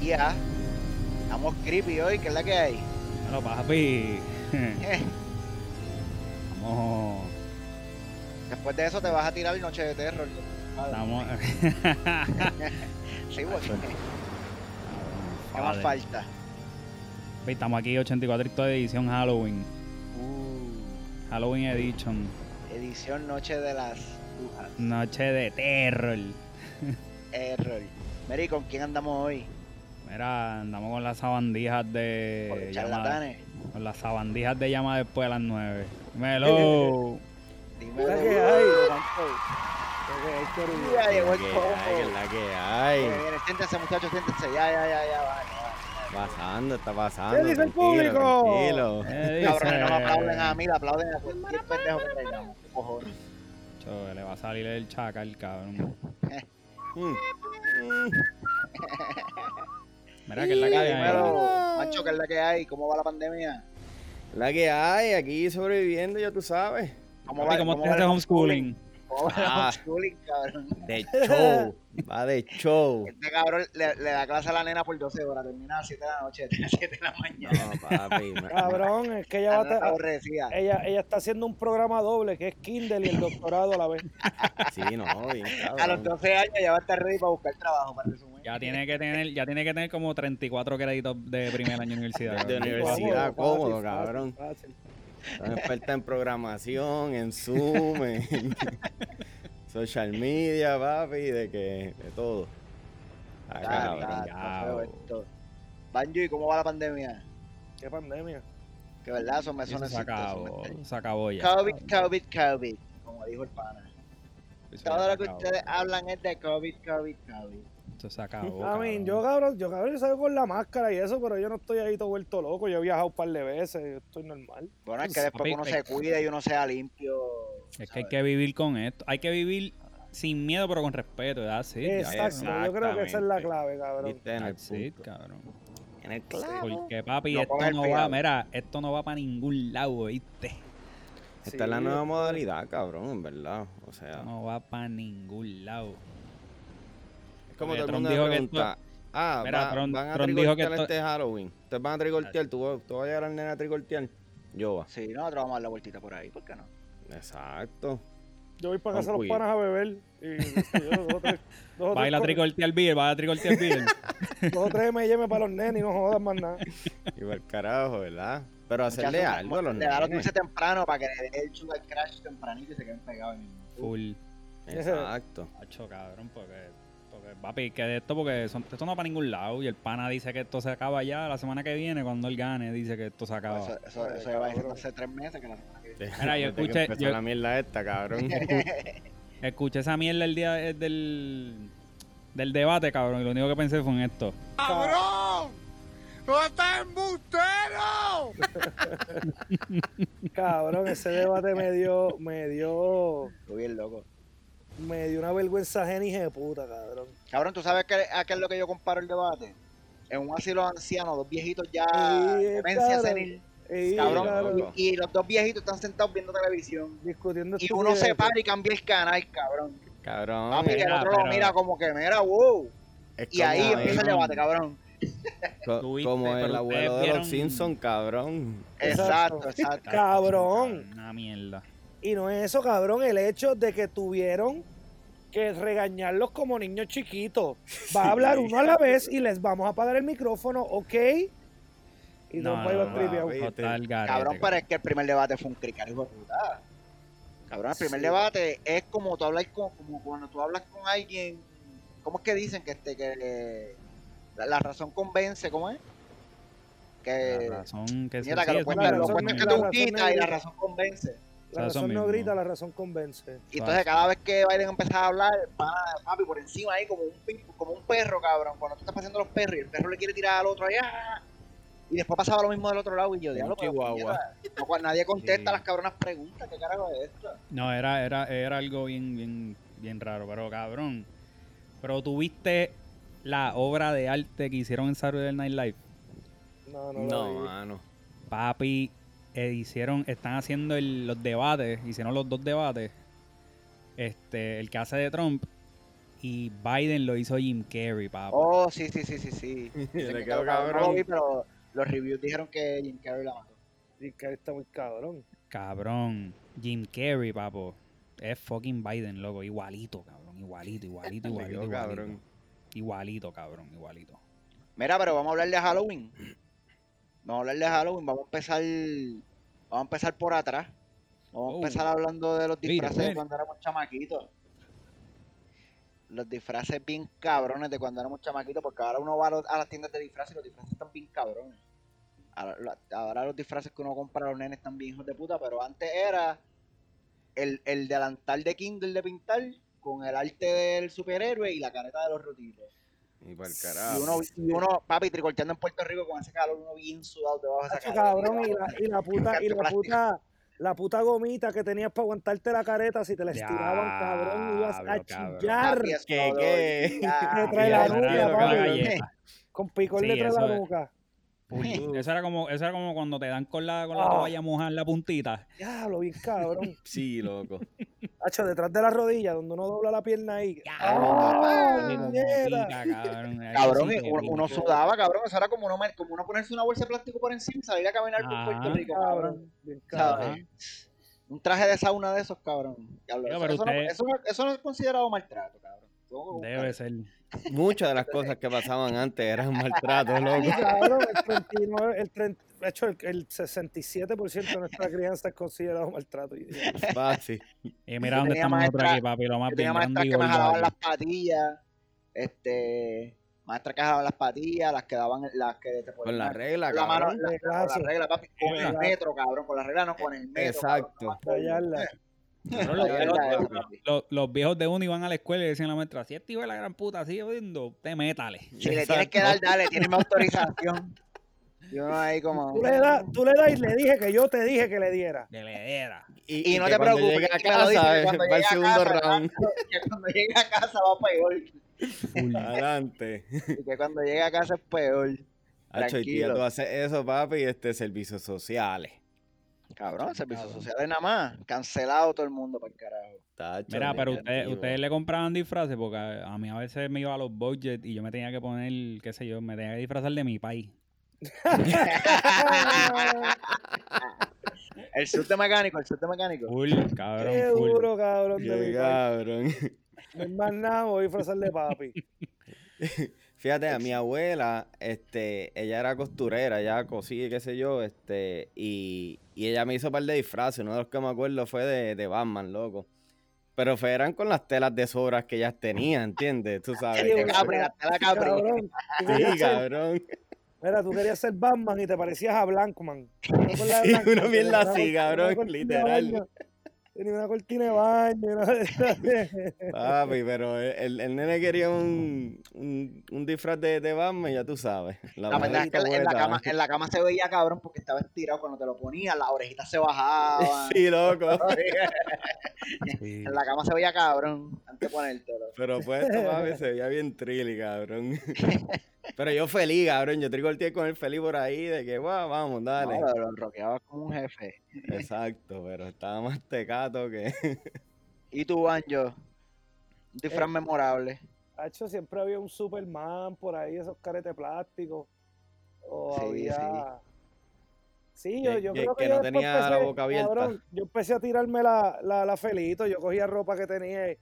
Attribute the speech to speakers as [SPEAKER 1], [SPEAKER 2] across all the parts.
[SPEAKER 1] Ya. Estamos creepy hoy, ¿qué es la que hay?
[SPEAKER 2] Bueno, papi. Estamos.
[SPEAKER 1] Después de eso te vas a tirar Noche de Terror.
[SPEAKER 2] Estamos.
[SPEAKER 1] Sí, güey. ¿Qué más
[SPEAKER 2] Joder.
[SPEAKER 1] falta?
[SPEAKER 2] Papi, Estamos aquí, 84 de edición Halloween.
[SPEAKER 1] Uh,
[SPEAKER 2] Halloween Edition.
[SPEAKER 1] edición Noche de las Brujas.
[SPEAKER 2] Noche de terror.
[SPEAKER 1] Error. Mary, ¿con quién andamos hoy?
[SPEAKER 2] Mira, andamos con las sabandijas de.
[SPEAKER 1] Con los
[SPEAKER 2] llama-
[SPEAKER 1] charlatanes.
[SPEAKER 2] con las sabandijas de llama después de las 9. Melo.
[SPEAKER 1] Dime.
[SPEAKER 3] La
[SPEAKER 1] de-
[SPEAKER 3] que hay, Juanjo.
[SPEAKER 1] Ya llegó el
[SPEAKER 4] que hay, que
[SPEAKER 1] combo.
[SPEAKER 4] la que
[SPEAKER 1] Muy
[SPEAKER 4] hay.
[SPEAKER 1] bien, Siéntense, muchachos, siéntense. Ya, ya, ya, ya. va, ya, va.
[SPEAKER 4] Pasando, está pasando.
[SPEAKER 3] ¿Qué dice el
[SPEAKER 4] tranquilo,
[SPEAKER 3] público?
[SPEAKER 4] tranquilo.
[SPEAKER 2] Eh,
[SPEAKER 1] Cabrones, no me
[SPEAKER 2] dice-
[SPEAKER 1] aplauden a mí, le aplauden a cualquier pendejo que traigamos. Cojones.
[SPEAKER 2] Cho, le va a salir el chacal, cabrón.
[SPEAKER 4] Mm.
[SPEAKER 2] Mira, que es la que hay ahí.
[SPEAKER 1] Primero, Mancho, ¿qué es la que hay? ¿Cómo va la pandemia?
[SPEAKER 4] La que hay, aquí sobreviviendo, ya tú sabes.
[SPEAKER 1] ¿Cómo
[SPEAKER 2] Papi, ¿Cómo te haces homeschooling?
[SPEAKER 1] ¿Cómo va el
[SPEAKER 4] Ah.
[SPEAKER 1] homeschooling, Oh, cabrón?
[SPEAKER 4] De show. Va de show.
[SPEAKER 1] Este cabrón le, le da clase a la nena por 12 horas, termina a las 7 de la noche, a las 7 de la
[SPEAKER 4] No,
[SPEAKER 1] mañana.
[SPEAKER 4] papi. ma-
[SPEAKER 3] Cabrón, es que
[SPEAKER 1] La
[SPEAKER 3] ella va
[SPEAKER 1] nena
[SPEAKER 3] a eh,
[SPEAKER 1] está
[SPEAKER 3] ta-
[SPEAKER 1] aborrecida.
[SPEAKER 3] ella, ella está haciendo un programa doble que es Kindle y el doctorado a la vez.
[SPEAKER 4] Sí, no, bien, cabrón.
[SPEAKER 1] A los 12 años ya va a estar ready para buscar trabajo, para resumir. Ah,
[SPEAKER 2] Ya tiene que tener, ya tiene que tener como 34 créditos de primer año de universidad.
[SPEAKER 4] De
[SPEAKER 2] cabrón.
[SPEAKER 4] universidad,
[SPEAKER 3] Cómodo,
[SPEAKER 4] cómodo,
[SPEAKER 3] fácil,
[SPEAKER 4] cabrón.
[SPEAKER 3] fácil, fácil.
[SPEAKER 4] Son experta en programación, en Zoom, en social media, papi, de que, de todo. Ah,
[SPEAKER 1] Ya,
[SPEAKER 2] cabrón,
[SPEAKER 1] ya,
[SPEAKER 4] cabrón.
[SPEAKER 1] está
[SPEAKER 2] ya,
[SPEAKER 1] feo esto. Banjo, ¿y cómo va la pandemia?
[SPEAKER 3] Qué pandemia.
[SPEAKER 1] Que verdad, son mesones.
[SPEAKER 2] Eso se acabó, se acabó ya.
[SPEAKER 1] COVID, COVID, COVID, como dijo el pana.
[SPEAKER 2] Eso ya
[SPEAKER 1] Todo
[SPEAKER 2] se
[SPEAKER 1] lo que
[SPEAKER 2] acabó.
[SPEAKER 1] ustedes hablan es de COVID, COVID, COVID.
[SPEAKER 2] Eso se acabó.
[SPEAKER 3] I mean,
[SPEAKER 2] cabrón.
[SPEAKER 3] yo cabrón, yo cabrón, yo salgo con la máscara y eso, pero yo no estoy ahí todo vuelto loco. Yo he viajado un par de veces, yo estoy normal.
[SPEAKER 1] Bueno, es que después
[SPEAKER 2] Papi,
[SPEAKER 1] que uno
[SPEAKER 2] hay-
[SPEAKER 1] se cuida y uno sea limpio.
[SPEAKER 2] Es que hay
[SPEAKER 1] ¿sabes?
[SPEAKER 2] que vivir con esto. Hay que vivir sin miedo, pero con respeto, ¿verdad? Sí,
[SPEAKER 3] Exacto. Yo creo que esa es la
[SPEAKER 4] exactamente.
[SPEAKER 3] clave, cabrón.
[SPEAKER 4] Viste en el
[SPEAKER 2] Sí,
[SPEAKER 4] punto.
[SPEAKER 2] cabrón.
[SPEAKER 4] En el clavo.
[SPEAKER 2] Porque, papi,
[SPEAKER 1] No
[SPEAKER 2] esto
[SPEAKER 1] pongas
[SPEAKER 2] no
[SPEAKER 1] pegado.
[SPEAKER 2] va, mira, esto no va para ningún lado, ¿viste?
[SPEAKER 4] Esta es la
[SPEAKER 3] Sí,
[SPEAKER 4] nueva
[SPEAKER 3] yo-
[SPEAKER 4] modalidad, cabrón, en verdad. O sea,
[SPEAKER 2] Esto no va para ningún lado.
[SPEAKER 4] es como
[SPEAKER 2] Oye,
[SPEAKER 4] todo el
[SPEAKER 2] Trump
[SPEAKER 4] mundo
[SPEAKER 2] dijo
[SPEAKER 4] me
[SPEAKER 2] que
[SPEAKER 4] pregunta, ah,
[SPEAKER 2] Mira,
[SPEAKER 4] va-
[SPEAKER 2] Trump-
[SPEAKER 4] van a
[SPEAKER 2] Trump dijo que
[SPEAKER 4] trigoltear
[SPEAKER 2] esto-
[SPEAKER 4] este Halloween. Ustedes van a trigoltear, tú, vas- tú vas a llegar al nene a trigoltear. Yo va.
[SPEAKER 1] Sí, nosotros vamos a dar la vueltita por ahí, ¿por qué no?
[SPEAKER 4] Exacto.
[SPEAKER 3] Yo voy para
[SPEAKER 4] Con
[SPEAKER 3] casa de los
[SPEAKER 4] cuidado.
[SPEAKER 3] panas a beber y este, yo, dos o tres, dos o tres
[SPEAKER 2] Baila
[SPEAKER 3] co-
[SPEAKER 2] tricorte al beer, baila tricorte al beer.
[SPEAKER 3] dos o tres M&M para los nenes y no jodas más nada.
[SPEAKER 4] Y para el carajo, ¿verdad? Pero hacerle
[SPEAKER 1] Muchachos,
[SPEAKER 4] algo a los
[SPEAKER 1] Le da los
[SPEAKER 4] nenes.
[SPEAKER 1] dulces temprano para que le dé el sugar crash tempranito y se queden pegados en el
[SPEAKER 2] Full.
[SPEAKER 4] Exacto.
[SPEAKER 2] Hacho, cabrón, porque, porque papi, que de esto, porque son- esto no va para ningún lado. Y el pana dice que esto se acaba ya la semana que viene, cuando él gane, dice que esto se acaba.
[SPEAKER 1] Eso, eso,
[SPEAKER 3] Ay,
[SPEAKER 1] eso lleva diciendo
[SPEAKER 3] cabrón.
[SPEAKER 1] hace tres meses que la semana que viene.
[SPEAKER 2] Mira, yo
[SPEAKER 4] Desde que
[SPEAKER 2] escuché-
[SPEAKER 4] empezó
[SPEAKER 2] yo-
[SPEAKER 4] la mierda esta, cabrón.
[SPEAKER 2] Escuché esa mierda el día eh, del, del debate, cabrón, y lo único que pensé fue en esto.
[SPEAKER 3] Cabrón, ese debate me dio, me dio,
[SPEAKER 1] Estoy bien loco.
[SPEAKER 3] me dio una vergüenza ajena hija de puta, cabrón.
[SPEAKER 1] Cabrón, ¿tú sabes qué, a qué es lo que yo comparo el debate? En un asilo de ancianos, dos viejitos ya
[SPEAKER 3] Sí,
[SPEAKER 1] demencia
[SPEAKER 3] cabrón.
[SPEAKER 1] senil.
[SPEAKER 3] Ey,
[SPEAKER 1] Cabrón,
[SPEAKER 4] cabrón.
[SPEAKER 1] Y, y los dos viejitos están sentados viendo televisión.
[SPEAKER 3] discutiendo
[SPEAKER 1] Y uno se
[SPEAKER 3] estupideces.
[SPEAKER 1] para y cambia el canal, cabrón.
[SPEAKER 4] cabrón.
[SPEAKER 1] Papi, que el
[SPEAKER 2] mira,
[SPEAKER 1] otro lo
[SPEAKER 2] pero-
[SPEAKER 1] mira como que, mira, wow.
[SPEAKER 4] es
[SPEAKER 1] Y ahí
[SPEAKER 4] como
[SPEAKER 1] empieza el
[SPEAKER 4] el-
[SPEAKER 1] debate, cabrón.
[SPEAKER 4] co-
[SPEAKER 2] Tuviste,
[SPEAKER 4] Como el
[SPEAKER 2] pero
[SPEAKER 4] abuelo
[SPEAKER 2] ustedes
[SPEAKER 4] de los
[SPEAKER 2] vieron-
[SPEAKER 4] Simpsons, cabrón.
[SPEAKER 3] Exacto.
[SPEAKER 1] Exacto, exacto.
[SPEAKER 3] Cabrón.
[SPEAKER 2] Una mierda.
[SPEAKER 3] Y no es eso, cabrón, el hecho de que tuvieron que regañarlos como niños chiquitos. Va a hablar uno a la vez y les vamos a apagar el micrófono, ¿ok? Y no, no,
[SPEAKER 4] no,
[SPEAKER 3] tripeado.
[SPEAKER 4] no,
[SPEAKER 2] total garete,
[SPEAKER 1] Cabrón, pero es que el primer debate fue un cricar, hijo de puta. Cabrón, el primer debate es como tú hablas con, como cuando tú hablas con alguien, ¿cómo es que dicen que este que eh, la, la razón convence, ¿cómo es? Que
[SPEAKER 2] La razón que se-
[SPEAKER 1] mira, que
[SPEAKER 2] sí,
[SPEAKER 1] lo
[SPEAKER 2] eso
[SPEAKER 1] cuentas,
[SPEAKER 2] es
[SPEAKER 1] lo
[SPEAKER 3] razón
[SPEAKER 1] cuentas
[SPEAKER 3] es-
[SPEAKER 1] que
[SPEAKER 3] la
[SPEAKER 1] tú
[SPEAKER 3] razón
[SPEAKER 1] quitas y la
[SPEAKER 3] negra.
[SPEAKER 1] razón convence.
[SPEAKER 3] La
[SPEAKER 2] Eso
[SPEAKER 3] razón no
[SPEAKER 2] mismo.
[SPEAKER 3] grita, la razón convence.
[SPEAKER 1] Y entonces
[SPEAKER 2] Exacto.
[SPEAKER 1] cada vez que Biden empezaba a hablar, el pana, papi, por encima ahí como un pin- como un perro, cabrón, cuando tú estás pasando los perros y el perro le quiere tirar al otro allá. Y después pasaba lo mismo del otro lado y yo,
[SPEAKER 4] Un
[SPEAKER 1] diablo, pero
[SPEAKER 4] chihuahua.
[SPEAKER 1] puñeta, no, cual nadie contesta
[SPEAKER 2] Sí.
[SPEAKER 1] las cabronas preguntas, ¿qué carajo es esto?
[SPEAKER 4] Ah,
[SPEAKER 2] No, era, era, era algo bien, bien, bien raro, pero cabrón. Pero tuviste la obra de arte que hicieron en Saturday Night Live.
[SPEAKER 3] No, no,
[SPEAKER 4] No,
[SPEAKER 3] no.
[SPEAKER 4] mano.
[SPEAKER 2] Papi, eh, hicieron, están haciendo el- los debates, hicieron los dos debates. Este, el que hace de Trump y Biden lo hizo Jim Carrey, papá.
[SPEAKER 1] Oh, sí, sí, sí, sí, sí. Dicen
[SPEAKER 4] Le
[SPEAKER 1] que
[SPEAKER 4] quedó
[SPEAKER 1] está cabrón, No lo vi,
[SPEAKER 4] pues. cabrón.
[SPEAKER 1] pero los reviews dijeron que Jim Carrey la mató.
[SPEAKER 3] Y que está muy cabrón.
[SPEAKER 2] Cabrón. Jim Carrey, papo. Es fucking Biden, loco. Igualito, cabrón. Igualito, igualito,
[SPEAKER 4] Le
[SPEAKER 2] igualito.
[SPEAKER 4] quedó cabrón.
[SPEAKER 2] Igualito, cabrón, igualito.
[SPEAKER 1] Mira, pero vamos a hablar de Halloween. Vamos a hablar de Halloween. Vamos a empezar. Vamos a empezar por atrás. Vamos
[SPEAKER 2] Oh.
[SPEAKER 1] a empezar hablando de los
[SPEAKER 2] Mira,
[SPEAKER 1] disfraces de
[SPEAKER 2] mira.
[SPEAKER 1] cuando éramos chamaquitos. Los disfraces bien cabrones de cuando éramos chamaquitos, porque ahora uno va a, los- a las tiendas de disfraces y los disfraces están bien cabrones. Ahora, lo- ahora los disfraces que uno compra a los nenes están bien hijos de puta, pero antes era el, el delantal de Kindle de pintar con el arte del superhéroe y la careta de los rutiles.
[SPEAKER 4] Y para el
[SPEAKER 1] Y
[SPEAKER 4] carajo.
[SPEAKER 1] uno, y uno, papi, tricorteando en Puerto Rico con ese calor, uno bien sudado debajo de esa
[SPEAKER 3] Hacho,
[SPEAKER 1] careta,
[SPEAKER 3] cabrón, y
[SPEAKER 1] debajo.
[SPEAKER 3] la, y la puta, y la puta, la puta gomita que tenías para aguantarte la careta, si te la estiraban, cabrón, ibas a
[SPEAKER 2] Diablo, cabrón.
[SPEAKER 3] chillar
[SPEAKER 1] Papi, eso
[SPEAKER 4] ¿Qué,
[SPEAKER 1] no
[SPEAKER 4] qué?
[SPEAKER 1] dolía.
[SPEAKER 3] Me trae la
[SPEAKER 2] Mira,
[SPEAKER 3] nuca,
[SPEAKER 2] mira,
[SPEAKER 3] papi.
[SPEAKER 2] la galleta.
[SPEAKER 3] con picor
[SPEAKER 2] Sí,
[SPEAKER 3] letra de la
[SPEAKER 2] eso es.
[SPEAKER 3] nuca.
[SPEAKER 2] Uy, eso, era como, eso era como cuando te dan con la, con la
[SPEAKER 3] Ah.
[SPEAKER 2] toalla mojada en la puntita.
[SPEAKER 3] Diablo, bien cabrón.
[SPEAKER 4] Sí, loco.
[SPEAKER 3] Hacho, detrás de la rodilla, donde uno dobla la pierna ahí.
[SPEAKER 2] Con
[SPEAKER 3] ¡Ah,
[SPEAKER 2] la
[SPEAKER 3] mierda!
[SPEAKER 2] puntita, cabrón. Ahí
[SPEAKER 1] Cabrón,
[SPEAKER 2] sí
[SPEAKER 1] y
[SPEAKER 2] que
[SPEAKER 1] uno,
[SPEAKER 2] pico.
[SPEAKER 1] uno sudaba, cabrón. Eso era como uno, me- como uno ponerse una bolsa de plástico por encima y salir a caminar por
[SPEAKER 2] Ajá.
[SPEAKER 1] Puerto Rico, cabrón.
[SPEAKER 3] Cabrón, bien
[SPEAKER 1] ¿sabes?
[SPEAKER 2] eh.
[SPEAKER 3] cabrón.
[SPEAKER 1] Un traje de sauna de esos, cabrón. Diablo,
[SPEAKER 2] Pero,
[SPEAKER 1] eso,
[SPEAKER 2] pero
[SPEAKER 1] eso no,
[SPEAKER 2] usted-
[SPEAKER 1] eso no- eso no es considerado maltrato, cabrón. Tengo que buscar.
[SPEAKER 2] Debe ser.
[SPEAKER 4] Muchas de las cosas que pasaban antes eran maltrato,
[SPEAKER 3] Sí,
[SPEAKER 4] loco.
[SPEAKER 3] cabrón, el 39, el 30, de hecho, el, el 67% de nuestra crianza es considerado maltrato. Y-
[SPEAKER 4] Fácil.
[SPEAKER 2] Y mira dónde
[SPEAKER 1] tenía
[SPEAKER 2] estamos nosotros
[SPEAKER 1] maestra-
[SPEAKER 2] aquí, papi. Lo más
[SPEAKER 1] Yo
[SPEAKER 2] bien
[SPEAKER 1] tenía maestras
[SPEAKER 2] grande y
[SPEAKER 1] que me
[SPEAKER 2] gordo
[SPEAKER 1] jalaban
[SPEAKER 2] aquí.
[SPEAKER 1] las patillas, este, maestras que jalaban las patillas, las que daban, las que te
[SPEAKER 4] Con la
[SPEAKER 1] ponían-
[SPEAKER 4] regla,
[SPEAKER 1] Pues la mano,
[SPEAKER 4] cabrón.
[SPEAKER 1] la, con la
[SPEAKER 3] Reglazo.
[SPEAKER 1] regla, papi, con el
[SPEAKER 3] Reglazo.
[SPEAKER 1] metro, cabrón, con la regla no, con el metro.
[SPEAKER 4] Exacto.
[SPEAKER 3] Rayarla.
[SPEAKER 2] Cabrón,
[SPEAKER 1] cabrón,
[SPEAKER 2] los,
[SPEAKER 1] la
[SPEAKER 4] Regla,
[SPEAKER 1] regla
[SPEAKER 4] papi.
[SPEAKER 1] es, papi.
[SPEAKER 2] los- los viejos de uno iban a la escuela y decían a la maestra, si este hijo de la gran puta sigue viendo, te métale.
[SPEAKER 1] Si le tienes que dar, dale, tienes mi autorización. Y uno ahí como...
[SPEAKER 3] Tú le, das, tú le das y le dije que yo te dije que le diera.
[SPEAKER 2] De ledera.
[SPEAKER 4] Y,
[SPEAKER 1] Y no
[SPEAKER 4] que
[SPEAKER 1] te
[SPEAKER 4] cuando
[SPEAKER 1] preocupes,
[SPEAKER 4] llegue a
[SPEAKER 1] que me lo dices,
[SPEAKER 4] casa,
[SPEAKER 1] que cuando
[SPEAKER 4] va el
[SPEAKER 1] llegue a
[SPEAKER 4] segundo
[SPEAKER 1] casa,
[SPEAKER 4] round.
[SPEAKER 1] Que cuando llegue a casa va peor.
[SPEAKER 2] Full.
[SPEAKER 4] Adelante.
[SPEAKER 1] Y que cuando llegue a casa es peor.
[SPEAKER 4] Hacho, y
[SPEAKER 1] Tranquilo.
[SPEAKER 4] tía, tú haces eso, papi, este, servicios sociales.
[SPEAKER 1] Cabrón, servicios
[SPEAKER 2] Cabrón.
[SPEAKER 1] sociales nada más. Cancelado todo el mundo para el carajo.
[SPEAKER 4] Tacho,
[SPEAKER 2] Mira, pero ustedes,
[SPEAKER 4] negativo.
[SPEAKER 2] ustedes le compraban disfraces porque a, a mí a veces me iba a los budget y yo me tenía que poner, qué sé yo, me tenía que disfrazar de mi país.
[SPEAKER 1] El surte mecánico, el surte mecánico.
[SPEAKER 2] Full, cabrón,
[SPEAKER 3] Qué
[SPEAKER 2] full.
[SPEAKER 3] duro, cabrón. De
[SPEAKER 4] Qué
[SPEAKER 3] mi país.
[SPEAKER 4] cabrón.
[SPEAKER 3] No es más nada, me voy a disfrazar de papi.
[SPEAKER 4] Fíjate, a mi abuela, este, ella era costurera, ella cosía, qué sé yo, este, y, y ella me hizo un par de disfraces. Uno de los que me acuerdo fue de, de Batman, loco. Pero fue, eran con las telas de sobras que ellas tenían, ¿entiendes? Tú sabes.
[SPEAKER 1] El de
[SPEAKER 3] bueno,
[SPEAKER 1] Capri, la tela Capri.
[SPEAKER 3] Cabrón, tú
[SPEAKER 4] Sí,
[SPEAKER 3] querías ser,
[SPEAKER 4] cabrón.
[SPEAKER 3] mira, tú querías ser Batman y te parecías a Blankman. ¿No te acuerdas de
[SPEAKER 4] Sí,
[SPEAKER 3] Blankman?
[SPEAKER 4] una
[SPEAKER 3] Que
[SPEAKER 4] mierda
[SPEAKER 3] tenía una
[SPEAKER 4] así,
[SPEAKER 3] cortina-
[SPEAKER 4] cabrón,
[SPEAKER 3] una cortina de
[SPEAKER 4] literal.
[SPEAKER 3] baño, Tenía una cortina de baño. y una-
[SPEAKER 4] Papi, pero el, el nene quería un, un, un disfraz de, de Batman, ya tú sabes. Ah, pues, La
[SPEAKER 1] La
[SPEAKER 4] mujer
[SPEAKER 1] verdad es que
[SPEAKER 4] está
[SPEAKER 1] en la,
[SPEAKER 4] buena.
[SPEAKER 1] cama, en la cama se veía cabrón porque estaba estirado cuando te lo ponías, las orejitas se bajaban.
[SPEAKER 4] Sí, loco.
[SPEAKER 2] Sí.
[SPEAKER 1] En la cama se veía cabrón antes de ponértelo.
[SPEAKER 4] Pero pues esto, papi, se veía bien trilly, cabrón. Pero yo feliz, cabrón. Yo trigolteé con el feliz por ahí de que, "Guau, vamos, dale.
[SPEAKER 1] No, lo, lo roqueabas como un jefe.
[SPEAKER 4] Exacto, pero estaba más tecato que...
[SPEAKER 1] ¿Y tú, Banjo? Un
[SPEAKER 3] Eh,
[SPEAKER 1] disfraz memorable.
[SPEAKER 3] Hacho, siempre había un Superman por ahí, esos caretes plásticos. O
[SPEAKER 1] Sí,
[SPEAKER 3] había. Sí, yo,
[SPEAKER 4] Que-
[SPEAKER 3] yo
[SPEAKER 4] que-
[SPEAKER 3] creo que,
[SPEAKER 4] que
[SPEAKER 3] yo
[SPEAKER 4] no
[SPEAKER 3] después
[SPEAKER 4] tenía la
[SPEAKER 3] empecé,
[SPEAKER 4] boca abierta.
[SPEAKER 3] cabrón, yo empecé a tirarme la, la, la felito, yo cogía ropa que tenía y,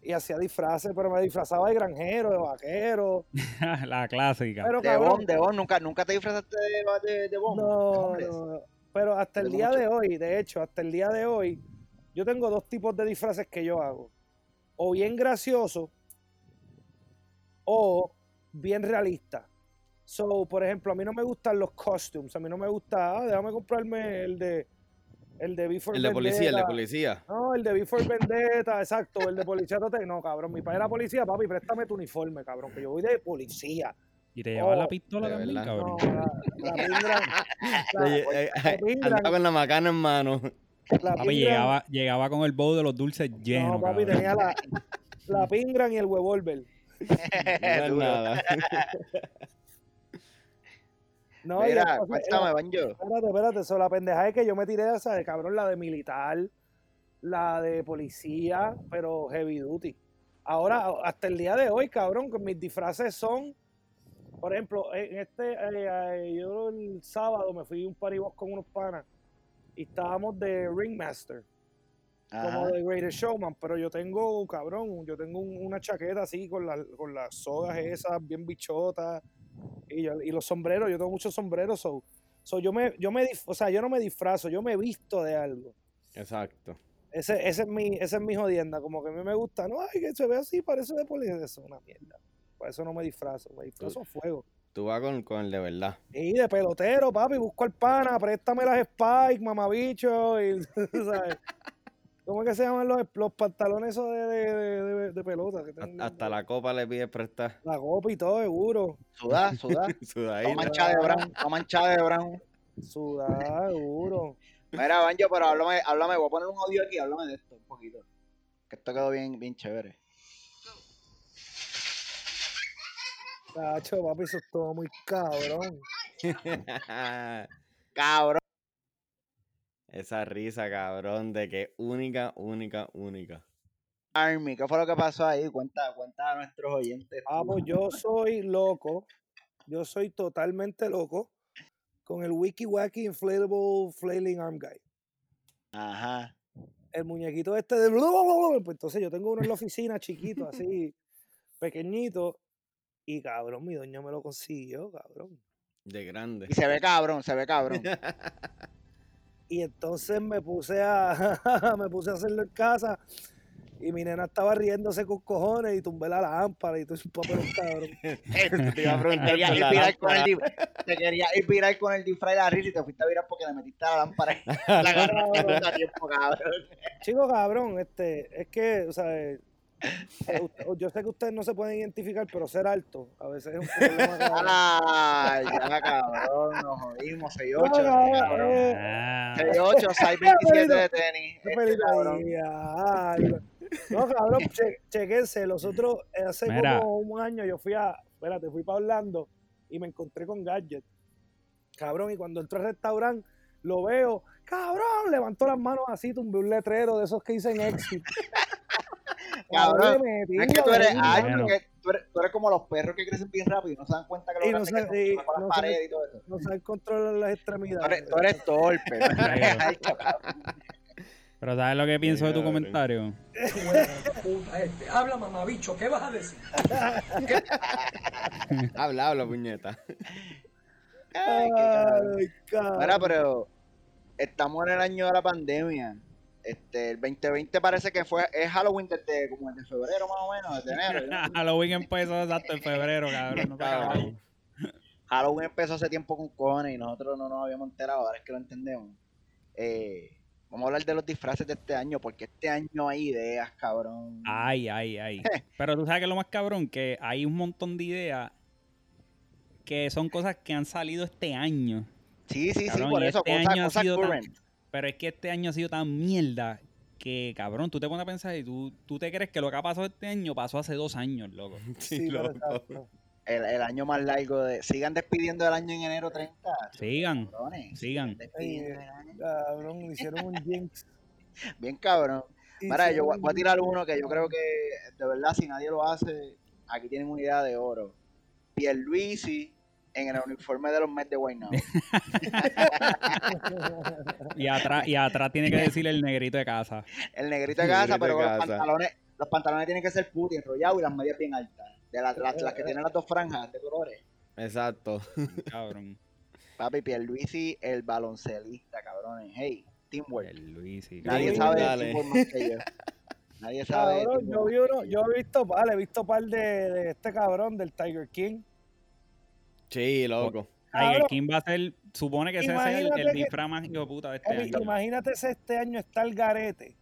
[SPEAKER 3] y hacía disfraces, pero me disfrazaba de granjero, de vaquero.
[SPEAKER 2] la clásica.
[SPEAKER 3] Pero
[SPEAKER 1] De
[SPEAKER 3] cabrón,
[SPEAKER 1] Bon, de Bon, nunca, nunca te disfrazaste de, de, de Bon.
[SPEAKER 3] no,
[SPEAKER 1] Hombres.
[SPEAKER 3] no, pero hasta el
[SPEAKER 1] Tengo
[SPEAKER 3] día
[SPEAKER 1] mucho.
[SPEAKER 3] de hoy, de hecho, hasta el día de hoy, yo tengo dos tipos de disfraces que yo hago. O bien gracioso o bien realista. So, por ejemplo, a mí no me gustan los costumes, a mí no me gusta, ah, déjame comprarme el de el de Before
[SPEAKER 4] El de policía, el de
[SPEAKER 3] Vendetta.
[SPEAKER 4] policía.
[SPEAKER 3] No, el de Before Vendetta, exacto, el de policía tote- No, cabrón, mi padre era policía, papi, préstame tu uniforme, cabrón, que yo voy de policía.
[SPEAKER 2] y te llevaba
[SPEAKER 3] oh,
[SPEAKER 2] la pistola
[SPEAKER 4] de
[SPEAKER 2] también,
[SPEAKER 4] verdad.
[SPEAKER 2] cabrón.
[SPEAKER 3] No, la, la pingra- la-
[SPEAKER 4] Oye, eh, eh,
[SPEAKER 3] Pingran.
[SPEAKER 4] Andaba con la macana en mano.
[SPEAKER 3] la
[SPEAKER 2] papi
[SPEAKER 3] pingra-
[SPEAKER 2] llegaba, llegaba con el bowl de los dulces lleno.
[SPEAKER 3] No, papi,
[SPEAKER 2] cabrón.
[SPEAKER 3] tenía la, la pingran y el huevolver.
[SPEAKER 4] No era
[SPEAKER 1] Duro.
[SPEAKER 4] nada.
[SPEAKER 3] No, y
[SPEAKER 1] Mira,
[SPEAKER 3] entonces,
[SPEAKER 1] cuéntame, Banjo.
[SPEAKER 3] Espérate, espérate, so, la pendejada es que yo me tiré esa de cabrón, la de militar, la de policía, pero heavy duty. Ahora, hasta el día de hoy, cabrón, que mis disfraces son, por ejemplo, en este, eh, eh, yo el sábado me fui a un party box con unos panas y estábamos de Ringmaster, como
[SPEAKER 1] Ajá.
[SPEAKER 3] de Greatest Showman, pero yo tengo, cabrón, yo tengo un- una chaqueta así con, las- con las sogas esas bien bichotas y, yo- y los sombreros, yo tengo muchos sombreros, so, so yo me, yo me, dif- o sea, yo no me disfrazo, yo me visto de algo.
[SPEAKER 4] Exacto.
[SPEAKER 3] Ese, ese es mi, esa es mi jodienda, como que a mí me gusta, no, ay, que se ve así, parece de policía, eso es una mierda. Por eso no me disfrazo, me disfrazo a fuego.
[SPEAKER 4] Tú vas con, con el de verdad.
[SPEAKER 3] Y de pelotero, papi, busco al pana, préstame las Spike, mamabicho, y, ¿sabes? ¿Cómo es que se llaman los, los pantalones esos de, de, de- de- de pelota? Que
[SPEAKER 4] Hasta-
[SPEAKER 3] tienen-
[SPEAKER 4] Hasta la copa le pides prestar.
[SPEAKER 3] la copa y todo, seguro.
[SPEAKER 1] Sudá, sudá. No
[SPEAKER 4] Sudadita.
[SPEAKER 1] mancha de brown, no mancha de brown.
[SPEAKER 3] Sudar, seguro.
[SPEAKER 1] Mira, Banjo, pero háblame, háblame, voy a poner un audio aquí, háblame de esto un poquito. Que esto quedó bien, bien chévere.
[SPEAKER 3] Cacho, papi, eso es todo muy cabrón.
[SPEAKER 1] Cabrón.
[SPEAKER 4] Esa risa, cabrón, de que única, única, única.
[SPEAKER 1] Army, ¿qué fue lo que pasó ahí? Cuenta, cuenta a nuestros oyentes.
[SPEAKER 3] Ah, pues yo soy loco. Yo soy totalmente loco con el Wiki Wacky Inflatable Flailing Arm Guy.
[SPEAKER 1] Ajá.
[SPEAKER 3] El muñequito este de... Pues entonces yo tengo uno en la oficina chiquito, así, pequeñito. Y cabrón, mi doña me lo consiguió, cabrón.
[SPEAKER 4] De grande.
[SPEAKER 1] Y se ve cabrón, se ve cabrón.
[SPEAKER 3] Y entonces me puse a me puse a hacerlo en casa y mi nena estaba riéndose con cojones y tumbé la lámpara y todo un papel cabrón.
[SPEAKER 1] Te
[SPEAKER 4] Te iba a preguntar
[SPEAKER 1] querías ir
[SPEAKER 4] por la
[SPEAKER 1] viral con el
[SPEAKER 4] lámpara.
[SPEAKER 1] dif- te querías ir viral con el disfraz y la risa y te fuiste a virar porque le metiste a la lámpara y la agarraste en un tiempo, cabrón.
[SPEAKER 3] Chico, cabrón, este, es que, o sea, eh, usted- yo sé que ustedes no se pueden identificar, pero ser alto a veces es un problema. cabrón.
[SPEAKER 1] Ay, ya, cabrón, nos jodimos, 6-8,
[SPEAKER 3] No, no,
[SPEAKER 1] cabrón.
[SPEAKER 3] eh,
[SPEAKER 2] Ah,
[SPEAKER 1] 6-8, 6-27 de tenis.
[SPEAKER 3] qué
[SPEAKER 1] Este,
[SPEAKER 3] felicidad.
[SPEAKER 1] cabrón.
[SPEAKER 3] Ay, No, cabrón, che, chequense, los otros, eh, hace
[SPEAKER 2] Mira.
[SPEAKER 3] como un año yo fui a, espérate, fui para Orlando y me encontré con Gadget. Cabrón, y cuando entro al restaurante, lo veo, cabrón, levantó las manos así, tumbé un letrero de esos que dicen exit.
[SPEAKER 1] Cabrón,
[SPEAKER 3] me
[SPEAKER 1] No es
[SPEAKER 3] metí,
[SPEAKER 1] que tú eres
[SPEAKER 3] cabrón.
[SPEAKER 1] alto,
[SPEAKER 2] Bueno.
[SPEAKER 1] que tú eres, tú eres como los perros que crecen bien rápido y no se dan cuenta que lo
[SPEAKER 3] Y no
[SPEAKER 1] grande que
[SPEAKER 3] se-
[SPEAKER 1] son,
[SPEAKER 3] y
[SPEAKER 1] que van con
[SPEAKER 3] no
[SPEAKER 1] las
[SPEAKER 3] se-
[SPEAKER 1] paredes y todo eso.
[SPEAKER 3] No saben controlar las extremidades.
[SPEAKER 1] Tú eres, tú eres torpe, tú no eres alto, cabrón.
[SPEAKER 2] pero ¿sabes lo que pienso de tu
[SPEAKER 4] cabrón.
[SPEAKER 2] comentario?
[SPEAKER 5] Puta, este. Habla, mamabicho, ¿qué vas a decir?
[SPEAKER 4] habla, habla, puñeta.
[SPEAKER 1] Ay, qué cabrón.
[SPEAKER 3] Ay, cabrón.
[SPEAKER 1] Mira, pero estamos en el año de la pandemia. Este, el 2020 parece que fue es Halloween desde como desde febrero más o menos, desde enero. ¿no?
[SPEAKER 2] Halloween empezó exacto en febrero, cabrón. No se ha acabado.
[SPEAKER 4] Cabrón.
[SPEAKER 1] Halloween empezó hace tiempo con cojones y nosotros no nos habíamos enterado, ahora es que lo entendemos. Eh, vamos a hablar de los disfraces de este año, porque este año hay ideas, cabrón.
[SPEAKER 2] Ay, ay, ay. Pero tú sabes que lo más cabrón, que hay un montón de ideas que son cosas que han salido este año.
[SPEAKER 1] sí, sí,
[SPEAKER 2] cabrón,
[SPEAKER 1] sí, por
[SPEAKER 2] y
[SPEAKER 1] eso,
[SPEAKER 2] este
[SPEAKER 1] cosas,
[SPEAKER 2] año ha
[SPEAKER 1] cosas
[SPEAKER 2] sido tan-
[SPEAKER 1] current.
[SPEAKER 2] Pero es que este año ha sido tan mierda que, cabrón, tú te pones a pensar y tú, tú te crees que lo que ha pasado este año pasó hace dos años, loco.
[SPEAKER 3] Sí, pero exacto.
[SPEAKER 1] El, el año más largo de. Sigan despidiendo el año en enero 30.
[SPEAKER 2] Sigan,
[SPEAKER 1] cabrones,
[SPEAKER 2] sigan.
[SPEAKER 1] despidiendo el año.
[SPEAKER 3] Cabrón, le hicieron un jinx.
[SPEAKER 1] Bien cabrón. Mira, yo voy
[SPEAKER 3] Hicieron
[SPEAKER 1] voy a
[SPEAKER 3] un
[SPEAKER 1] tirar uno que yo creo que de verdad si nadie lo hace, aquí tienen una idea de oro. Pierluisi en el uniforme de los Mets de Guaynabo.
[SPEAKER 2] Y atrás, y atrás tiene que decirle el negrito de casa.
[SPEAKER 1] El negrito de
[SPEAKER 4] El
[SPEAKER 1] casa,
[SPEAKER 4] negrito
[SPEAKER 1] pero
[SPEAKER 4] de
[SPEAKER 1] con los
[SPEAKER 4] casa.
[SPEAKER 1] pantalones, los pantalones tienen que ser puti, enrollados y las medias bien altas. De las, las- las que tienen las dos franjas de colores.
[SPEAKER 4] Exacto.
[SPEAKER 2] Cabrón.
[SPEAKER 1] Papi, Pierluisi, el baloncelista, cabrones. Hey, teamwork.
[SPEAKER 2] El Luis, sí,
[SPEAKER 1] Nadie
[SPEAKER 4] Sí,
[SPEAKER 1] sabe de
[SPEAKER 4] dale.
[SPEAKER 1] teamwork más que yo. Nadie sabe de
[SPEAKER 3] Cabrón, yo
[SPEAKER 1] teamwork
[SPEAKER 3] vi
[SPEAKER 1] más
[SPEAKER 3] uno,
[SPEAKER 1] que
[SPEAKER 3] yo he visto par, he visto par de, de este cabrón del Tiger King.
[SPEAKER 4] Sí, loco.
[SPEAKER 2] Ay, el
[SPEAKER 3] Cabrón.
[SPEAKER 2] King va a ser, supone que ese va a ser el,
[SPEAKER 3] Imagínate
[SPEAKER 2] el
[SPEAKER 3] que-
[SPEAKER 2] disfraz más hijo de puta de este
[SPEAKER 3] Papi,
[SPEAKER 2] año.
[SPEAKER 3] Imagínate si este año está el garete,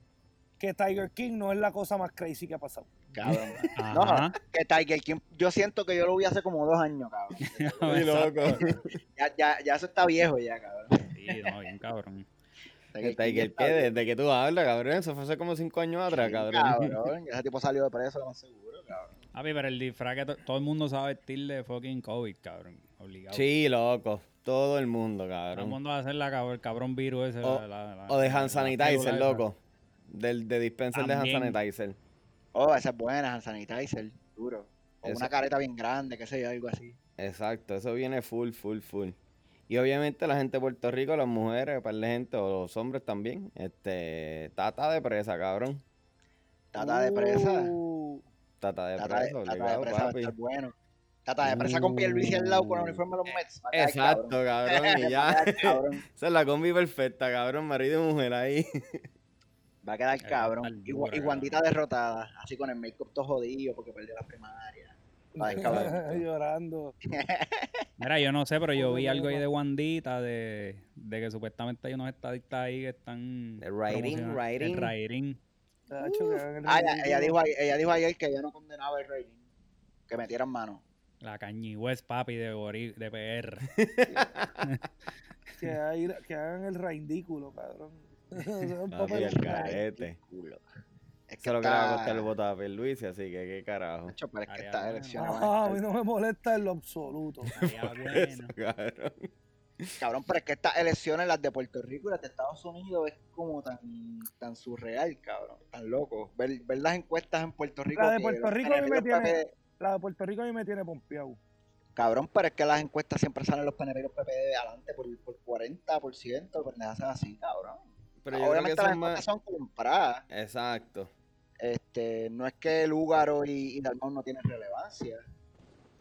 [SPEAKER 3] que Tiger King no es la cosa más crazy que ha pasado.
[SPEAKER 1] Cabrón.
[SPEAKER 2] Ajá.
[SPEAKER 1] No, que Tiger King, yo siento que yo lo vi hace como dos años, cabrón.
[SPEAKER 4] Sí, loco.
[SPEAKER 1] Ya, ya, ya eso está viejo ya, cabrón.
[SPEAKER 2] Sí, no, bien cabrón.
[SPEAKER 4] El
[SPEAKER 1] King ya
[SPEAKER 4] Tiger,
[SPEAKER 1] está
[SPEAKER 4] ¿qué?
[SPEAKER 1] viejo.
[SPEAKER 4] Desde que tú hablas, cabrón. Eso fue hace como cinco años atrás,
[SPEAKER 1] Sí,
[SPEAKER 4] cabrón.
[SPEAKER 1] cabrón, Ese tipo salió de preso, lo más seguro, cabrón.
[SPEAKER 2] Papi, pero el disfraz que to- todo el mundo sabe vestir de fucking COVID, cabrón. Obligado.
[SPEAKER 4] Sí, loco. Todo el mundo,
[SPEAKER 2] Todo el
[SPEAKER 4] cabrón.
[SPEAKER 2] mundo va a hacer la cab- el cabrón virus ese.
[SPEAKER 4] O-
[SPEAKER 2] la- la- la-
[SPEAKER 4] O de hand
[SPEAKER 2] la- la
[SPEAKER 4] sanitizer,
[SPEAKER 2] célula esa.
[SPEAKER 4] loco. Del de dispenser de hand
[SPEAKER 2] También.
[SPEAKER 4] sanitizer.
[SPEAKER 1] Oh, esa es buena, hand sanitizer, duro. O
[SPEAKER 4] Eso.
[SPEAKER 1] una careta bien grande, qué sé yo, algo así.
[SPEAKER 4] Exacto, eso viene full, full, full. Y obviamente la gente de Puerto Rico, las mujeres, para la gente, o los hombres también, este, tata de presa, cabrón.
[SPEAKER 1] Tata de presa.
[SPEAKER 3] Uh,
[SPEAKER 4] Tata de
[SPEAKER 1] Tata de,
[SPEAKER 4] presa,
[SPEAKER 1] tata de
[SPEAKER 4] obligado,
[SPEAKER 1] presa va a
[SPEAKER 4] papi.
[SPEAKER 1] estar bueno. Tata de presa con Pierluisi al lado con el uniforme de los Mets. va a quedar
[SPEAKER 4] Exacto, cabrón, y
[SPEAKER 1] Va a
[SPEAKER 4] ya.
[SPEAKER 1] quedar cabrón.
[SPEAKER 4] Esa es la combi perfecta, cabrón, marido y mujer ahí.
[SPEAKER 1] Va a quedar
[SPEAKER 2] va a
[SPEAKER 1] cabrón.
[SPEAKER 2] estar
[SPEAKER 1] Y,
[SPEAKER 2] dura,
[SPEAKER 1] Gua- y Guandita derrotada, así con el make-up todo jodido porque perdió la primaria. Va a quedar cabrón.
[SPEAKER 3] Llorando.
[SPEAKER 2] Mira, yo no sé, pero yo vi
[SPEAKER 3] Joder,
[SPEAKER 2] algo ahí
[SPEAKER 3] va.
[SPEAKER 2] de Wandita, de, de que supuestamente hay unos estadistas ahí que están...
[SPEAKER 4] De writing,
[SPEAKER 2] promocionando-
[SPEAKER 4] writing.
[SPEAKER 2] de writing.
[SPEAKER 3] Tacho, que hagan el
[SPEAKER 1] Ah, ella, ella
[SPEAKER 3] ridículo.
[SPEAKER 1] dijo, ayer- ella dijo ayer que ella no condenaba el rating, que metieran mano.
[SPEAKER 2] La Kanye West, papi, de, Gori- de PR.
[SPEAKER 3] que, hay- que hagan el ridículo, cabrón. O sea, un
[SPEAKER 4] Papi,
[SPEAKER 3] poco de-
[SPEAKER 4] el carete.
[SPEAKER 1] Culo. Es
[SPEAKER 4] Eso
[SPEAKER 1] que
[SPEAKER 4] es lo que le va a costar el
[SPEAKER 1] está...
[SPEAKER 4] voto a Pierluisi, así que qué carajo.
[SPEAKER 1] Nacho, pero es que
[SPEAKER 2] Ariana
[SPEAKER 1] estas
[SPEAKER 2] Grande.
[SPEAKER 1] elecciones van a
[SPEAKER 3] Ah, a
[SPEAKER 1] estar-
[SPEAKER 3] mí no me molesta en lo absoluto.
[SPEAKER 2] Estaría
[SPEAKER 4] Eso,
[SPEAKER 2] bueno.
[SPEAKER 4] cabrón.
[SPEAKER 1] Cabrón, pero es que estas elecciones, las de Puerto Rico y las de Estados Unidos, es como tan, tan surreal, cabrón. Tan loco. Ver, ver las encuestas en Puerto Rico.
[SPEAKER 3] La de
[SPEAKER 1] que
[SPEAKER 3] Puerto
[SPEAKER 1] los
[SPEAKER 3] Rico a mí me
[SPEAKER 1] PNP y los
[SPEAKER 3] tiene-
[SPEAKER 1] PPD
[SPEAKER 3] La de Puerto Rico a mí me tiene pompeado.
[SPEAKER 1] Cabrón, pero es que las encuestas siempre salen los PNP y los PPD adelante por, por 40%, pendejas así, cabrón.
[SPEAKER 4] Pero yo creo que
[SPEAKER 1] Obviamente
[SPEAKER 4] eso
[SPEAKER 1] las
[SPEAKER 4] es
[SPEAKER 1] encuestas
[SPEAKER 4] más...
[SPEAKER 1] son compradas.
[SPEAKER 4] Exacto.
[SPEAKER 1] Este, no es que Lúgaro y, y Dalmau no tienen relevancia,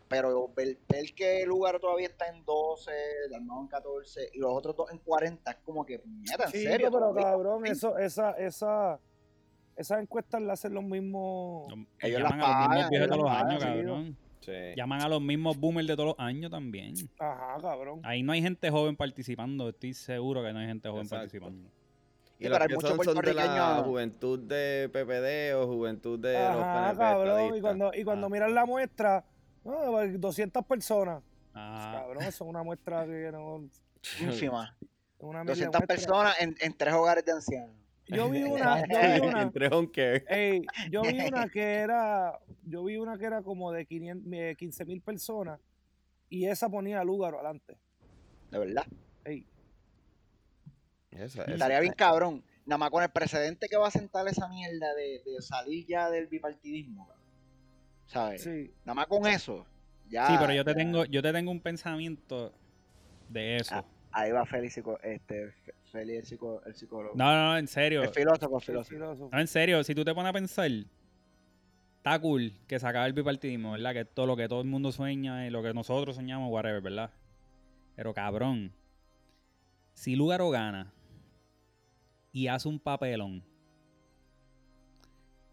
[SPEAKER 1] pero ver, ver que Lúgaro todavía está en 12, Dalmau en 14 y los otros dos en 40 es como que, mierda, en
[SPEAKER 3] Sí,
[SPEAKER 1] serio.
[SPEAKER 3] pero
[SPEAKER 1] todavía?
[SPEAKER 3] cabrón, eso, esa, esa, esas encuestas las hacen los mismos.
[SPEAKER 2] Y
[SPEAKER 1] Ellos
[SPEAKER 2] llaman
[SPEAKER 1] las
[SPEAKER 2] a
[SPEAKER 1] pagan,
[SPEAKER 2] los mismos viejos de
[SPEAKER 3] ellos
[SPEAKER 2] todos los
[SPEAKER 3] las
[SPEAKER 2] años,
[SPEAKER 3] pagan, sí,
[SPEAKER 2] cabrón.
[SPEAKER 4] Sí.
[SPEAKER 2] Llaman a los mismos boomers de todos los años también.
[SPEAKER 3] Ajá, cabrón.
[SPEAKER 2] Ahí no hay gente joven participando, estoy seguro que no hay gente joven
[SPEAKER 4] Exacto.
[SPEAKER 2] participando.
[SPEAKER 1] Sí,
[SPEAKER 4] Y los
[SPEAKER 1] pero hay
[SPEAKER 4] que
[SPEAKER 1] muchos
[SPEAKER 4] son, son de la
[SPEAKER 1] puertorriqueños-
[SPEAKER 4] juventud de PPD o juventud de los
[SPEAKER 3] Ajá,
[SPEAKER 4] PNP
[SPEAKER 3] cabrón. Y
[SPEAKER 4] estadistas.
[SPEAKER 3] cuando, y cuando
[SPEAKER 2] Ah.
[SPEAKER 3] miran la muestra, ah, 200 personas.
[SPEAKER 2] Ah,
[SPEAKER 3] Cabrón, eso es una muestra que no.
[SPEAKER 1] Ínfima.
[SPEAKER 3] Una media
[SPEAKER 1] 200
[SPEAKER 3] muestra.
[SPEAKER 1] personas en, en tres hogares de ancianos.
[SPEAKER 3] Yo vi una, yo vi una,
[SPEAKER 4] Entre Honker.
[SPEAKER 3] ey, yo vi una que era, yo vi una que era como de 500, eh, 15 mil personas y esa ponía lugar adelante.
[SPEAKER 1] De verdad.
[SPEAKER 3] Ey,
[SPEAKER 4] Eso, eso.
[SPEAKER 1] Estaría bien cabrón. Nada más con el precedente que va a sentar esa mierda de, de salir ya del bipartidismo, cabrón. ¿Sabes?
[SPEAKER 3] sí.
[SPEAKER 1] Nada más con eso. Ya,
[SPEAKER 2] sí, pero yo te
[SPEAKER 1] ya.
[SPEAKER 2] tengo, yo te tengo un pensamiento de eso.
[SPEAKER 1] Ah, Ahí va Félix, psico- este, Fe- Félix el, psico- el psicólogo.
[SPEAKER 2] No, no, no, en serio.
[SPEAKER 1] el filósofo, el
[SPEAKER 3] sí,
[SPEAKER 1] filósofo.
[SPEAKER 3] filósofo.
[SPEAKER 2] No, en serio, si tú te pones a pensar, está cool que se acabe el bipartidismo, ¿verdad? Que todo lo que todo el mundo sueña y lo que nosotros soñamos, whatever, ¿verdad? Pero cabrón, si Lugaro gana y hace un papelón,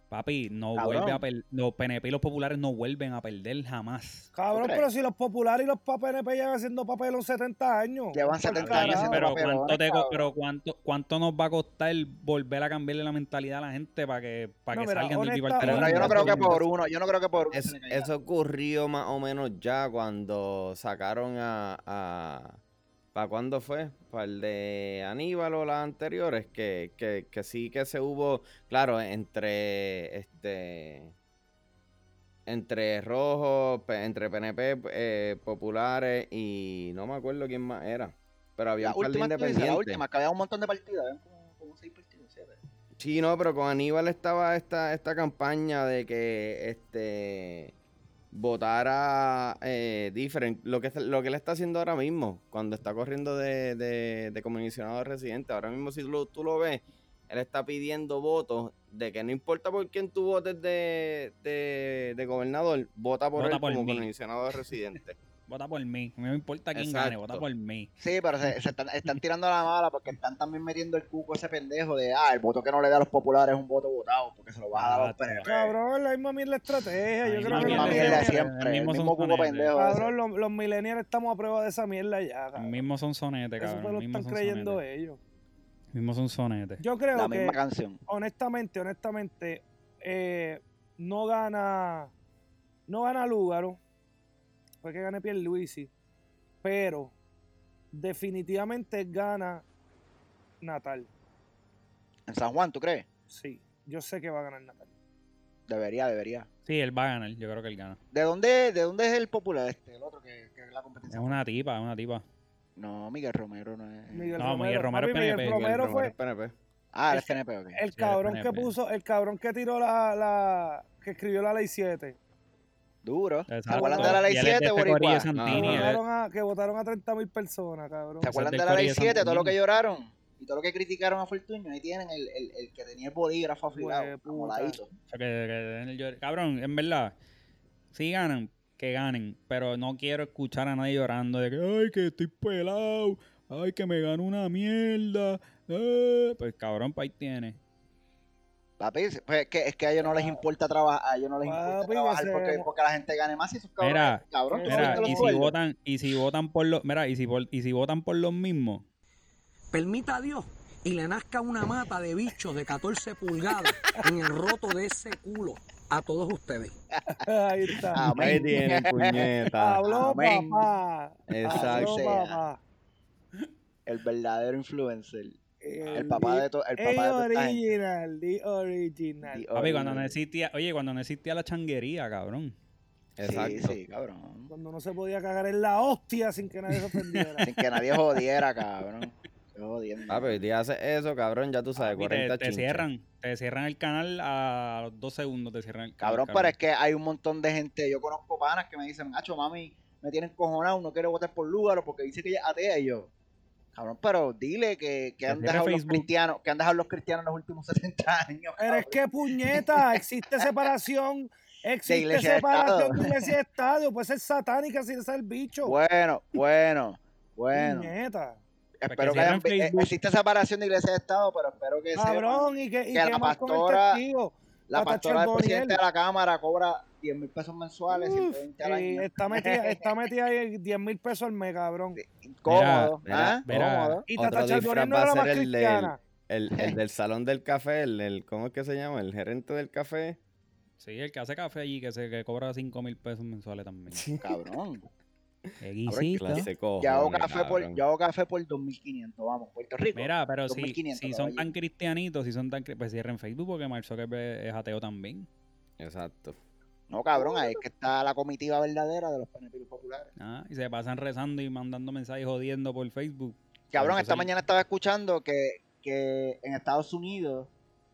[SPEAKER 2] papi, no
[SPEAKER 1] Cabrón.
[SPEAKER 2] vuelve a per- los PNP y los populares no vuelven a perder jamás.
[SPEAKER 3] Cabrón,
[SPEAKER 1] ¿Tú crees?
[SPEAKER 3] pero si los populares y los PNP llevan haciendo papelón 70 años.
[SPEAKER 1] Llevan
[SPEAKER 3] Por
[SPEAKER 1] 70
[SPEAKER 3] carajo.
[SPEAKER 1] años haciendo
[SPEAKER 2] pero,
[SPEAKER 1] papelones,
[SPEAKER 2] ¿cuánto te co-
[SPEAKER 1] cabrón.
[SPEAKER 2] pero cuánto cuánto nos va a costar volver a cambiarle la mentalidad a la gente para que, para
[SPEAKER 3] No,
[SPEAKER 2] que
[SPEAKER 3] mira,
[SPEAKER 2] salgan del
[SPEAKER 3] honesta-
[SPEAKER 1] Pero
[SPEAKER 2] bipartidismo?
[SPEAKER 1] no, yo no creo que
[SPEAKER 3] Honestamente,
[SPEAKER 1] por uno, yo no creo que por uno
[SPEAKER 4] Es-
[SPEAKER 1] se le caiga.
[SPEAKER 4] eso ocurrió más o menos ya cuando sacaron a... ¿Para cuándo fue? Para el de Aníbal o las anteriores, que, que, que sí que se hubo, claro, entre este entre rojos, pe- entre PNP eh, populares y no me acuerdo quién más era, pero había
[SPEAKER 1] la
[SPEAKER 4] un par de
[SPEAKER 1] última, tú dices, la
[SPEAKER 4] independientes.
[SPEAKER 1] última, que había un montón de partidos, habían como, como seis partidos, siete.
[SPEAKER 4] Sí, no, pero con Aníbal estaba esta, esta campaña de que este votara eh, different, lo que, lo que él está haciendo ahora mismo, cuando está corriendo de, de, de comisionado residente. Ahora mismo, si tú lo, tú lo ves, él está pidiendo votos de que no importa por quién tú votes de, de, de gobernador, vota por
[SPEAKER 2] Vota
[SPEAKER 4] él
[SPEAKER 2] por
[SPEAKER 4] como
[SPEAKER 2] mí.
[SPEAKER 4] comisionado residente.
[SPEAKER 2] Vota por mí. A mí no me importa quién gane,
[SPEAKER 4] Exacto.
[SPEAKER 2] vota por mí.
[SPEAKER 1] Sí, pero se, se están, están tirando la mala porque están también metiendo el cuco a ese pendejo de, ah, el voto que no le da a los populares es un voto votado porque se lo va a dar a los
[SPEAKER 2] Exacto.
[SPEAKER 1] PNP.
[SPEAKER 3] Cabrón, la misma mierda estrategia. Yo
[SPEAKER 2] Ay,
[SPEAKER 3] creo
[SPEAKER 1] La
[SPEAKER 3] que
[SPEAKER 1] misma
[SPEAKER 3] los,
[SPEAKER 2] mierda
[SPEAKER 1] mierda de
[SPEAKER 2] siempre,
[SPEAKER 1] siempre,
[SPEAKER 2] el
[SPEAKER 1] el
[SPEAKER 2] mismo
[SPEAKER 1] mismo cuco
[SPEAKER 2] componente.
[SPEAKER 1] pendejo. ese.
[SPEAKER 3] cabrón, los, los millennials estamos a prueba de esa mierda ya. Cabrón.
[SPEAKER 2] Mismo son sonete,
[SPEAKER 3] Eso
[SPEAKER 2] cabrón.
[SPEAKER 3] fue lo que
[SPEAKER 2] mismo
[SPEAKER 3] están
[SPEAKER 2] son
[SPEAKER 3] creyendo
[SPEAKER 2] sonete.
[SPEAKER 3] ellos.
[SPEAKER 2] Mismo son sonete.
[SPEAKER 3] Yo creo
[SPEAKER 1] La
[SPEAKER 3] que
[SPEAKER 1] misma canción.
[SPEAKER 3] honestamente, honestamente, eh, no gana, no gana Lúgaro, fue que gane Pierluisi, pero definitivamente gana Natal,
[SPEAKER 1] En San Juan, ¿tú crees?
[SPEAKER 3] sí, yo sé que va a ganar Natal.
[SPEAKER 1] Debería, debería.
[SPEAKER 2] Sí, él va a ganar. Yo creo que él gana.
[SPEAKER 1] ¿De dónde, de dónde es el popular este? El otro que, que es la
[SPEAKER 2] Es
[SPEAKER 1] competencia.
[SPEAKER 2] una tipa, es una tipa.
[SPEAKER 1] No, Miguel Romero no es.
[SPEAKER 3] Miguel
[SPEAKER 1] Mm.
[SPEAKER 2] No, Miguel Romero
[SPEAKER 3] Papi,
[SPEAKER 2] es
[SPEAKER 3] Miguel
[SPEAKER 2] PNP.
[SPEAKER 3] Romero
[SPEAKER 4] Romero
[SPEAKER 3] fue,
[SPEAKER 4] es PNP.
[SPEAKER 1] Ah, el FNP, ok.
[SPEAKER 3] El
[SPEAKER 2] Sí,
[SPEAKER 3] cabrón que
[SPEAKER 2] PNP.
[SPEAKER 3] puso, el cabrón que tiró la, la que escribió la ley 7.
[SPEAKER 1] Duro. ¿Te
[SPEAKER 2] Exacto.
[SPEAKER 1] acuerdas de la ley
[SPEAKER 2] Y él es de
[SPEAKER 1] 7,
[SPEAKER 2] este
[SPEAKER 1] Boricua?
[SPEAKER 2] corillo
[SPEAKER 3] Que
[SPEAKER 2] Santini, él es-
[SPEAKER 3] votaron a, que votaron a 30 mil personas, cabrón.
[SPEAKER 1] ¿Te acuerdan
[SPEAKER 2] del
[SPEAKER 1] de la ley
[SPEAKER 2] corillo
[SPEAKER 1] 7? Todo lo que
[SPEAKER 2] Santini.
[SPEAKER 1] lloraron y todo lo que criticaron a Fortunio. Ahí tienen el, el, el que tenía el bolígrafo afilado,
[SPEAKER 3] Hue- puta.
[SPEAKER 1] amoladito.
[SPEAKER 2] O sea, que- que den el llor- Cabrón, en verdad, si ganan, que ganen. Pero no quiero escuchar a nadie llorando de que, ay, que estoy pelado, ay, que me gano una mierda. eh". Pues cabrón, pa' ahí tiene.
[SPEAKER 1] Papi, pues es que, es que a ellos no les importa trabajar, a ellos no les importa
[SPEAKER 3] Papi,
[SPEAKER 1] trabajar porque,
[SPEAKER 3] hacemos-
[SPEAKER 1] porque la gente gane más y sus cabrones.
[SPEAKER 2] Mira,
[SPEAKER 1] cabrón, tú
[SPEAKER 2] Mira,
[SPEAKER 1] sabes los
[SPEAKER 2] y si
[SPEAKER 1] sueldos.
[SPEAKER 2] votan, y si votan por los, mira, y si, vol- y si votan por los mismos,
[SPEAKER 5] Permita a Dios y le nazca una mata de bichos de 14 pulgadas en el roto de ese culo a todos ustedes.
[SPEAKER 3] Ahí está.
[SPEAKER 1] Amén.
[SPEAKER 4] Ahí tienen, puñeta.
[SPEAKER 3] Habló
[SPEAKER 1] Ah, Amén.
[SPEAKER 3] papá.
[SPEAKER 4] Exacto.
[SPEAKER 3] Habló papá.
[SPEAKER 1] El verdadero influencer. El
[SPEAKER 3] El
[SPEAKER 1] papá de todo. El
[SPEAKER 3] El
[SPEAKER 1] papá de toda esta gente.
[SPEAKER 3] original, the original.
[SPEAKER 1] The
[SPEAKER 2] papi, cuando no
[SPEAKER 1] original.
[SPEAKER 2] existía, oye, cuando no existía la changuería, cabrón.
[SPEAKER 1] Sí,
[SPEAKER 4] Exacto.
[SPEAKER 1] sí, cabrón.
[SPEAKER 3] Cuando no se podía cagar en la hostia sin que nadie se ofendiera.
[SPEAKER 1] Sin que nadie jodiera, cabrón. Qué jodiendo.
[SPEAKER 4] Ah, pero si haces eso, cabrón, ya tú sabes,
[SPEAKER 2] Papi, te,
[SPEAKER 4] 40
[SPEAKER 2] te
[SPEAKER 4] chinches.
[SPEAKER 2] cierran, te cierran el canal a los dos segundos, te cierran el canal.
[SPEAKER 1] Cabrón, pero es que hay un montón de gente. Yo conozco panas que me dicen, Nacho, mami, me tienen cojonado, no quiero votar por Lugaro porque dice que ella es atea. Y yo, cabrón, pero dile que, que han
[SPEAKER 2] cierre
[SPEAKER 1] dejado los
[SPEAKER 2] Facebook.
[SPEAKER 1] cristianos, que han dejado los cristianos los últimos 70 años.
[SPEAKER 3] Pero es
[SPEAKER 1] cabrón.
[SPEAKER 3] que puñeta, existe separación. Existe
[SPEAKER 1] iglesia de
[SPEAKER 3] separación
[SPEAKER 1] estado.
[SPEAKER 3] de iglesia y estadio. Puede ser satánica sin ser bicho.
[SPEAKER 1] Bueno, bueno, bueno.
[SPEAKER 3] Puñeta.
[SPEAKER 1] Espero que
[SPEAKER 2] cierren
[SPEAKER 1] hayan- eh,
[SPEAKER 2] Facebook.
[SPEAKER 1] existe separación de iglesia de Estado, pero espero que sepan,
[SPEAKER 3] Cabrón, y que,
[SPEAKER 1] que
[SPEAKER 3] y que
[SPEAKER 1] la
[SPEAKER 3] más con el
[SPEAKER 1] pastora-
[SPEAKER 3] testigo.
[SPEAKER 1] la
[SPEAKER 3] hasta
[SPEAKER 1] pastora del
[SPEAKER 3] Charboniel.
[SPEAKER 1] presidente de la Cámara cobra 10 mil pesos mensuales,
[SPEAKER 3] Uf,
[SPEAKER 1] 120 al
[SPEAKER 3] y
[SPEAKER 1] año.
[SPEAKER 3] está metida, está metida ahí 10 mil pesos al mes, cabrón.
[SPEAKER 1] Cómodo,
[SPEAKER 4] Mira,
[SPEAKER 1] ¿ah?
[SPEAKER 2] mira,
[SPEAKER 1] Cómodo.
[SPEAKER 3] Y
[SPEAKER 4] Otro
[SPEAKER 3] Tata Charboniel
[SPEAKER 4] disfraz
[SPEAKER 3] no
[SPEAKER 4] va a
[SPEAKER 3] era más
[SPEAKER 4] ser el del-
[SPEAKER 3] cristiana.
[SPEAKER 4] El, el del salón del café, el, el- ¿cómo es que se llama? El gerente del café.
[SPEAKER 2] Sí, el que hace café allí, que se que cobra 5 mil pesos mensuales también.
[SPEAKER 1] Cabrón.
[SPEAKER 2] Qué guisito.
[SPEAKER 4] Clase cojones,
[SPEAKER 1] Yo hago café por,
[SPEAKER 4] cabrón.
[SPEAKER 1] yo hago café por 2.500, vamos, Puerto Rico.
[SPEAKER 2] Mira, pero si,
[SPEAKER 1] 2500
[SPEAKER 2] si son
[SPEAKER 1] caballos.
[SPEAKER 2] tan cristianitos, si son tan cri- pues cierren Facebook porque Mark Zuckerberg es ateo también.
[SPEAKER 4] Exacto.
[SPEAKER 1] No, cabrón, ahí es que está la comitiva verdadera de los PNP populares.
[SPEAKER 2] Ah, Y se pasan rezando y mandando mensajes jodiendo por Facebook.
[SPEAKER 1] Cabrón, esta
[SPEAKER 2] entonces-
[SPEAKER 1] mañana estaba escuchando que, que en Estados Unidos,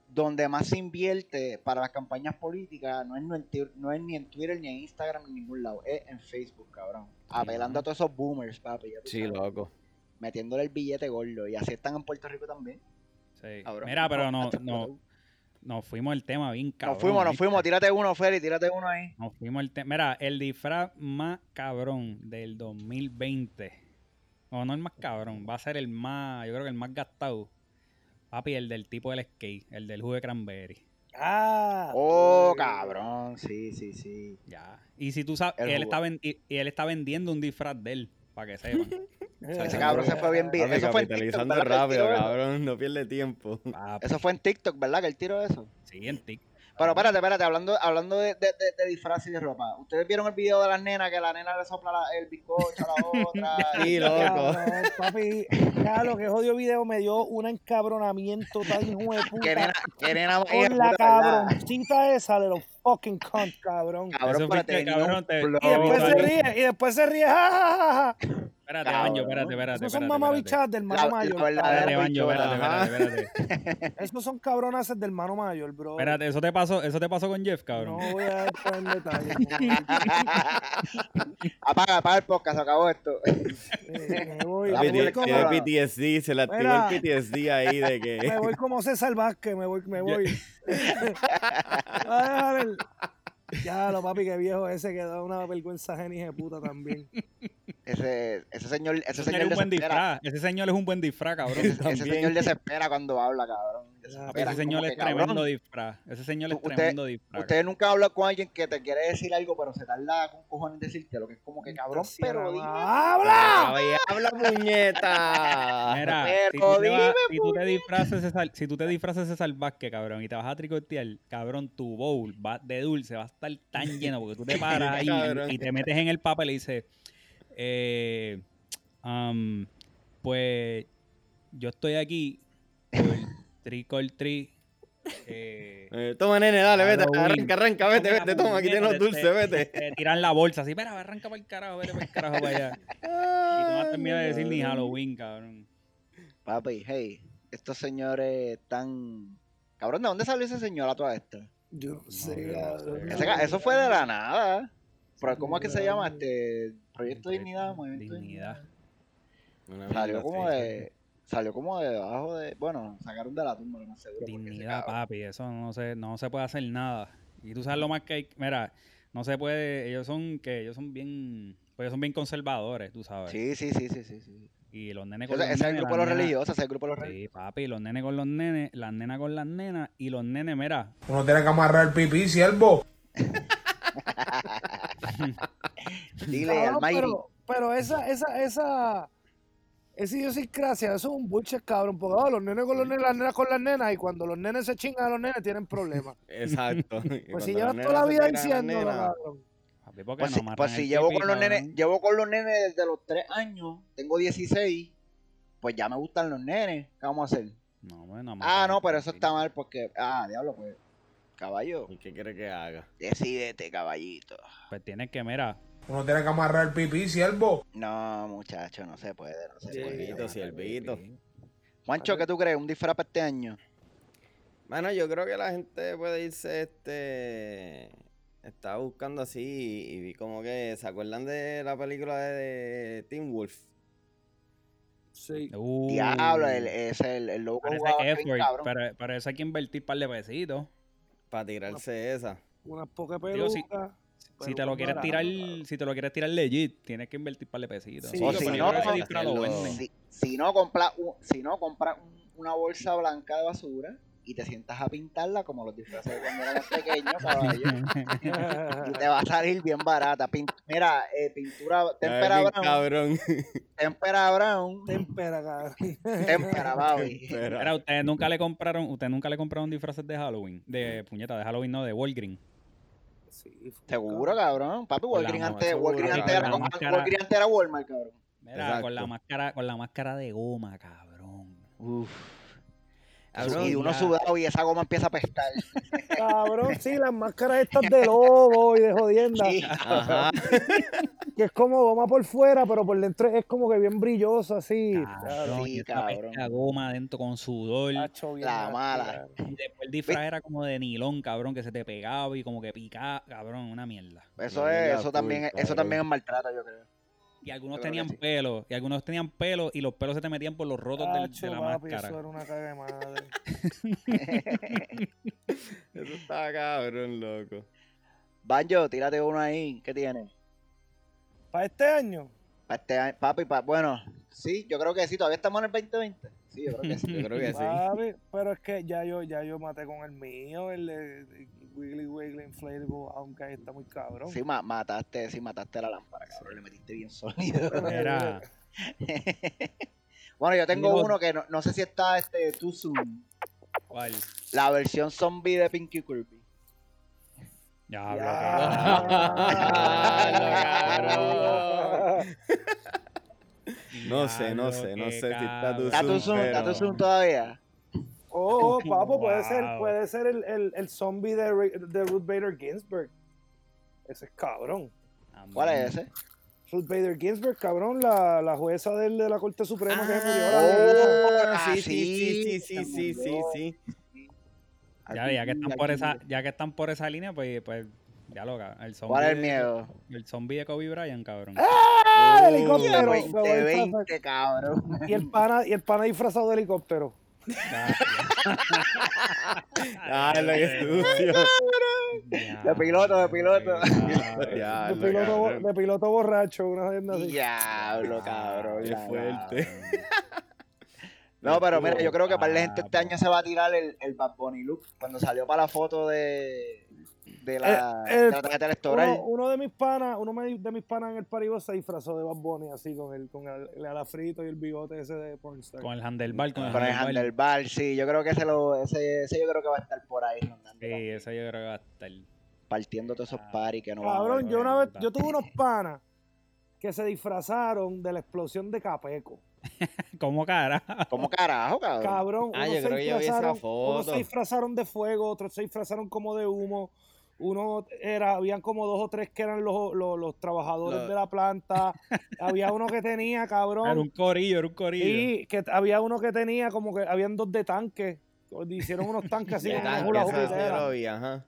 [SPEAKER 1] donde más se invierte para las campañas políticas, no es, no en Twitter- no es ni en Twitter, ni en Instagram, ni en ningún lado, es en Facebook, cabrón. Apelando a todos esos boomers, papi. ya tú
[SPEAKER 4] Sí,
[SPEAKER 1] sabes,
[SPEAKER 4] loco.
[SPEAKER 1] Metiéndole el billete gordo. Y así están en Puerto Rico también.
[SPEAKER 2] Sí.
[SPEAKER 1] Cabrón.
[SPEAKER 2] Mira, pero no,
[SPEAKER 1] Hasta
[SPEAKER 2] no,
[SPEAKER 1] explotó.
[SPEAKER 2] nos fuimos al tema bien cabrón.
[SPEAKER 1] nos fuimos, nos
[SPEAKER 2] ¿viste?
[SPEAKER 1] fuimos. Tírate uno, Feli, tírate uno ahí.
[SPEAKER 2] Nos fuimos al tema. Mira, el disfraz más cabrón del 2020. O no el más cabrón, va a ser el más, yo creo que el más gastado. Papi, el del tipo del skate, el del jugo de cranberry.
[SPEAKER 3] Ah,
[SPEAKER 1] Oh,
[SPEAKER 3] pues.
[SPEAKER 1] cabrón. Sí, sí, sí.
[SPEAKER 2] Ya. Y si tú sabes,
[SPEAKER 1] El
[SPEAKER 2] y él,
[SPEAKER 1] jugo.
[SPEAKER 2] está ven- y, y él está vendiendo un disfraz de él, para que sepan.
[SPEAKER 3] Eh,
[SPEAKER 1] Ese cabrón se fue bien viral.
[SPEAKER 4] Papi,
[SPEAKER 1] Eso fue en TikTok,
[SPEAKER 4] capitalizando
[SPEAKER 1] ¿verdad? que él
[SPEAKER 4] rápido,
[SPEAKER 1] tiró eso?
[SPEAKER 4] cabrón. No pierde tiempo.
[SPEAKER 2] Papi,
[SPEAKER 1] Eso fue en TikTok, ¿verdad? Que él tiró eso.
[SPEAKER 2] sí, en tic.
[SPEAKER 1] Pero espérate, espérate, hablando, hablando de, de, de- de disfraz y de ropa. ¿Ustedes vieron el video de las nenas que la nena le sopla la- el bizcocho a la otra?
[SPEAKER 4] Sí, loco.
[SPEAKER 3] eh, Cabrón, papi, ya lo que jodió video me dio un encabronamiento tan hijo de
[SPEAKER 1] ¿Qué nena,
[SPEAKER 3] puta
[SPEAKER 1] qué nena más hija
[SPEAKER 3] con
[SPEAKER 1] de
[SPEAKER 3] la
[SPEAKER 1] puta, ¿verdad?
[SPEAKER 3] cabroncita esa de los fucking cunt, cabrón.
[SPEAKER 1] Cabrón, pero
[SPEAKER 2] Eso fuiste,
[SPEAKER 1] tenía
[SPEAKER 2] cabrón,
[SPEAKER 1] un
[SPEAKER 2] te-
[SPEAKER 1] flow.
[SPEAKER 3] Y después se
[SPEAKER 2] Cabrón.
[SPEAKER 3] ríe, y después se ríe. ja, ja, ja, ja.
[SPEAKER 2] Espérate,
[SPEAKER 1] Cabrón.
[SPEAKER 2] Banjo, espérate, espérate.
[SPEAKER 3] Esos son
[SPEAKER 2] espérate, espérate.
[SPEAKER 3] mamabichas del
[SPEAKER 1] La- la
[SPEAKER 3] hermano mayor.
[SPEAKER 1] verdadera
[SPEAKER 2] Espérate,
[SPEAKER 3] cabrón.
[SPEAKER 2] Banjo, espérate,
[SPEAKER 4] Ajá.
[SPEAKER 2] espérate, espérate.
[SPEAKER 3] Esos son cabronazas del hermano mayor, bro.
[SPEAKER 2] Espérate, eso te pasó, eso te pasó con Jeff, cabrón.
[SPEAKER 3] No voy a entrar en detalle. no.
[SPEAKER 1] apaga, apaga el podcast, se acabó esto.
[SPEAKER 3] Eh, me voy,
[SPEAKER 1] La
[SPEAKER 3] me
[SPEAKER 1] Papi,
[SPEAKER 3] voy
[SPEAKER 4] Papi, Tiene
[SPEAKER 1] es como-
[SPEAKER 4] tiene
[SPEAKER 3] como,
[SPEAKER 4] PTSD, se le activó
[SPEAKER 3] Mira.
[SPEAKER 4] el PTSD ahí de
[SPEAKER 3] me
[SPEAKER 4] que.
[SPEAKER 3] voy como César Vázquez, me voy, me
[SPEAKER 2] Yo-
[SPEAKER 3] voy. Va a dejar el- Ya, lo papi, que viejo ese que da una vergüenza genia de puta también.
[SPEAKER 1] Ese, ese señor, ese
[SPEAKER 2] Ese
[SPEAKER 1] señor
[SPEAKER 2] señor es un buen
[SPEAKER 1] desespera.
[SPEAKER 2] disfraz. Ese señor es un buen disfraz, cabrón.
[SPEAKER 1] Ese, ese
[SPEAKER 4] también.
[SPEAKER 1] señor desespera cuando habla, cabrón.
[SPEAKER 3] Ya,
[SPEAKER 2] Papi, ese
[SPEAKER 1] Desespera,
[SPEAKER 2] señor
[SPEAKER 1] como
[SPEAKER 2] es
[SPEAKER 1] que, cabrón,
[SPEAKER 2] tremendo disfraz. Ese señor es
[SPEAKER 1] Usted-
[SPEAKER 2] tremendo disfraz.
[SPEAKER 1] Ustedes nunca hablan con alguien que te quiere decir algo, pero se tarda con cojones en decirte lo que es como que cabrón,
[SPEAKER 3] Sí,
[SPEAKER 1] pero
[SPEAKER 3] la
[SPEAKER 1] dime.
[SPEAKER 3] va- ¡Habla!
[SPEAKER 4] Ay, ¡Habla, puñeta!
[SPEAKER 2] Mira,
[SPEAKER 1] pero
[SPEAKER 2] si tú, te
[SPEAKER 1] dime,
[SPEAKER 2] vas- si tú te disfraces César, si tú te disfraces César Vázquez, cabrón, y te vas a tricotear, cabrón, tu bowl va de dulce va a estar tan lleno porque tú te paras ahí
[SPEAKER 4] Cabrón.
[SPEAKER 2] y te metes en el papel y dices, eh, am, pues yo estoy aquí por trick or treat, eh,
[SPEAKER 4] Eh, toma, nene, dale, vete.
[SPEAKER 2] Halloween.
[SPEAKER 4] Arranca, arranca, vete,
[SPEAKER 2] Mira,
[SPEAKER 4] vete. Toma, aquí
[SPEAKER 2] puñeta,
[SPEAKER 4] tienes los
[SPEAKER 2] te-
[SPEAKER 4] dulces, vete.
[SPEAKER 2] te tiran la bolsa así, pero arranca para el carajo, vete para el carajo
[SPEAKER 4] Ah.
[SPEAKER 2] para allá. Y tú no vas a terminar de decir ni Halloween, cabrón.
[SPEAKER 1] Papi, hey, estos señores tan... Cabrón, ¿de dónde salió ese señor a todo esto?
[SPEAKER 3] Yo no
[SPEAKER 4] yo
[SPEAKER 3] sé,
[SPEAKER 4] no
[SPEAKER 3] cabrón.
[SPEAKER 4] sé.
[SPEAKER 1] Ese ca- eso fue de la nada. Pero
[SPEAKER 3] Sí,
[SPEAKER 1] ¿cómo es que se
[SPEAKER 3] claro.
[SPEAKER 1] llama este? Proyecto Dignidad, Movimiento Dignidad.
[SPEAKER 4] Una
[SPEAKER 1] Salió
[SPEAKER 4] mierda
[SPEAKER 1] como
[SPEAKER 4] así.
[SPEAKER 1] de. Salió como de debajo de. Bueno, sacaron de la tumba, lo más seguro. porque ese
[SPEAKER 2] Dignidad,
[SPEAKER 1] cabrón-
[SPEAKER 2] papi, eso no se, no se puede hacer nada. Y tú sabes lo más que hay, mira, no se puede, ellos son que ellos son bien, pues ellos son bien conservadores, tú sabes.
[SPEAKER 1] Sí, sí, sí, sí, sí. sí.
[SPEAKER 2] Y los nenes
[SPEAKER 1] Ese, ese es el
[SPEAKER 2] nenes,
[SPEAKER 1] grupo de los
[SPEAKER 2] las nenas-
[SPEAKER 1] religiosos, ese es el grupo de los religiosos.
[SPEAKER 2] Sí, papi, los nenes con los nenes, las nenas con las nenas y los nenes, mira,
[SPEAKER 6] Uno tiene que amarrar el pipí, siervo.
[SPEAKER 1] Dile
[SPEAKER 3] Cabrón,
[SPEAKER 1] al Mayri.
[SPEAKER 3] pero, pero esa, esa, esa, esa idiosincrasia, eso es un bullshit, cabrón. Porque ah, los nenes con los nenes, las nenas con las nenas, y cuando los nenes se chingan a los nenes, tienen problemas.
[SPEAKER 4] Exacto. Y
[SPEAKER 3] Pues si
[SPEAKER 4] cuando
[SPEAKER 3] llevas
[SPEAKER 4] las
[SPEAKER 3] toda la
[SPEAKER 4] nenas se
[SPEAKER 3] vida
[SPEAKER 4] tiran a las
[SPEAKER 3] diciéndolo,
[SPEAKER 4] nenas,
[SPEAKER 3] cabrón.
[SPEAKER 2] papi, ¿por qué
[SPEAKER 1] Pues
[SPEAKER 2] no
[SPEAKER 1] si,
[SPEAKER 2] amarran
[SPEAKER 1] pues si
[SPEAKER 2] el
[SPEAKER 1] llevo
[SPEAKER 2] pipi,
[SPEAKER 1] con los nenes,
[SPEAKER 2] cabrón?
[SPEAKER 1] llevo con los nenes desde los 3 años, tengo 16, pues ya me gustan los nenes. ¿Qué vamos a hacer?
[SPEAKER 2] No, hombre, no
[SPEAKER 1] Ah,
[SPEAKER 2] amarran
[SPEAKER 1] no,
[SPEAKER 2] el
[SPEAKER 1] pero eso
[SPEAKER 2] pipi.
[SPEAKER 1] está mal porque. Ah, diablo, pues. Caballo,
[SPEAKER 4] ¿Y qué quiere que haga?
[SPEAKER 1] decídete, caballito.
[SPEAKER 2] Pues tienes que, mira,
[SPEAKER 6] Uno tiene que amarrar el pipí, siervo.
[SPEAKER 1] No, muchacho, no se puede, no se
[SPEAKER 3] Sí.
[SPEAKER 1] puede.
[SPEAKER 4] Siervito, siervito.
[SPEAKER 1] Juancho, ¿qué tú crees? ¿Un disfraz para este año?
[SPEAKER 4] Mano, yo creo que la gente puede irse, este... Estaba buscando así y vi como que... ¿Se acuerdan de la película de Tim Wolf?
[SPEAKER 5] Sí.
[SPEAKER 2] Uh,
[SPEAKER 1] Diablo, el, es el, el loco
[SPEAKER 2] parece
[SPEAKER 1] jugaba
[SPEAKER 2] que
[SPEAKER 1] bien
[SPEAKER 2] effort,
[SPEAKER 1] cabrón.
[SPEAKER 2] pero, pero eso hay que invertir par de pesitos.
[SPEAKER 3] Ah,
[SPEAKER 4] Para tirarse esa.
[SPEAKER 3] Unas pocas
[SPEAKER 2] Digo, si-
[SPEAKER 3] pelucas.
[SPEAKER 2] si te lo
[SPEAKER 3] pelucas
[SPEAKER 2] quieres
[SPEAKER 3] baratas,
[SPEAKER 2] tirar,
[SPEAKER 3] cabrón.
[SPEAKER 2] si te lo quieres tirar legit, tienes que invertir par de pesitos.
[SPEAKER 3] Sí,
[SPEAKER 2] Pero
[SPEAKER 1] o
[SPEAKER 2] yo
[SPEAKER 1] si Oh,
[SPEAKER 2] creo
[SPEAKER 1] no,
[SPEAKER 2] que ese
[SPEAKER 1] para
[SPEAKER 2] disfraz lo
[SPEAKER 4] hacerlo-
[SPEAKER 2] venden.
[SPEAKER 1] Si, si no compras un- si no compras un- una bolsa blanca de basura y te sientas a pintarla como los disfraces de cuando eras pequeño, caballo, y te va a salir bien barata. Pin- mira, eh, pintura
[SPEAKER 4] Ay,
[SPEAKER 1] tempera
[SPEAKER 4] bien
[SPEAKER 1] brown,
[SPEAKER 4] Cabrón.
[SPEAKER 1] tempera brown,
[SPEAKER 3] Tempera, cabrón.
[SPEAKER 1] tempera, baby.
[SPEAKER 4] Espera.
[SPEAKER 2] Mira, ustedes nunca le compraron, ustedes nunca le compraron disfraces de Halloween, de puñeta, de Halloween no, de Walgreen.
[SPEAKER 3] Sí, fue un
[SPEAKER 1] Seguro, cabrón. Papi,
[SPEAKER 2] Con la
[SPEAKER 1] Walgreens
[SPEAKER 2] ma-
[SPEAKER 1] antes,
[SPEAKER 4] seguro,
[SPEAKER 1] Walgreens antes
[SPEAKER 4] cabrón.
[SPEAKER 1] era,
[SPEAKER 2] La máscara.
[SPEAKER 1] Walgreens antes era Walmart, cabrón.
[SPEAKER 2] Mira, con la
[SPEAKER 4] Exacto.
[SPEAKER 2] máscara, con la máscara de goma, cabrón. Uf.
[SPEAKER 4] Cabrón,
[SPEAKER 1] y uno
[SPEAKER 2] ya.
[SPEAKER 1] sudado y esa goma empieza a pestar.
[SPEAKER 3] Cabrón, sí, las máscaras estas de lobo y de jodienda,
[SPEAKER 1] Sí.
[SPEAKER 4] Ajá.
[SPEAKER 3] que es como goma por fuera, pero por dentro es como que bien brillosa, así.
[SPEAKER 2] Cabrón,
[SPEAKER 1] Sí,
[SPEAKER 2] y esa
[SPEAKER 1] cabrón. Ah,
[SPEAKER 2] peste a goma adentro con sudor.
[SPEAKER 3] Tacho, bien
[SPEAKER 1] La
[SPEAKER 3] nasty,
[SPEAKER 1] mala.
[SPEAKER 3] cabrón.
[SPEAKER 2] Y después el disfraz era como de nilón, cabrón, que se te pegaba y como que picaba, cabrón, una mierda.
[SPEAKER 1] Eso
[SPEAKER 4] No
[SPEAKER 1] es,
[SPEAKER 4] digas
[SPEAKER 1] eso también, es-
[SPEAKER 4] full,
[SPEAKER 1] eso también
[SPEAKER 4] cabrón.
[SPEAKER 1] es maltrato, yo creo.
[SPEAKER 2] Y algunos
[SPEAKER 1] Yo creo que
[SPEAKER 2] tenían
[SPEAKER 1] sí.
[SPEAKER 2] pelo, y algunos tenían pelo y los pelos se te metían por los rotos del-
[SPEAKER 3] Tacho,
[SPEAKER 2] de la
[SPEAKER 3] papi,
[SPEAKER 2] máscara.
[SPEAKER 3] Eso era una caga de madre.
[SPEAKER 4] Eso está cabrón, loco.
[SPEAKER 1] Banjo, tírate uno ahí, ¿qué tienes?
[SPEAKER 3] Para este año,
[SPEAKER 1] Pa' este año- papi, pa- bueno, sí, yo creo que sí, todavía estamos en el 2020. Sí, yo creo que sí.
[SPEAKER 4] Yo creo que sí. Ah,
[SPEAKER 3] papi, pero es que ya yo, ya yo maté con el mío, el de Wiggly Wiggly Inflatable, aunque ahí está muy cabrón.
[SPEAKER 1] Sí, ma- mataste, sí, mataste la lámpara, cabrón, le metiste bien sólido.
[SPEAKER 2] Mira,
[SPEAKER 1] bueno, yo tengo
[SPEAKER 2] Dios.
[SPEAKER 1] uno que no, no sé si está este Too Soon,
[SPEAKER 2] ¿cuál?
[SPEAKER 1] la versión zombie de Pinky Kirby.
[SPEAKER 2] Ya,
[SPEAKER 3] Ya.
[SPEAKER 4] No sé, no sé, no sé si está tu
[SPEAKER 1] ¿Está Too
[SPEAKER 4] Zoom,
[SPEAKER 1] Soon? ¿Está Too
[SPEAKER 4] pero-
[SPEAKER 1] Soon todavía?
[SPEAKER 3] Oh, oh, papo, puede
[SPEAKER 2] Wow.
[SPEAKER 3] ser, puede ser el, el, el zombie de, Ri- de Ruth Bader Ginsburg. Ese es cabrón.
[SPEAKER 1] ¿Cuál es ese?
[SPEAKER 3] Ruth Bader Ginsburg, cabrón, la, la jueza del, de la Corte Suprema que se murió. la
[SPEAKER 1] Oh,
[SPEAKER 4] Ah, sí,
[SPEAKER 1] sí,
[SPEAKER 4] sí, sí, sí, sí, sí, sí, sí.
[SPEAKER 2] Ya, ya que están
[SPEAKER 1] Aquí,
[SPEAKER 2] por
[SPEAKER 1] aquí.
[SPEAKER 2] esa, ya que están por esa línea, pues, pues ya loca. El zombie,
[SPEAKER 1] ¿Cuál es el
[SPEAKER 2] de-
[SPEAKER 1] miedo?
[SPEAKER 2] El zombie de Kobe Bryant, cabrón.
[SPEAKER 3] ¡Ah, el
[SPEAKER 4] Oh,
[SPEAKER 3] helicóptero! Me voy a
[SPEAKER 1] 2020, cabrón.
[SPEAKER 3] disfrazar. y, el pana, y el pana disfrazado de helicóptero.
[SPEAKER 2] Ya,
[SPEAKER 4] Ah, lo
[SPEAKER 3] eh.
[SPEAKER 4] que estudio.
[SPEAKER 2] ya,
[SPEAKER 1] De piloto, de piloto.
[SPEAKER 2] ya,
[SPEAKER 4] Ya,
[SPEAKER 3] De
[SPEAKER 4] lo
[SPEAKER 3] piloto, bo-
[SPEAKER 4] Ah, cabrón.
[SPEAKER 3] de piloto borracho, una agenda así.
[SPEAKER 1] Diablo,
[SPEAKER 3] Ah,
[SPEAKER 1] cabrón.
[SPEAKER 4] Qué
[SPEAKER 1] ya,
[SPEAKER 4] fuerte.
[SPEAKER 1] No, pero mira, yo creo que para la gente este
[SPEAKER 2] Ah,
[SPEAKER 1] año se va a tirar el, el Bad Bunny look cuando salió para la foto de, de, la,
[SPEAKER 3] Eh, eh,
[SPEAKER 1] de la tarjeta electoral.
[SPEAKER 3] Uno, uno de mis panas, uno me- de mis panas en el Paribo se disfrazó de Bad Bunny así con el, con el, el alafrito y el bigote ese de Pornstar.
[SPEAKER 2] Con el handlebar, con el
[SPEAKER 1] con el
[SPEAKER 2] handlebar.
[SPEAKER 1] handlebar, sí, yo creo que ese, lo, ese, ese yo creo que va a estar por ahí rondando,
[SPEAKER 2] Sí,
[SPEAKER 1] también,
[SPEAKER 2] ese yo creo que va a estar.
[SPEAKER 1] partiendo todos esos
[SPEAKER 2] Ah,
[SPEAKER 1] paris que no van a
[SPEAKER 3] Cabrón,
[SPEAKER 1] ver.
[SPEAKER 3] yo una vez,
[SPEAKER 2] puta.
[SPEAKER 3] yo tuve unos panas que se disfrazaron de la explosión de Capeco.
[SPEAKER 2] ¿Cómo cara?
[SPEAKER 1] ¿Cómo carajo, cabrón?
[SPEAKER 3] Cabrón,
[SPEAKER 4] Ah,
[SPEAKER 3] unos
[SPEAKER 4] yo
[SPEAKER 3] se
[SPEAKER 4] creo que yo vi esa
[SPEAKER 3] disfrazaron- unos
[SPEAKER 4] foto.
[SPEAKER 3] se disfrazaron de fuego, otros se disfrazaron como de humo, Uno era, habían como dos o tres que eran los, los, los trabajadores
[SPEAKER 4] Los-
[SPEAKER 3] de la planta. había uno que tenía, cabrón.
[SPEAKER 2] Era un corillo, era un corillo.
[SPEAKER 3] Y que t- había uno que tenía como que habían dos de tanque. o- Hicieron unos tanques así
[SPEAKER 4] De
[SPEAKER 3] como una
[SPEAKER 4] tanque,
[SPEAKER 3] hula
[SPEAKER 4] eso
[SPEAKER 3] hoop
[SPEAKER 4] sí
[SPEAKER 3] entera.
[SPEAKER 4] lo vi, ajá.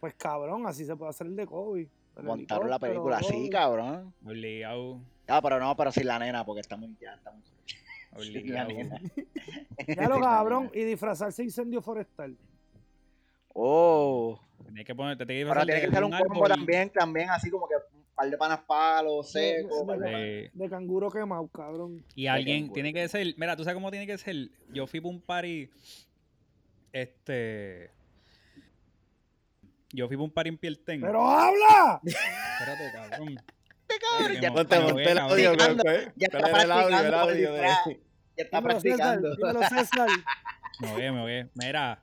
[SPEAKER 3] Pues cabrón, así se puede hacer el de Kobe. El
[SPEAKER 1] Montaron la
[SPEAKER 3] helicóptero,
[SPEAKER 1] película así,
[SPEAKER 3] Kobe.
[SPEAKER 1] cabrón.
[SPEAKER 2] Obligado.
[SPEAKER 1] Ah, pero no, pero sin la nena, porque está muy. Ya, está muy sin la
[SPEAKER 2] Obligado.
[SPEAKER 1] nena.
[SPEAKER 3] Ya lo cabrón, y disfrazarse de incendio forestal.
[SPEAKER 1] Oh.
[SPEAKER 2] Tienes que ponerte, tienes que
[SPEAKER 1] Ahora
[SPEAKER 2] disfrazar
[SPEAKER 1] tiene
[SPEAKER 2] de
[SPEAKER 1] que ser un
[SPEAKER 2] algún
[SPEAKER 1] combo
[SPEAKER 2] árbol.
[SPEAKER 1] también, también, así como que un par de panas palos, secos.
[SPEAKER 3] no,
[SPEAKER 1] par de
[SPEAKER 3] no.
[SPEAKER 1] panas-
[SPEAKER 2] De-
[SPEAKER 3] De canguro quemado, cabrón.
[SPEAKER 2] y alguien
[SPEAKER 1] canguro.
[SPEAKER 2] tiene que ser. Mira, tú sabes cómo tiene que ser. Yo fui para un party. Este. Yo fui para un party en Pielten.
[SPEAKER 3] ¡Pero habla!
[SPEAKER 2] Espérate, cabrón.
[SPEAKER 1] cabrón, ya
[SPEAKER 2] Qué
[SPEAKER 4] Ponte,
[SPEAKER 2] montaña,
[SPEAKER 4] ponte el
[SPEAKER 2] qué
[SPEAKER 4] audio,
[SPEAKER 1] cabrón.
[SPEAKER 4] creo que-
[SPEAKER 1] Ya
[SPEAKER 4] ¿cuál
[SPEAKER 1] está
[SPEAKER 4] era el audio,
[SPEAKER 1] practicando
[SPEAKER 4] el
[SPEAKER 1] por el
[SPEAKER 4] audio de-
[SPEAKER 1] disfraz. Ya está
[SPEAKER 3] Dímelo, César.
[SPEAKER 1] practicando.
[SPEAKER 3] Dímelo, César.
[SPEAKER 2] Me voy, me voy. Mira,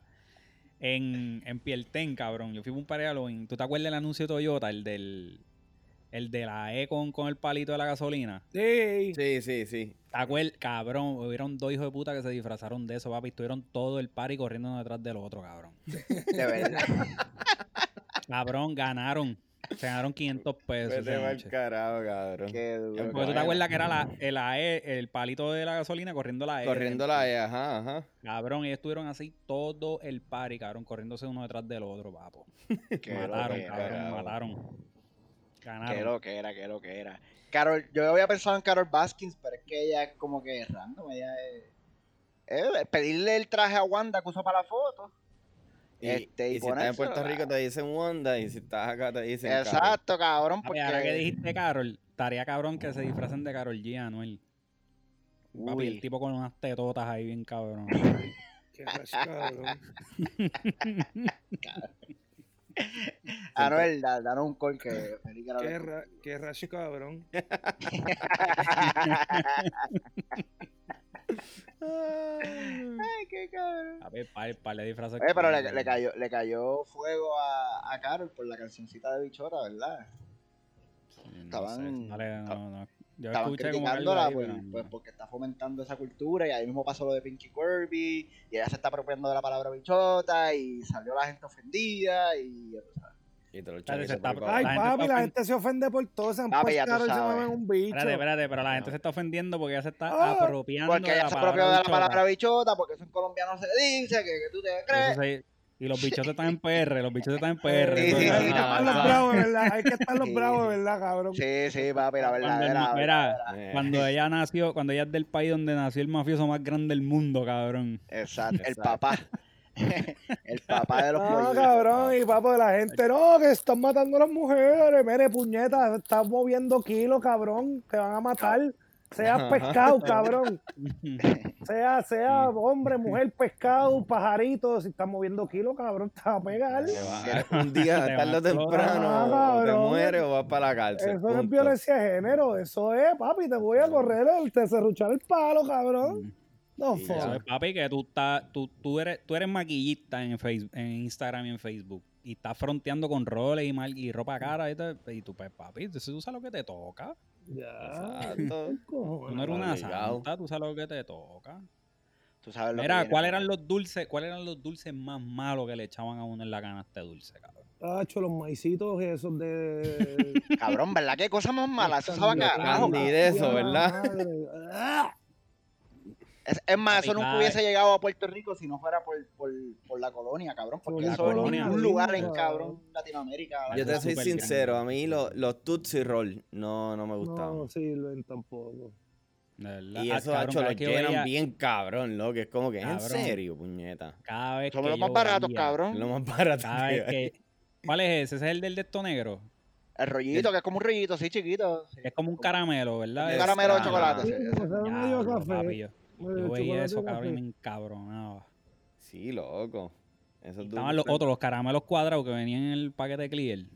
[SPEAKER 2] en, en Pielten, cabrón. Yo fui para un party de Halloween. ¿Tú te acuerdas del anuncio de Toyota? El del. El de la E con, con el palito de la gasolina.
[SPEAKER 3] Sí.
[SPEAKER 4] Sí, sí, sí.
[SPEAKER 2] ¿Te acuerdas? Cabrón, hubieron dos hijos de puta que se disfrazaron de eso, papi. Estuvieron todo el party corriendo uno detrás del otro, cabrón.
[SPEAKER 1] De verdad.
[SPEAKER 2] Cabrón, ganaron. Se ganaron 500 pesos.
[SPEAKER 4] Vete
[SPEAKER 2] esa
[SPEAKER 4] mal
[SPEAKER 2] noche.
[SPEAKER 4] carajo, cabrón.
[SPEAKER 1] Qué duro.
[SPEAKER 2] Porque tú te acuerdas que era la, el, AE, el palito de la gasolina corriendo la E.
[SPEAKER 4] Corriendo la E, ajá, ajá.
[SPEAKER 2] Cabrón, ellos estuvieron así todo el party, cabrón, corriéndose uno detrás del otro, papo.
[SPEAKER 1] Qué
[SPEAKER 2] mataron,
[SPEAKER 1] loquera,
[SPEAKER 2] cabrón,
[SPEAKER 4] carajo.
[SPEAKER 2] mataron. Ganaron.
[SPEAKER 1] Qué loquera, qué loquera. Carol, yo había pensado en Carol Baskins, pero es que ella es como que es random. Ella es, es pedirle el traje a Wanda que usa para la foto.
[SPEAKER 4] Y,
[SPEAKER 1] Este, y
[SPEAKER 4] y si estás en
[SPEAKER 1] ponérselo,
[SPEAKER 4] Puerto Rico te dicen Wanda y si estás acá te dicen Carol.
[SPEAKER 1] Exacto, cabrón,
[SPEAKER 2] Papi,
[SPEAKER 1] porque
[SPEAKER 2] ahora que dijiste Carol, tarea cabrón que se disfracen de Carol G, Anuel. Papi,
[SPEAKER 1] Uy.
[SPEAKER 2] el tipo con unas tetotas ahí bien cabrón.
[SPEAKER 3] Qué rash, cabrón.
[SPEAKER 1] Anuel, da- danos un call que Feliz Carol-
[SPEAKER 3] Qué, ra- qué rash, cabrón.
[SPEAKER 4] Ah.
[SPEAKER 1] Ay, qué cabrón.
[SPEAKER 2] A ver, par, par de disfraces.
[SPEAKER 1] Oye, pero le,
[SPEAKER 2] cabrón.
[SPEAKER 1] le cayó, le cayó fuego a, a Carol por la cancioncita de Bichora, ¿verdad?
[SPEAKER 2] No
[SPEAKER 1] estaban-
[SPEAKER 2] sé, no le- no, no. Yo
[SPEAKER 1] Estaban
[SPEAKER 2] escuché como que algo
[SPEAKER 1] criticándola
[SPEAKER 2] ahí,
[SPEAKER 1] por-
[SPEAKER 2] pero
[SPEAKER 1] pues,
[SPEAKER 2] no.
[SPEAKER 1] porque está fomentando esa cultura y ahí mismo pasó lo de Pinky Kirby y ella se está apropiando de la palabra bichota y salió la gente ofendida y
[SPEAKER 4] Y te lo
[SPEAKER 2] Espérate, se
[SPEAKER 4] chorizo
[SPEAKER 2] está-
[SPEAKER 4] por
[SPEAKER 3] Ay,
[SPEAKER 2] La gente
[SPEAKER 3] papi,
[SPEAKER 2] está
[SPEAKER 3] la
[SPEAKER 2] ofen-
[SPEAKER 3] gente se ofende por todo. San
[SPEAKER 1] Papi,
[SPEAKER 3] pues,
[SPEAKER 1] ya tú
[SPEAKER 3] Carol se
[SPEAKER 1] sabes.
[SPEAKER 3] mueven un bicho.
[SPEAKER 2] Espérate, espérate, pero la gente
[SPEAKER 4] No.
[SPEAKER 2] se está ofendiendo porque ya se está
[SPEAKER 3] Ah,
[SPEAKER 2] apropiando
[SPEAKER 1] Ah. porque
[SPEAKER 2] de
[SPEAKER 1] ella
[SPEAKER 2] la
[SPEAKER 1] se
[SPEAKER 2] palabra
[SPEAKER 1] apropió de la
[SPEAKER 2] bichota.
[SPEAKER 1] palabra bichota porque eso en colombiano se dice que, que tú te crees
[SPEAKER 2] Eso sí. Y los bichotes están en PR, los bichotes están en
[SPEAKER 3] Eh,
[SPEAKER 2] PR.
[SPEAKER 1] Sí, sí,
[SPEAKER 2] entonces,
[SPEAKER 1] sí,
[SPEAKER 3] Hay que
[SPEAKER 2] ah,
[SPEAKER 3] estar
[SPEAKER 4] no,
[SPEAKER 3] los
[SPEAKER 4] no.
[SPEAKER 3] bravos, ¿verdad? Hay que estar los
[SPEAKER 1] Sí.
[SPEAKER 3] bravos, ¿verdad, cabrón?
[SPEAKER 1] sí sí papi la verdad
[SPEAKER 2] cuando el
[SPEAKER 1] era,
[SPEAKER 2] ma-
[SPEAKER 1] era-
[SPEAKER 2] mira, cuando ella nació, cuando ella es del país donde nació el mafioso más grande del mundo, cabrón.
[SPEAKER 1] exacto el
[SPEAKER 4] Exacto.
[SPEAKER 1] papá el papá de los
[SPEAKER 3] No,
[SPEAKER 1] pollitos.
[SPEAKER 3] Ah, cabrón, y papo, la gente, no, que están matando a las mujeres. Mire, puñeta, estás moviendo kilos, cabrón, te van a matar. Sea
[SPEAKER 4] Ajá.
[SPEAKER 3] pescado, cabrón.
[SPEAKER 2] Pero
[SPEAKER 3] Sea, sea
[SPEAKER 2] Sí.
[SPEAKER 3] hombre, mujer, pescado, pajarito. Si estás moviendo kilos, cabrón, te va a pegar.
[SPEAKER 4] Te va- Eh, Un día,
[SPEAKER 2] Te
[SPEAKER 4] tarde o
[SPEAKER 2] mató.
[SPEAKER 4] temprano, o te
[SPEAKER 3] Cabrón.
[SPEAKER 4] mueres o vas para la cárcel.
[SPEAKER 3] Eso no
[SPEAKER 4] punto.
[SPEAKER 3] es violencia de género, eso es, papi, te voy a correr, el, te cerruchar el palo, cabrón. No,
[SPEAKER 4] Sí, ya
[SPEAKER 3] fuck.
[SPEAKER 4] sabes.
[SPEAKER 2] Papi, que tú, estás, tú, tú, eres, tú eres maquillista en, Facebook, en Instagram y en Facebook. Y estás fronteando con roles y, mal- y ropa cara. Y, te- y tú, pues, papi, tú tú usas lo que te toca.
[SPEAKER 3] Ya.
[SPEAKER 4] Exacto.
[SPEAKER 2] Tú
[SPEAKER 3] cojones.
[SPEAKER 2] no eres una
[SPEAKER 4] obligado.
[SPEAKER 2] santa, tú sabes lo que te toca.
[SPEAKER 1] tú sabes lo que
[SPEAKER 2] Mira,
[SPEAKER 1] viene,
[SPEAKER 2] ¿cuáles
[SPEAKER 1] papi.
[SPEAKER 2] eran los dulces, cuáles eran los dulces más malos que le echaban a uno en la canasta de dulce, cabrón?
[SPEAKER 3] Tacho, los maicitos esos de...
[SPEAKER 1] cabrón verdad qué cosa más mala eso sabe a carajo
[SPEAKER 4] Candy de eso,
[SPEAKER 3] Dios,
[SPEAKER 4] ¿verdad?
[SPEAKER 3] madre. Ah,
[SPEAKER 1] Es, es más, eso
[SPEAKER 2] Papi,
[SPEAKER 1] nunca
[SPEAKER 2] cada-
[SPEAKER 1] hubiese llegado a Puerto Rico si no fuera por, por, por la colonia, cabrón.
[SPEAKER 3] Por
[SPEAKER 1] Porque
[SPEAKER 3] la
[SPEAKER 1] eso es
[SPEAKER 2] colonia,
[SPEAKER 1] un lugar en
[SPEAKER 3] cabrón.
[SPEAKER 1] cabrón Latinoamérica. la
[SPEAKER 4] Yo te
[SPEAKER 1] cosa-
[SPEAKER 4] soy
[SPEAKER 2] Súper
[SPEAKER 4] sincero, a
[SPEAKER 2] grande.
[SPEAKER 4] mí lo- los Tootsie Roll no, no me gustaban.
[SPEAKER 3] No sirven tampoco.
[SPEAKER 2] De verdad.
[SPEAKER 4] y
[SPEAKER 2] Ah,
[SPEAKER 4] eso,
[SPEAKER 2] cabrón,
[SPEAKER 4] hacho,
[SPEAKER 2] cada
[SPEAKER 4] los
[SPEAKER 2] vez que yo
[SPEAKER 4] llenan
[SPEAKER 2] veía-
[SPEAKER 4] bien cabrón, lo que es como que, ¿en
[SPEAKER 2] Cabrón.
[SPEAKER 4] serio, puñeta?
[SPEAKER 2] Cada vez
[SPEAKER 1] Somos
[SPEAKER 2] que
[SPEAKER 1] los más
[SPEAKER 2] yo
[SPEAKER 1] baratos,
[SPEAKER 2] veía-
[SPEAKER 4] Es
[SPEAKER 1] cabrón.
[SPEAKER 4] lo más barato
[SPEAKER 2] cada
[SPEAKER 4] que
[SPEAKER 2] vez
[SPEAKER 4] hay.
[SPEAKER 2] que- ¿Cuál es ese? Ese es el del desto negro.
[SPEAKER 1] El rollito, que es como un rollito así chiquito. sí.
[SPEAKER 2] Es como un caramelo, ¿verdad?
[SPEAKER 1] Un
[SPEAKER 2] Es-
[SPEAKER 1] caramelo de
[SPEAKER 4] Ah,
[SPEAKER 1] chocolate. sí,
[SPEAKER 3] Sí,
[SPEAKER 1] ese.
[SPEAKER 3] porque saben medio a
[SPEAKER 2] Diablo,
[SPEAKER 3] café,
[SPEAKER 2] papi, yo,
[SPEAKER 3] medio
[SPEAKER 2] yo veía
[SPEAKER 3] chocolate
[SPEAKER 2] eso,
[SPEAKER 3] a
[SPEAKER 2] cabrón, y me
[SPEAKER 3] café.
[SPEAKER 2] encabronaba.
[SPEAKER 4] Sí, loco. Esos
[SPEAKER 2] Estaban los
[SPEAKER 4] dulces-
[SPEAKER 2] otros, los caramelos cuadrados que venían en el paquete de Clear.
[SPEAKER 1] Los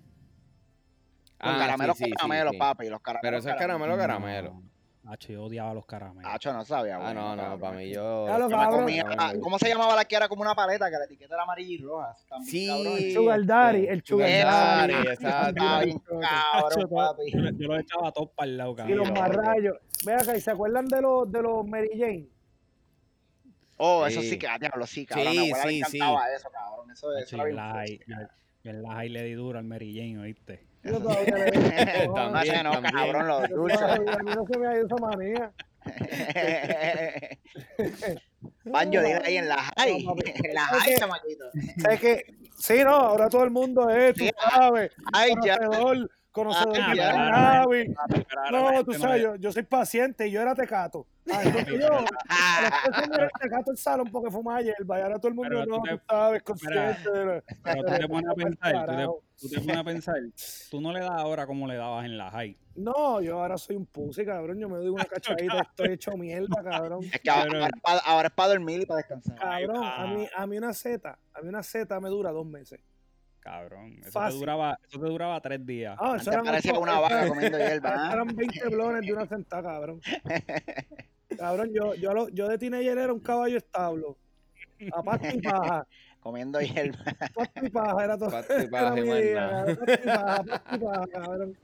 [SPEAKER 4] Ah, sí,
[SPEAKER 1] caramelos,
[SPEAKER 4] sí, sí,
[SPEAKER 1] caramelos,
[SPEAKER 4] sí.
[SPEAKER 1] papi. Los caramelos.
[SPEAKER 4] Pero eso es caramelo, caramelo.
[SPEAKER 2] No, Hacho, yo odiaba los caramelos.
[SPEAKER 1] Hacho, no sabía,
[SPEAKER 4] Ah,
[SPEAKER 1] bueno,
[SPEAKER 4] no, no,
[SPEAKER 1] cabrón.
[SPEAKER 4] para mí yo...
[SPEAKER 3] Ya lo
[SPEAKER 1] Yo me
[SPEAKER 3] Cabrón.
[SPEAKER 1] comía- ah, ¿Cómo se llamaba la que era como una paleta? Que la etiqueta era amarilla y roja. Eso también,
[SPEAKER 4] Sí.
[SPEAKER 1] cabrón.
[SPEAKER 3] Sugar daddy, el sugar
[SPEAKER 1] Eso,
[SPEAKER 3] daddy.
[SPEAKER 4] exacto.
[SPEAKER 1] Está bien,
[SPEAKER 2] Hacho,
[SPEAKER 1] cabrón,
[SPEAKER 2] todo-
[SPEAKER 1] papi.
[SPEAKER 2] yo, yo los echaba todos para el lado,
[SPEAKER 3] Y
[SPEAKER 2] cabrón.
[SPEAKER 3] los
[SPEAKER 4] loco.
[SPEAKER 3] marrayos. Ve acá, ¿y se acuerdan de los, de los Mary Jane?
[SPEAKER 1] Oh, eso
[SPEAKER 4] Sí.
[SPEAKER 1] sí que, ah, diablo, sí, cabrón.
[SPEAKER 4] Sí,
[SPEAKER 1] a mi abuela le
[SPEAKER 4] sí, sí.
[SPEAKER 1] encantaba eso, cabrón. Eso, eso
[SPEAKER 2] Hacho,
[SPEAKER 1] era
[SPEAKER 2] yo,
[SPEAKER 1] bien
[SPEAKER 2] las,
[SPEAKER 1] fuerte,
[SPEAKER 2] yo- ¿Verdad? Ahí le di duro al Mary Jane, ¿oíste?
[SPEAKER 3] Yo todavía le digo,
[SPEAKER 4] También,
[SPEAKER 3] "Cojones,
[SPEAKER 1] No, ese no,
[SPEAKER 4] también.
[SPEAKER 1] cabrón, los
[SPEAKER 3] yo
[SPEAKER 1] dulces.
[SPEAKER 3] todavía- a mí no se me ha ido esa manía.
[SPEAKER 1] Banjo, dile ahí en la high. En la high, chamaquito.
[SPEAKER 3] Es que, sí, no, ahora todo el mundo es, tú
[SPEAKER 1] Sí, ah,
[SPEAKER 3] sabes,
[SPEAKER 1] Ay, ya.
[SPEAKER 3] conocedor, conocedor
[SPEAKER 1] Ah,
[SPEAKER 3] de
[SPEAKER 1] ya.
[SPEAKER 3] cannabis.
[SPEAKER 2] Pero ahora este, la
[SPEAKER 3] No,
[SPEAKER 2] gente
[SPEAKER 3] tú
[SPEAKER 2] no
[SPEAKER 3] sabes,
[SPEAKER 2] le-
[SPEAKER 3] yo, yo soy paciente y yo era tecato. Ah, entonces yo,
[SPEAKER 1] Ah,
[SPEAKER 3] a las personas era tecato el salón porque fumaba hierba y ahora todo el mundo
[SPEAKER 2] Pero
[SPEAKER 3] no,
[SPEAKER 2] tú
[SPEAKER 3] tú
[SPEAKER 2] te-
[SPEAKER 3] sabes, consciente. de la-
[SPEAKER 2] Pero tú te pones a pensar, tú
[SPEAKER 3] Carajo.
[SPEAKER 2] te, tú te pones a pensar, tú no le das ahora como le dabas en la high.
[SPEAKER 3] No, yo ahora soy un pussy, cabrón. Yo me doy una cachadita, estoy hecho mierda, cabrón.
[SPEAKER 1] Es que ahora,
[SPEAKER 2] Pero-
[SPEAKER 1] ahora es pa- ahora es para dormir y para descansar.
[SPEAKER 3] Cabrón,
[SPEAKER 2] ah.
[SPEAKER 3] a mí, a mí una Z, a mí una Z me dura dos meses.
[SPEAKER 2] Cabrón, eso te,
[SPEAKER 3] Fácil.
[SPEAKER 2] duraba, eso te duraba tres días.
[SPEAKER 3] Ah,
[SPEAKER 1] Antes parecía una
[SPEAKER 3] ocho-
[SPEAKER 1] vaca comiendo hierba.
[SPEAKER 3] Esos
[SPEAKER 1] ¿ah?
[SPEAKER 3] eran 20 blones de una sentada, cabrón. Cabrón, yo, yo, lo- yo de teenager era un caballo establo. A pasta y paja.
[SPEAKER 1] Comiendo hierba.
[SPEAKER 3] Pasta y paja era todo.
[SPEAKER 4] Pasta y
[SPEAKER 3] era
[SPEAKER 4] paja y
[SPEAKER 3] mi
[SPEAKER 4] más
[SPEAKER 3] día,
[SPEAKER 4] nada.
[SPEAKER 3] cabrón, pasta y paja, pasta y paja, cabrón.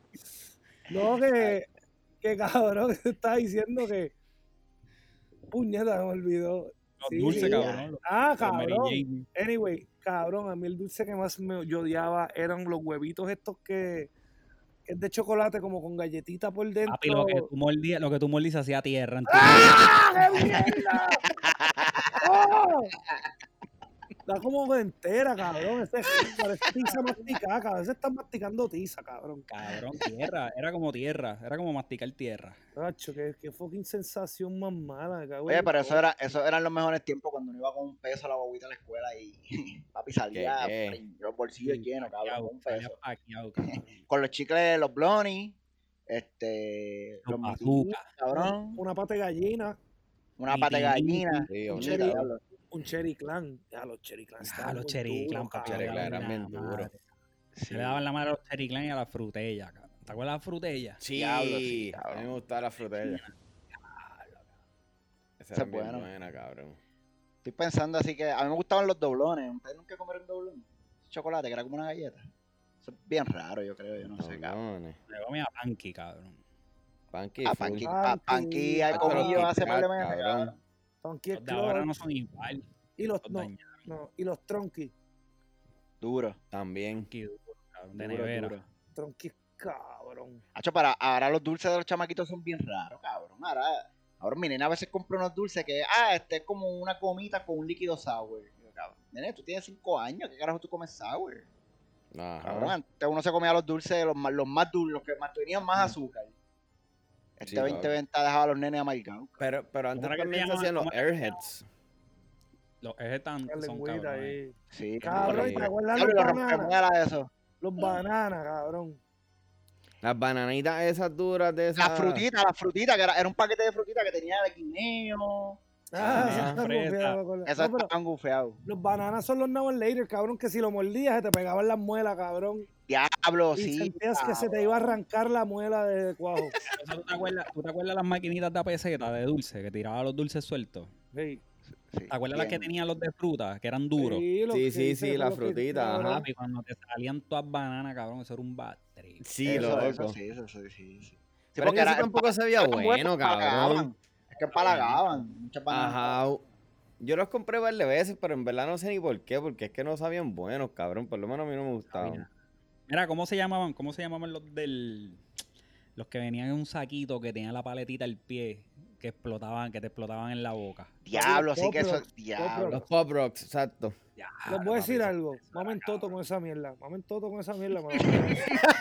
[SPEAKER 3] No, que, que cabrón, te estaba diciendo que. Puñeta, me olvidó.
[SPEAKER 2] Los
[SPEAKER 3] sí,
[SPEAKER 2] dulces,
[SPEAKER 3] sí.
[SPEAKER 2] cabrón. los-
[SPEAKER 3] Ah,
[SPEAKER 2] los Mary
[SPEAKER 3] cabrón.
[SPEAKER 2] Jane.
[SPEAKER 3] Anyway, cabrón, a mí el dulce que más me yo odiaba eran los huevitos estos que que es de chocolate como con galletita por dentro.
[SPEAKER 2] Papi, lo que tú mordías, lo que tú mordías se hacía tierra.
[SPEAKER 3] ¡Ah, qué mierda! ¡Oh! Da como entera, cabrón. Ese parece tiza masticada, cabrón. Ese está masticando tiza, cabrón.
[SPEAKER 2] Cabrón, tierra. Era como tierra. Era como masticar tierra.
[SPEAKER 3] Cacho, qué, qué fucking sensación más mala, cabrón.
[SPEAKER 1] Oye, pero eso, era, eso eran los mejores tiempos cuando uno iba con un peso a la guaguita a la escuela y papi salía
[SPEAKER 4] ¿Qué, qué?
[SPEAKER 1] prin- los bolsillos llenos, cabrón,
[SPEAKER 2] Paqueado,
[SPEAKER 1] con un peso.
[SPEAKER 2] paqueado, cabrón.
[SPEAKER 1] Con los chicles, los blonies, este, los
[SPEAKER 2] Los
[SPEAKER 1] matitos,
[SPEAKER 2] bazooka.
[SPEAKER 1] cabrón,
[SPEAKER 3] Una pata de gallina,
[SPEAKER 1] una pata de gallina.
[SPEAKER 4] Sí,
[SPEAKER 1] un
[SPEAKER 4] obligado.
[SPEAKER 1] chile,
[SPEAKER 3] un cherry clan. A los cherry clan.
[SPEAKER 2] Ah, los Cherry Clan, papi.
[SPEAKER 4] Cherry
[SPEAKER 2] le
[SPEAKER 4] Clan
[SPEAKER 2] daban
[SPEAKER 4] eran
[SPEAKER 2] la
[SPEAKER 4] bien duros.
[SPEAKER 2] madre. Se le daban la madre a los Cherry Clan y a las frutellas, cabrón. ¿Te acuerdas de las frutellas?
[SPEAKER 4] Sí,
[SPEAKER 1] Diablo, sí,
[SPEAKER 4] a mí
[SPEAKER 1] cabrón.
[SPEAKER 4] me gustaba la frutella.
[SPEAKER 1] Esa
[SPEAKER 4] Esa era
[SPEAKER 1] es
[SPEAKER 4] bien
[SPEAKER 1] buena.
[SPEAKER 4] buena, cabrón.
[SPEAKER 1] Estoy pensando así que a mí me gustaban los doblones. ¿Ustedes nunca comieron doblón? Chocolate, que era como una galleta. Eso es bien raro, yo creo, yo no sé, cabrón.
[SPEAKER 4] Cabrones.
[SPEAKER 2] Le comía a Panky, cabrón.
[SPEAKER 4] Panqui,
[SPEAKER 1] Ah,
[SPEAKER 4] full.
[SPEAKER 1] panqui,
[SPEAKER 3] full.
[SPEAKER 1] pa- panqui, al
[SPEAKER 3] Ah,
[SPEAKER 1] comido
[SPEAKER 4] los
[SPEAKER 1] hace par de
[SPEAKER 4] Kit Kat,
[SPEAKER 1] meses,
[SPEAKER 4] cabrón.
[SPEAKER 1] cabrón.
[SPEAKER 3] Tonki
[SPEAKER 2] Los de ahora no son igual.
[SPEAKER 3] y los
[SPEAKER 2] Los
[SPEAKER 3] no,
[SPEAKER 2] dañaron,
[SPEAKER 3] no, y los tronquis.
[SPEAKER 1] Duro,
[SPEAKER 4] También.
[SPEAKER 2] qué duro, cabrón, De
[SPEAKER 1] duro,
[SPEAKER 2] nevera.
[SPEAKER 1] duro.
[SPEAKER 3] Tronquis, cabrón.
[SPEAKER 1] Hacho, para, ahora los dulces de los chamaquitos son bien raros, cabrón. Ahora, ahora mi nena a veces compra unos dulces que, ah, este es como una gomita con un líquido sour. Y yo, Cabrón, nene, tú tienes 5 años, ¿qué carajo tú comes sour?
[SPEAKER 4] Ajá.
[SPEAKER 1] Cabrón, antes uno se comía los dulces, los, más- los más duros, los que más tenían más azúcar. Este
[SPEAKER 4] Sí, cabrón.
[SPEAKER 1] 2020 ha dejado a los nenes amargados.
[SPEAKER 4] Pero, pero antes
[SPEAKER 2] Ahora que
[SPEAKER 4] también
[SPEAKER 2] se
[SPEAKER 4] se hacían
[SPEAKER 2] llaman-
[SPEAKER 4] los airheads.
[SPEAKER 2] Los ejes tan,
[SPEAKER 3] La
[SPEAKER 2] son
[SPEAKER 3] lengüita
[SPEAKER 2] cabrones.
[SPEAKER 3] ahí.
[SPEAKER 1] Sí,
[SPEAKER 3] Cabrón, ¿y
[SPEAKER 4] Sí.
[SPEAKER 3] ¿te acuerdas
[SPEAKER 1] Diablo, y
[SPEAKER 3] los
[SPEAKER 1] los
[SPEAKER 3] bananas?
[SPEAKER 1] rompemuelas de eso.
[SPEAKER 3] Los bananas, cabrón.
[SPEAKER 4] Las bananitas esas duras de esas.
[SPEAKER 1] Las frutitas, las frutitas, que era, era un paquete de frutitas que tenía de guineo.
[SPEAKER 3] Ah,
[SPEAKER 4] Ah,
[SPEAKER 3] esas
[SPEAKER 2] fresa.
[SPEAKER 3] confiadas, me acuerdo.
[SPEAKER 1] Eso
[SPEAKER 3] No, pero
[SPEAKER 1] estaban gufeados.
[SPEAKER 3] los bananas son los now and later, cabrón, que si lo mordías se te pegaban las muelas, cabrón.
[SPEAKER 4] Oh,
[SPEAKER 1] Diablo,
[SPEAKER 3] y
[SPEAKER 1] sí.
[SPEAKER 3] sentías que se te iba a arrancar la muela de cuajo.
[SPEAKER 2] Entonces, ¿tú, te acuerdas, ¿Tú te acuerdas las maquinitas de peseta de dulce que tiraba los dulces sueltos?
[SPEAKER 3] Sí,
[SPEAKER 1] Sí,
[SPEAKER 2] ¿Te acuerdas las que
[SPEAKER 1] bien.
[SPEAKER 2] tenían los de fruta, que eran duros?
[SPEAKER 3] los
[SPEAKER 4] Sí,
[SPEAKER 3] que
[SPEAKER 4] sí,
[SPEAKER 3] dicen
[SPEAKER 4] sí,
[SPEAKER 3] que
[SPEAKER 4] la
[SPEAKER 3] son los que-
[SPEAKER 4] frutita, ajá.
[SPEAKER 3] cabrón.
[SPEAKER 2] Papi, cuando te salían todas bananas, cabrón, eso era un bat trip.
[SPEAKER 4] Sí,
[SPEAKER 1] eso,
[SPEAKER 4] lo
[SPEAKER 1] eso
[SPEAKER 4] loco.
[SPEAKER 1] sí, eso sí, sí, sí. Sí,
[SPEAKER 4] Pero es que eso
[SPEAKER 1] era-
[SPEAKER 4] tampoco se veía
[SPEAKER 1] eran buenos,
[SPEAKER 4] bueno, cabrón.
[SPEAKER 1] empalagaban. Es que empalagaban. Muchas bananas.
[SPEAKER 4] Ajá. Yo los compré varias veces, pero en verdad no sé ni por qué, porque es que no sabían buenos, cabrón. Por lo menos a mí no me gustaban.
[SPEAKER 2] Sabía. Mira, ¿cómo se llamaban? ¿Cómo se llamaban los del. Los que venían en un saquito que tenían la paletita al pie, que explotaban, que te explotaban en la boca.
[SPEAKER 1] Diablo,
[SPEAKER 3] Los
[SPEAKER 1] sí que eso
[SPEAKER 3] Pop
[SPEAKER 1] es diablo.
[SPEAKER 4] Los Pop Rocks, exacto.
[SPEAKER 2] Ya,
[SPEAKER 3] Les voy a
[SPEAKER 2] papi,
[SPEAKER 3] decir
[SPEAKER 2] eso-
[SPEAKER 3] algo.
[SPEAKER 2] eso era
[SPEAKER 3] Mamen toto
[SPEAKER 2] cabrón.
[SPEAKER 3] con esa mierda. Mamen toto con esa mierda. Mamen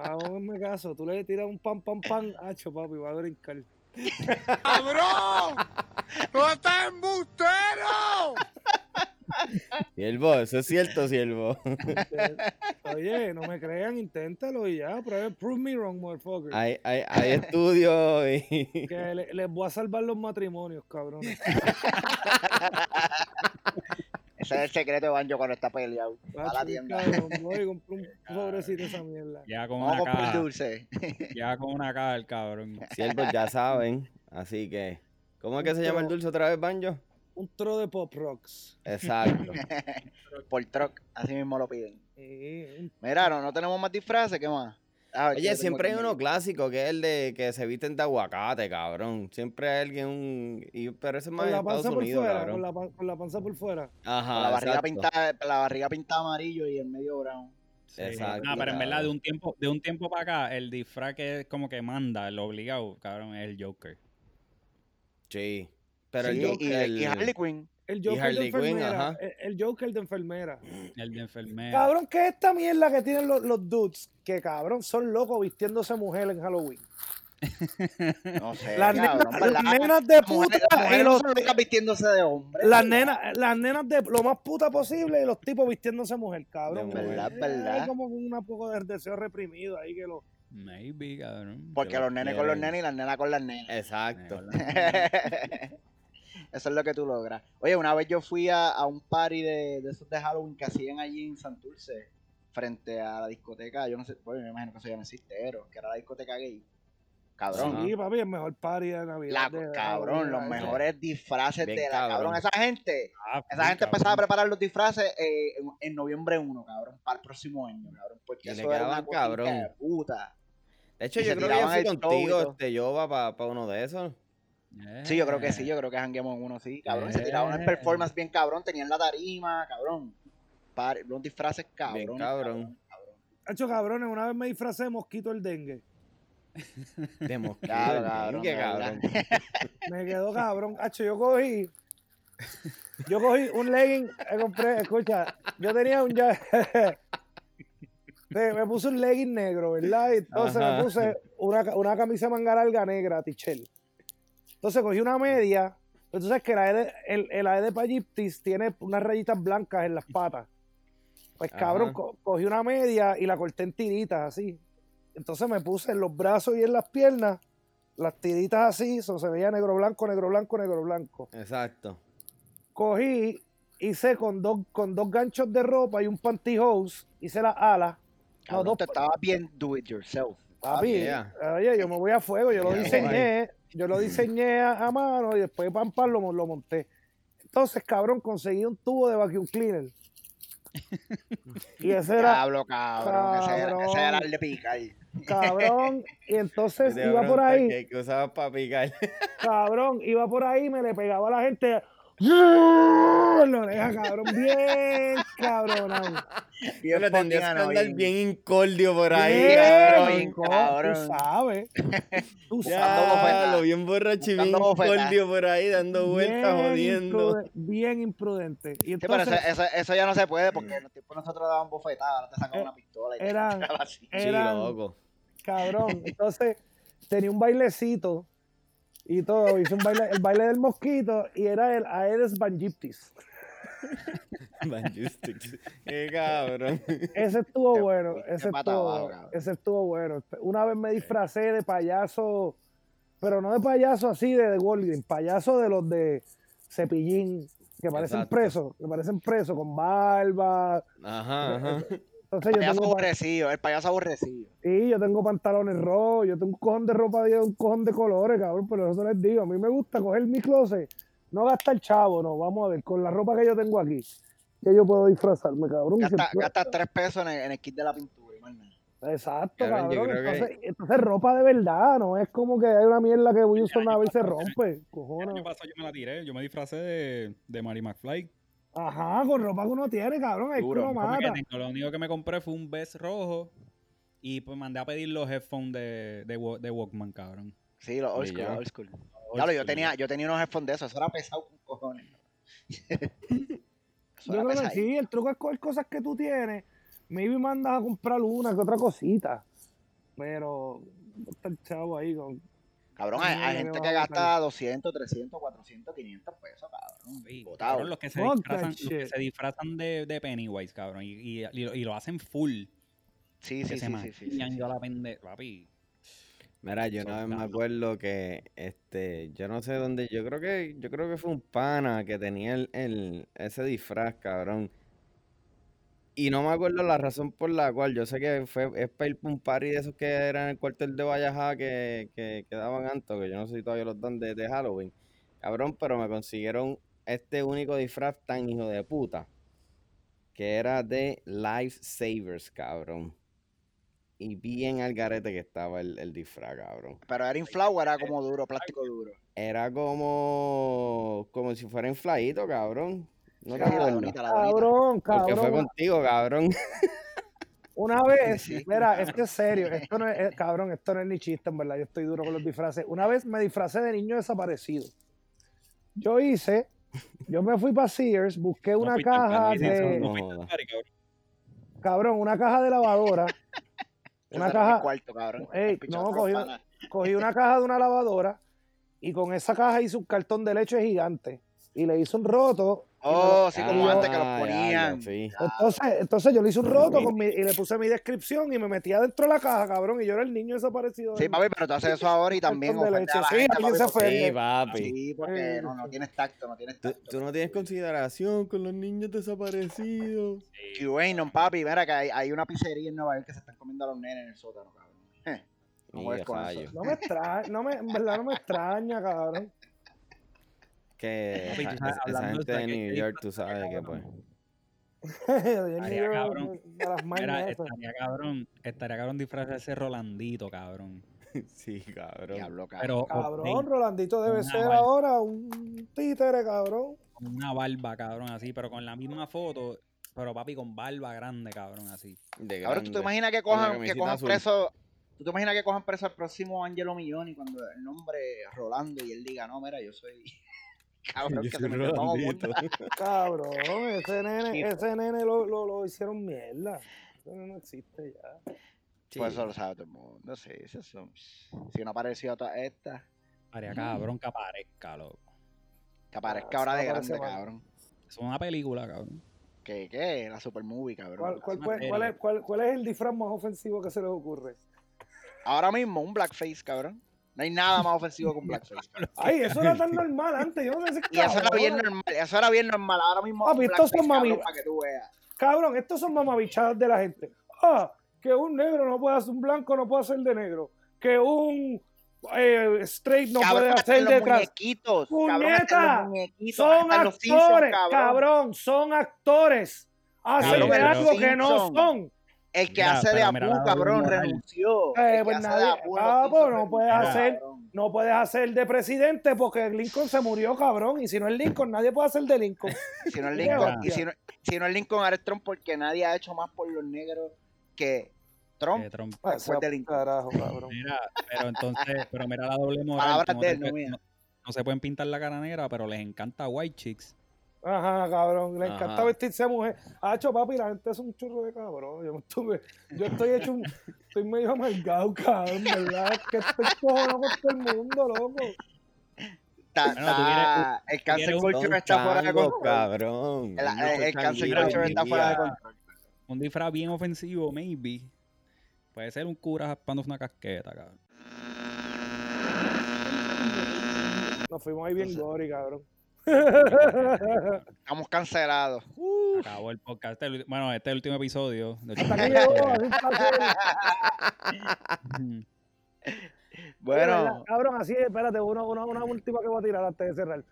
[SPEAKER 3] Hazme caso. Tú le tiras un pan, pan, pan. Hacho, papi, va a brincar.
[SPEAKER 6] ¡Cabrón! ¡No estás embustero!
[SPEAKER 4] Siervo, eso es cierto, siervo.
[SPEAKER 3] Oye, no me crean, inténtalo y ya. Pruebe, prove me wrong, motherfucker.
[SPEAKER 4] Hay, hay, hay estudios y.
[SPEAKER 3] Que le- les voy a salvar los matrimonios, cabrón.
[SPEAKER 1] Ese es el secreto de Banjo cuando está peleado. Va a la tienda.
[SPEAKER 3] Cabrón, voy y compro un sobrecito de esa mierda.
[SPEAKER 2] Llega con
[SPEAKER 1] Vamos a
[SPEAKER 2] una
[SPEAKER 1] comprar
[SPEAKER 2] caja.
[SPEAKER 1] dulce.
[SPEAKER 2] Llega con una caja el cabrón.
[SPEAKER 4] Siervos ya saben. Así que. ¿Cómo es que se llama el
[SPEAKER 3] Pero-
[SPEAKER 4] dulce otra vez, Banjo?
[SPEAKER 3] Un tro de pop rocks.
[SPEAKER 4] Exacto.
[SPEAKER 1] Por truck, así mismo lo piden.
[SPEAKER 3] Eh, un-
[SPEAKER 1] Mira, no, no tenemos más disfraces, ¿qué más? A ver, yo
[SPEAKER 4] Oye,
[SPEAKER 1] tengo
[SPEAKER 4] siempre hay
[SPEAKER 1] aquí mi-
[SPEAKER 4] uno clásico que es el de que se visten de aguacate, cabrón. Siempre hay alguien. un- y- pero ese es
[SPEAKER 3] Con
[SPEAKER 4] más en
[SPEAKER 3] la
[SPEAKER 4] Estados
[SPEAKER 3] panza por
[SPEAKER 4] Unidos,
[SPEAKER 3] fuera,
[SPEAKER 4] cabrón.
[SPEAKER 3] con la, pan- con la panza por fuera.
[SPEAKER 4] Ajá.
[SPEAKER 1] con la barriga
[SPEAKER 4] Ah, exacto.
[SPEAKER 1] pintada, la barriga pintada amarillo y el medio brown.
[SPEAKER 2] Sí.
[SPEAKER 4] Exacto,
[SPEAKER 2] Ah, pero en
[SPEAKER 4] cabrón.
[SPEAKER 2] verdad, de un tiempo, de un tiempo para acá, el disfraz que es como que manda, el obligado, cabrón, es el Joker.
[SPEAKER 4] Sí. Pero
[SPEAKER 1] Sí,
[SPEAKER 4] el, Joker-
[SPEAKER 1] y,
[SPEAKER 4] el-
[SPEAKER 1] y Harley Quinn.
[SPEAKER 3] El Joker de
[SPEAKER 4] Harley Quinn,
[SPEAKER 3] enfermera.
[SPEAKER 4] ajá. Eh.
[SPEAKER 3] el- El Joker de enfermera.
[SPEAKER 2] El de enfermera.
[SPEAKER 3] Cabrón, que esta mierda que tienen los, los dudes, que cabrón, son locos vistiéndose mujer en Halloween.
[SPEAKER 1] No sé.
[SPEAKER 3] Las
[SPEAKER 1] Eh, cabrón, pues
[SPEAKER 3] nenas,
[SPEAKER 1] ¿verdad?
[SPEAKER 3] las nenas de
[SPEAKER 1] Las mujeres-
[SPEAKER 3] puta
[SPEAKER 1] las
[SPEAKER 3] y
[SPEAKER 1] mujeres no
[SPEAKER 3] los-
[SPEAKER 1] son locas vistiéndose de hombre.
[SPEAKER 3] las nenas, las nenas de lo más puta posible y los tipos vistiéndose mujer, cabrón.
[SPEAKER 4] De mujer.
[SPEAKER 1] Verdad,
[SPEAKER 3] Hay
[SPEAKER 1] verdad.
[SPEAKER 3] como un poco de deseo reprimido ahí que lo.
[SPEAKER 2] Maybe, cabrón.
[SPEAKER 1] Porque
[SPEAKER 4] Yo
[SPEAKER 1] los nenes con los
[SPEAKER 4] quiero.
[SPEAKER 1] nenes y las nenas Eh, con las nenas.
[SPEAKER 4] Exacto.
[SPEAKER 1] Eso es lo que tú logras. Oye, una vez yo fui a, a un party de, de esos de Halloween que hacían allí en Santurce, frente a la discoteca, yo no sé, bueno, me imagino que se llama Cistero, que era la discoteca gay. Cabrón.
[SPEAKER 4] Ajá.
[SPEAKER 3] Sí, papi, el mejor party de
[SPEAKER 1] La-
[SPEAKER 3] Navidad. de
[SPEAKER 1] cabrón,
[SPEAKER 3] Halloween,
[SPEAKER 1] los
[SPEAKER 3] ahí.
[SPEAKER 1] mejores disfraces
[SPEAKER 4] Bien
[SPEAKER 1] de la cabrón.
[SPEAKER 4] cabrón.
[SPEAKER 1] Esa gente,
[SPEAKER 2] Ah,
[SPEAKER 1] esa gente
[SPEAKER 2] cabrón.
[SPEAKER 1] empezaba a preparar los disfraces eh, en, en noviembre 1, cabrón, para el próximo año, cabrón. Porque
[SPEAKER 4] Y le
[SPEAKER 1] eso era una
[SPEAKER 4] quedaban
[SPEAKER 1] cosita
[SPEAKER 4] cabrón.
[SPEAKER 1] de puta.
[SPEAKER 4] De hecho,
[SPEAKER 1] Y
[SPEAKER 4] yo
[SPEAKER 1] se
[SPEAKER 4] creo que yo
[SPEAKER 1] tiraban
[SPEAKER 4] fui
[SPEAKER 1] el show y
[SPEAKER 4] contigo,
[SPEAKER 1] todo.
[SPEAKER 4] este, yo para uno de esos.
[SPEAKER 1] Sí, yo creo que sí, yo creo que jangueamos en uno, sí, cabrón. Se tiraban
[SPEAKER 2] Eh.
[SPEAKER 1] en performance bien cabrón, tenían la tarima, cabrón. Par- los disfraces cabrón.
[SPEAKER 4] Bien cabrón.
[SPEAKER 3] Hacho, cabrones, una vez me disfracé de mosquito el dengue.
[SPEAKER 4] De mosquito.
[SPEAKER 1] Claro,
[SPEAKER 4] el
[SPEAKER 1] cabrón,
[SPEAKER 4] dengue,
[SPEAKER 1] de verdad.
[SPEAKER 4] cabrón.
[SPEAKER 3] Me quedó cabrón. Hacho, yo cogí. Yo cogí un legging, eh, compré, escucha, yo tenía un ya. me me puse un legging negro, ¿verdad? Y entonces
[SPEAKER 4] Ajá.
[SPEAKER 3] me puse una, ca- una camisa manga larga negra, Tichel. Entonces cogí una media. Pero tú sabes que la E de, el, el AE de Payiptis tiene unas rayitas blancas en las patas. Pues
[SPEAKER 4] Ajá.
[SPEAKER 3] cabrón, co- cogí una media y la corté en tiritas así. Entonces me puse en los brazos y en las piernas las tiritas así, so, se veía negro blanco, negro blanco, negro blanco.
[SPEAKER 4] Exacto.
[SPEAKER 3] Cogí, hice con dos, con dos ganchos de ropa y un pantyhose, hice las alas.
[SPEAKER 1] Cabrón,
[SPEAKER 3] dos-
[SPEAKER 1] te estaba bien do it yourself.
[SPEAKER 3] Papi,
[SPEAKER 4] yeah.
[SPEAKER 3] oye, yo me voy a fuego, yo lo
[SPEAKER 4] Yeah,
[SPEAKER 3] diseñé, yo lo diseñé a, a mano y después pam pam lo, mon- lo monté. Entonces, cabrón, conseguí un tubo de vacuum cleaner. Y ese era,
[SPEAKER 1] Diablo, cabrón. Ese, era, ese era
[SPEAKER 3] Cabrón.
[SPEAKER 1] el de picar.
[SPEAKER 3] cabrón, y entonces
[SPEAKER 4] Yo te
[SPEAKER 3] eh, iba por
[SPEAKER 4] pregunté
[SPEAKER 3] ahí.
[SPEAKER 4] qué- qué usabas para picar.
[SPEAKER 3] cabrón, iba por ahí, me le pegaba a la gente. en la oreja, cabrón, bien, cabrón.
[SPEAKER 4] Yo le tendrías que
[SPEAKER 1] poniano,
[SPEAKER 4] andar bien incordio por ahí,
[SPEAKER 1] cabrón,
[SPEAKER 3] bien,
[SPEAKER 1] cabrón.
[SPEAKER 3] Tú sabes, tú
[SPEAKER 1] Buscando
[SPEAKER 3] sabes.
[SPEAKER 4] Ya,
[SPEAKER 1] bofetadas.
[SPEAKER 4] lo bien borracho y bien
[SPEAKER 1] Buscando bofetadas.
[SPEAKER 4] incordio por ahí, dando vueltas,
[SPEAKER 3] bien
[SPEAKER 4] jodiendo.
[SPEAKER 3] imprude- Bien imprudente. Y
[SPEAKER 1] Sí, pero
[SPEAKER 3] entonces
[SPEAKER 1] eso, eso, eso ya no se puede porque los tipos nosotros daban bofetadas, ahora te sacan
[SPEAKER 3] Eh,
[SPEAKER 1] una pistola y te
[SPEAKER 3] era- eh,
[SPEAKER 1] sacan así.
[SPEAKER 4] Sí,
[SPEAKER 3] eran-
[SPEAKER 4] loco.
[SPEAKER 3] cabrón. Entonces tenía un bailecito y todo. Hice un baile, el baile del mosquito y era el Aedes Banjiptis.
[SPEAKER 4] Banjustics. Qué cabrón.
[SPEAKER 3] Ese estuvo
[SPEAKER 1] Te
[SPEAKER 3] bueno,
[SPEAKER 1] fuiste
[SPEAKER 3] ese
[SPEAKER 1] pata
[SPEAKER 3] estuvo,
[SPEAKER 1] abajo,
[SPEAKER 3] bueno,
[SPEAKER 1] cabrón.
[SPEAKER 3] ese estuvo bueno. Una vez me disfracé de payaso, pero no de payaso así de, de Walgreens, payaso de los de Cepillín, que parecen
[SPEAKER 4] Exacto.
[SPEAKER 3] presos, que parecen presos con barba.
[SPEAKER 4] Ajá, ajá.
[SPEAKER 3] Entonces pues, yo
[SPEAKER 1] payaso
[SPEAKER 3] tengo, pa-
[SPEAKER 1] aborrecido, el payaso aborrecido.
[SPEAKER 3] sí, yo tengo pantalones rojos, yo tengo un cojón de ropa de un cojón de colores, cabrón, pero eso les digo, a mí me gusta coger mi closet, no gastar chavo, no, vamos a ver, con la ropa que yo tengo aquí, que yo puedo disfrazarme, cabrón. y
[SPEAKER 1] Gasta,
[SPEAKER 3] siempre-
[SPEAKER 1] gasta tres pesos en el, en el kit de la pintura, y más nada.
[SPEAKER 3] Exacto,
[SPEAKER 4] Cabrón,
[SPEAKER 3] cabrón.
[SPEAKER 4] yo creo que-
[SPEAKER 3] entonces, entonces ropa de verdad, no es como que hay una mierda que voy a usar una vez y se rompe.
[SPEAKER 2] El año
[SPEAKER 3] Cojones.
[SPEAKER 2] pasado yo me la tiré, yo me disfracé de, de Mary McFly.
[SPEAKER 3] Ajá, con ropa que uno tiene, cabrón, es que
[SPEAKER 1] Duro,
[SPEAKER 3] uno
[SPEAKER 2] Como que
[SPEAKER 3] mata.
[SPEAKER 2] tengo- lo único que me compré fue un vest rojo y pues mandé a pedir los headphones de, de, Wa- de Walkman, cabrón.
[SPEAKER 1] Sí, los old
[SPEAKER 4] Y
[SPEAKER 1] school,
[SPEAKER 4] ya.
[SPEAKER 1] los old school. Claro, yo tenía, yo tenía unos headphones de esos, eso era pesado con cojones. Eso
[SPEAKER 3] Yo
[SPEAKER 1] era
[SPEAKER 3] creo que
[SPEAKER 1] pesadito.
[SPEAKER 3] sí, el truco es coger cosas que tú tienes. Maybe mandas a comprar una que otra cosita. Pero está el chavo ahí con.
[SPEAKER 1] Cabrón, hay,
[SPEAKER 3] Sí,
[SPEAKER 1] hay
[SPEAKER 3] me
[SPEAKER 1] gente
[SPEAKER 3] va
[SPEAKER 1] que
[SPEAKER 3] a botar.
[SPEAKER 1] gasta 200, 300, 400, 500 pesos, cabrón.
[SPEAKER 2] Sí,
[SPEAKER 1] botado.
[SPEAKER 2] cabrón, los que se
[SPEAKER 3] Fuck
[SPEAKER 2] disfrazan,
[SPEAKER 3] that
[SPEAKER 2] los que
[SPEAKER 3] shit.
[SPEAKER 2] se disfrazan de, de Pennywise, cabrón, y, y- y lo, y lo hacen full.
[SPEAKER 1] Sí, sí,
[SPEAKER 2] que
[SPEAKER 1] sí,
[SPEAKER 2] se
[SPEAKER 1] sí, sí, sí,
[SPEAKER 2] maquillan,
[SPEAKER 1] sí.
[SPEAKER 2] yo la pende- papi.
[SPEAKER 4] Mira, yo una vez me acuerdo que este, yo no sé dónde, yo creo que, yo creo que fue un pana que tenía el, el- ese disfraz, cabrón. Y no me acuerdo la razón por la cual, yo sé que fue, es para ir pa' un party de esos que eran en el cuartel de Vallajá que, que, que daban antes, que yo no sé si todavía los dan de, de Halloween, cabrón, pero me consiguieron este único disfraz tan hijo de puta, que era de Lifesavers, cabrón. y bien al garete que estaba el, el disfraz, cabrón.
[SPEAKER 1] Pero era inflado o era como duro, plástico duro.
[SPEAKER 4] Era como, como si fuera infladito, cabrón. No te
[SPEAKER 1] Era la
[SPEAKER 4] acuerdas.
[SPEAKER 1] donita, la donita.
[SPEAKER 3] Cabrón,
[SPEAKER 4] Porque fue
[SPEAKER 3] cabrón.
[SPEAKER 4] contigo, cabrón.
[SPEAKER 3] Una vez,
[SPEAKER 1] Sí.
[SPEAKER 3] mira, es que es serio, esto no es, eh, cabrón, esto no es ni chiste, en verdad, yo estoy duro con los disfraces. Una vez me disfracé de niño desaparecido. Yo hice, yo me fui para Sears, busqué una
[SPEAKER 2] fuiste,
[SPEAKER 3] caja
[SPEAKER 2] Pedro,
[SPEAKER 4] no,
[SPEAKER 3] de,
[SPEAKER 2] No fuiste
[SPEAKER 4] joda.
[SPEAKER 2] al party, cabrón.
[SPEAKER 3] cabrón, una caja de lavadora.
[SPEAKER 1] Eso
[SPEAKER 3] Una
[SPEAKER 1] era en el
[SPEAKER 3] caja-
[SPEAKER 1] cuarto, cabrón.
[SPEAKER 3] Ey,
[SPEAKER 1] El pichón
[SPEAKER 3] no,
[SPEAKER 1] de los
[SPEAKER 3] cogí-
[SPEAKER 1] panas.
[SPEAKER 3] Cogí una caja de una lavadora y con esa caja hice un cartón de leche gigante y le hice un roto. y me lo-
[SPEAKER 1] Oh, sí, como
[SPEAKER 3] Ah,
[SPEAKER 1] antes que los
[SPEAKER 4] ya,
[SPEAKER 1] ponían.
[SPEAKER 4] ya, sí.
[SPEAKER 3] Entonces, entonces yo le hice un roto con mi- y le puse mi descripción y me metía dentro de la caja, cabrón, y yo era el niño desaparecido.
[SPEAKER 1] Sí,
[SPEAKER 3] del-
[SPEAKER 1] papi, pero tú haces eso ahora y también
[SPEAKER 3] Cartón de
[SPEAKER 1] ofendes a la
[SPEAKER 3] leche. Sí,
[SPEAKER 1] gente, papi,
[SPEAKER 3] alguien se
[SPEAKER 1] porque-
[SPEAKER 3] ofende.
[SPEAKER 4] Sí, papi.
[SPEAKER 1] Pues, eh, Sí, porque no, no tienes tacto, no tienes
[SPEAKER 4] Tú,
[SPEAKER 1] tacto.
[SPEAKER 4] tú no tienes consideración con los niños desaparecidos.
[SPEAKER 1] QAnon, papi, mira que hay, hay una pizzería en Nueva York que se están comiendo a los nenes en el sótano, cabrón. Eh, No
[SPEAKER 4] Y
[SPEAKER 1] juegues con eso.
[SPEAKER 4] rayo.
[SPEAKER 3] No me extraña, no me, en verdad no me extraña, cabrón.
[SPEAKER 4] Que
[SPEAKER 2] Papi, tú
[SPEAKER 4] esa,
[SPEAKER 2] sabes,
[SPEAKER 4] esa
[SPEAKER 2] hablando de eso,
[SPEAKER 4] gente
[SPEAKER 2] que-
[SPEAKER 4] de New
[SPEAKER 2] que
[SPEAKER 4] York,
[SPEAKER 2] disfraz
[SPEAKER 4] tú
[SPEAKER 2] saca,
[SPEAKER 4] sabes que pues.
[SPEAKER 2] cabrón.
[SPEAKER 3] Yo ni
[SPEAKER 2] Estaría
[SPEAKER 3] veo
[SPEAKER 2] cabrón.
[SPEAKER 3] de las
[SPEAKER 2] Mira,
[SPEAKER 3] mañas esas.
[SPEAKER 2] estaría cabrón, estaría cabrón disfrazarse de Rolandito, cabrón.
[SPEAKER 4] pues, Sí, cabrón.
[SPEAKER 1] Diablo, cabrón.
[SPEAKER 2] Pero
[SPEAKER 3] Cabrón,
[SPEAKER 2] obtén-
[SPEAKER 3] Rolandito debe
[SPEAKER 2] Una
[SPEAKER 3] ser
[SPEAKER 2] vaina.
[SPEAKER 3] ahora un títere, cabrón.
[SPEAKER 2] con una barba, cabrón, así, pero con la misma foto, pero papi con barba grande, cabrón, así.
[SPEAKER 4] De
[SPEAKER 1] Ahora tú te
[SPEAKER 4] grande.
[SPEAKER 1] imaginas que
[SPEAKER 4] Con la
[SPEAKER 1] cojan, que
[SPEAKER 4] camisita
[SPEAKER 1] cojan
[SPEAKER 4] azul.
[SPEAKER 1] preso. ¿Tú te imaginas que cojan preso al próximo Angelo Milloni cuando el nombre Rolando y él diga, no, mira, yo soy. Cabrón,
[SPEAKER 4] Yo
[SPEAKER 1] que
[SPEAKER 4] soy
[SPEAKER 1] se me quedó como
[SPEAKER 4] Rolandito.
[SPEAKER 1] mundo.
[SPEAKER 3] Cabrón, ese nene, ese nene lo, lo, lo hicieron mierda. Ese nene no existe ya.
[SPEAKER 4] Sí.
[SPEAKER 1] Pues eso lo sabe todo el mundo, sí, eso son- Si no apareció toda esta,
[SPEAKER 2] Estaría cabrón que aparezca, loco.
[SPEAKER 1] que aparezca
[SPEAKER 3] Ah,
[SPEAKER 1] ahora
[SPEAKER 3] eso
[SPEAKER 1] de
[SPEAKER 3] me parece
[SPEAKER 1] grande,
[SPEAKER 3] mal.
[SPEAKER 1] cabrón.
[SPEAKER 2] Es una película, cabrón.
[SPEAKER 1] ¿Qué, qué? La super movie, cabrón.
[SPEAKER 3] ¿Cuál, cuál,
[SPEAKER 2] una
[SPEAKER 3] cuál-
[SPEAKER 2] serie.
[SPEAKER 3] cuál es, cuál- cuál es el disfraz más ofensivo que se les ocurre?
[SPEAKER 1] Ahora mismo, un blackface, cabrón. No hay nada más ofensivo que un blackface. cabrón.
[SPEAKER 3] Ay, eso era tan normal antes. Yo no sé si
[SPEAKER 1] Y eso era bien
[SPEAKER 3] cabrón.
[SPEAKER 1] normal, eso era bien normal. Ahora mismo,
[SPEAKER 3] Papi,
[SPEAKER 1] un
[SPEAKER 3] estos son
[SPEAKER 1] blackface,
[SPEAKER 3] mami-
[SPEAKER 1] para que tú veas.
[SPEAKER 3] Cabrón, estos son mamabichadas de la gente. Ah, que un negro no puede hacer, un blanco no puede hacer de negro. Que un eh, straight no
[SPEAKER 1] Cabrón,
[SPEAKER 3] puede
[SPEAKER 1] hasta
[SPEAKER 3] hacer
[SPEAKER 1] los
[SPEAKER 3] de trans.
[SPEAKER 1] muñequitos, cabrón, hasta
[SPEAKER 3] ¡Puñeta!
[SPEAKER 1] los muñequitos,
[SPEAKER 3] Son
[SPEAKER 1] hasta los Simpsons,
[SPEAKER 3] actores, cabrón, son actores. Hacen
[SPEAKER 2] Cabrón,
[SPEAKER 3] de
[SPEAKER 2] pero-
[SPEAKER 3] algo que no
[SPEAKER 1] Simpson.
[SPEAKER 3] son.
[SPEAKER 1] El que
[SPEAKER 2] Mira,
[SPEAKER 1] hace de
[SPEAKER 2] pero mira la
[SPEAKER 1] Apu,
[SPEAKER 2] doble
[SPEAKER 1] cabrón,
[SPEAKER 2] moral.
[SPEAKER 1] renunció.
[SPEAKER 3] Eh,
[SPEAKER 1] El que
[SPEAKER 3] pues
[SPEAKER 1] hace
[SPEAKER 3] nadie-
[SPEAKER 1] de Apu en los
[SPEAKER 3] ah, pues
[SPEAKER 1] Simpsons
[SPEAKER 3] no puedes
[SPEAKER 1] renunció,
[SPEAKER 3] hacer-
[SPEAKER 1] cabrón.
[SPEAKER 3] No puedes hacer de presidente porque Lincoln se murió, cabrón. Y si no es Lincoln, nadie puede hacer de Lincoln.
[SPEAKER 1] Si no es
[SPEAKER 3] Qué
[SPEAKER 1] Lincoln, y
[SPEAKER 3] hostia.
[SPEAKER 1] si no, si no es Lincoln, ahora es Trump, porque nadie ha hecho más por los negros que Trump.
[SPEAKER 2] Que Trump-
[SPEAKER 3] Ah,
[SPEAKER 1] Fue de Lincoln.
[SPEAKER 3] Carajo, cabrón.
[SPEAKER 2] Mira, pero entonces, pero mira la doble moral.
[SPEAKER 1] Palabras
[SPEAKER 2] como
[SPEAKER 1] de
[SPEAKER 2] te-
[SPEAKER 1] él, no mías.
[SPEAKER 2] no se pueden pintar la cara negra, pero les encanta White Chicks.
[SPEAKER 3] Ajá, cabrón. Le encanta
[SPEAKER 4] Ajá.
[SPEAKER 3] vestirse de mujer. Hacho, papi, la gente es un churro de cabrón. Yo, me estuve- yo estoy hecho un. Estoy medio amargado, cabrón, ¿verdad? Es que estoy cojonado con todo el mundo, loco.
[SPEAKER 1] Está-
[SPEAKER 2] Bueno, tú
[SPEAKER 1] está- el
[SPEAKER 2] quieres
[SPEAKER 1] cancel
[SPEAKER 2] un
[SPEAKER 4] Son
[SPEAKER 1] culture está fuera de
[SPEAKER 4] changos,
[SPEAKER 1] control.
[SPEAKER 4] cabrón.
[SPEAKER 1] El, eh,
[SPEAKER 4] Ellos
[SPEAKER 3] pues,
[SPEAKER 1] el- el
[SPEAKER 4] son
[SPEAKER 1] cancel
[SPEAKER 4] changuitos
[SPEAKER 1] culture
[SPEAKER 4] hoy
[SPEAKER 1] está
[SPEAKER 4] en
[SPEAKER 1] fuera de
[SPEAKER 4] día.
[SPEAKER 1] control.
[SPEAKER 2] Un disfraz bien ofensivo, maybe. Puede ser un cura jaspándose una casqueta, cabrón.
[SPEAKER 3] Nos fuimos ahí bien gori, cabrón.
[SPEAKER 1] Estamos cancelados.
[SPEAKER 2] Acabó el podcast. Este es el ulti- bueno, este es el último episodio. de
[SPEAKER 3] Hasta que llegó, así pasó.
[SPEAKER 2] Ujú.
[SPEAKER 1] Bueno,
[SPEAKER 3] Cabrón, así, espérate, una, una, una última que voy a tirar antes de cerrar.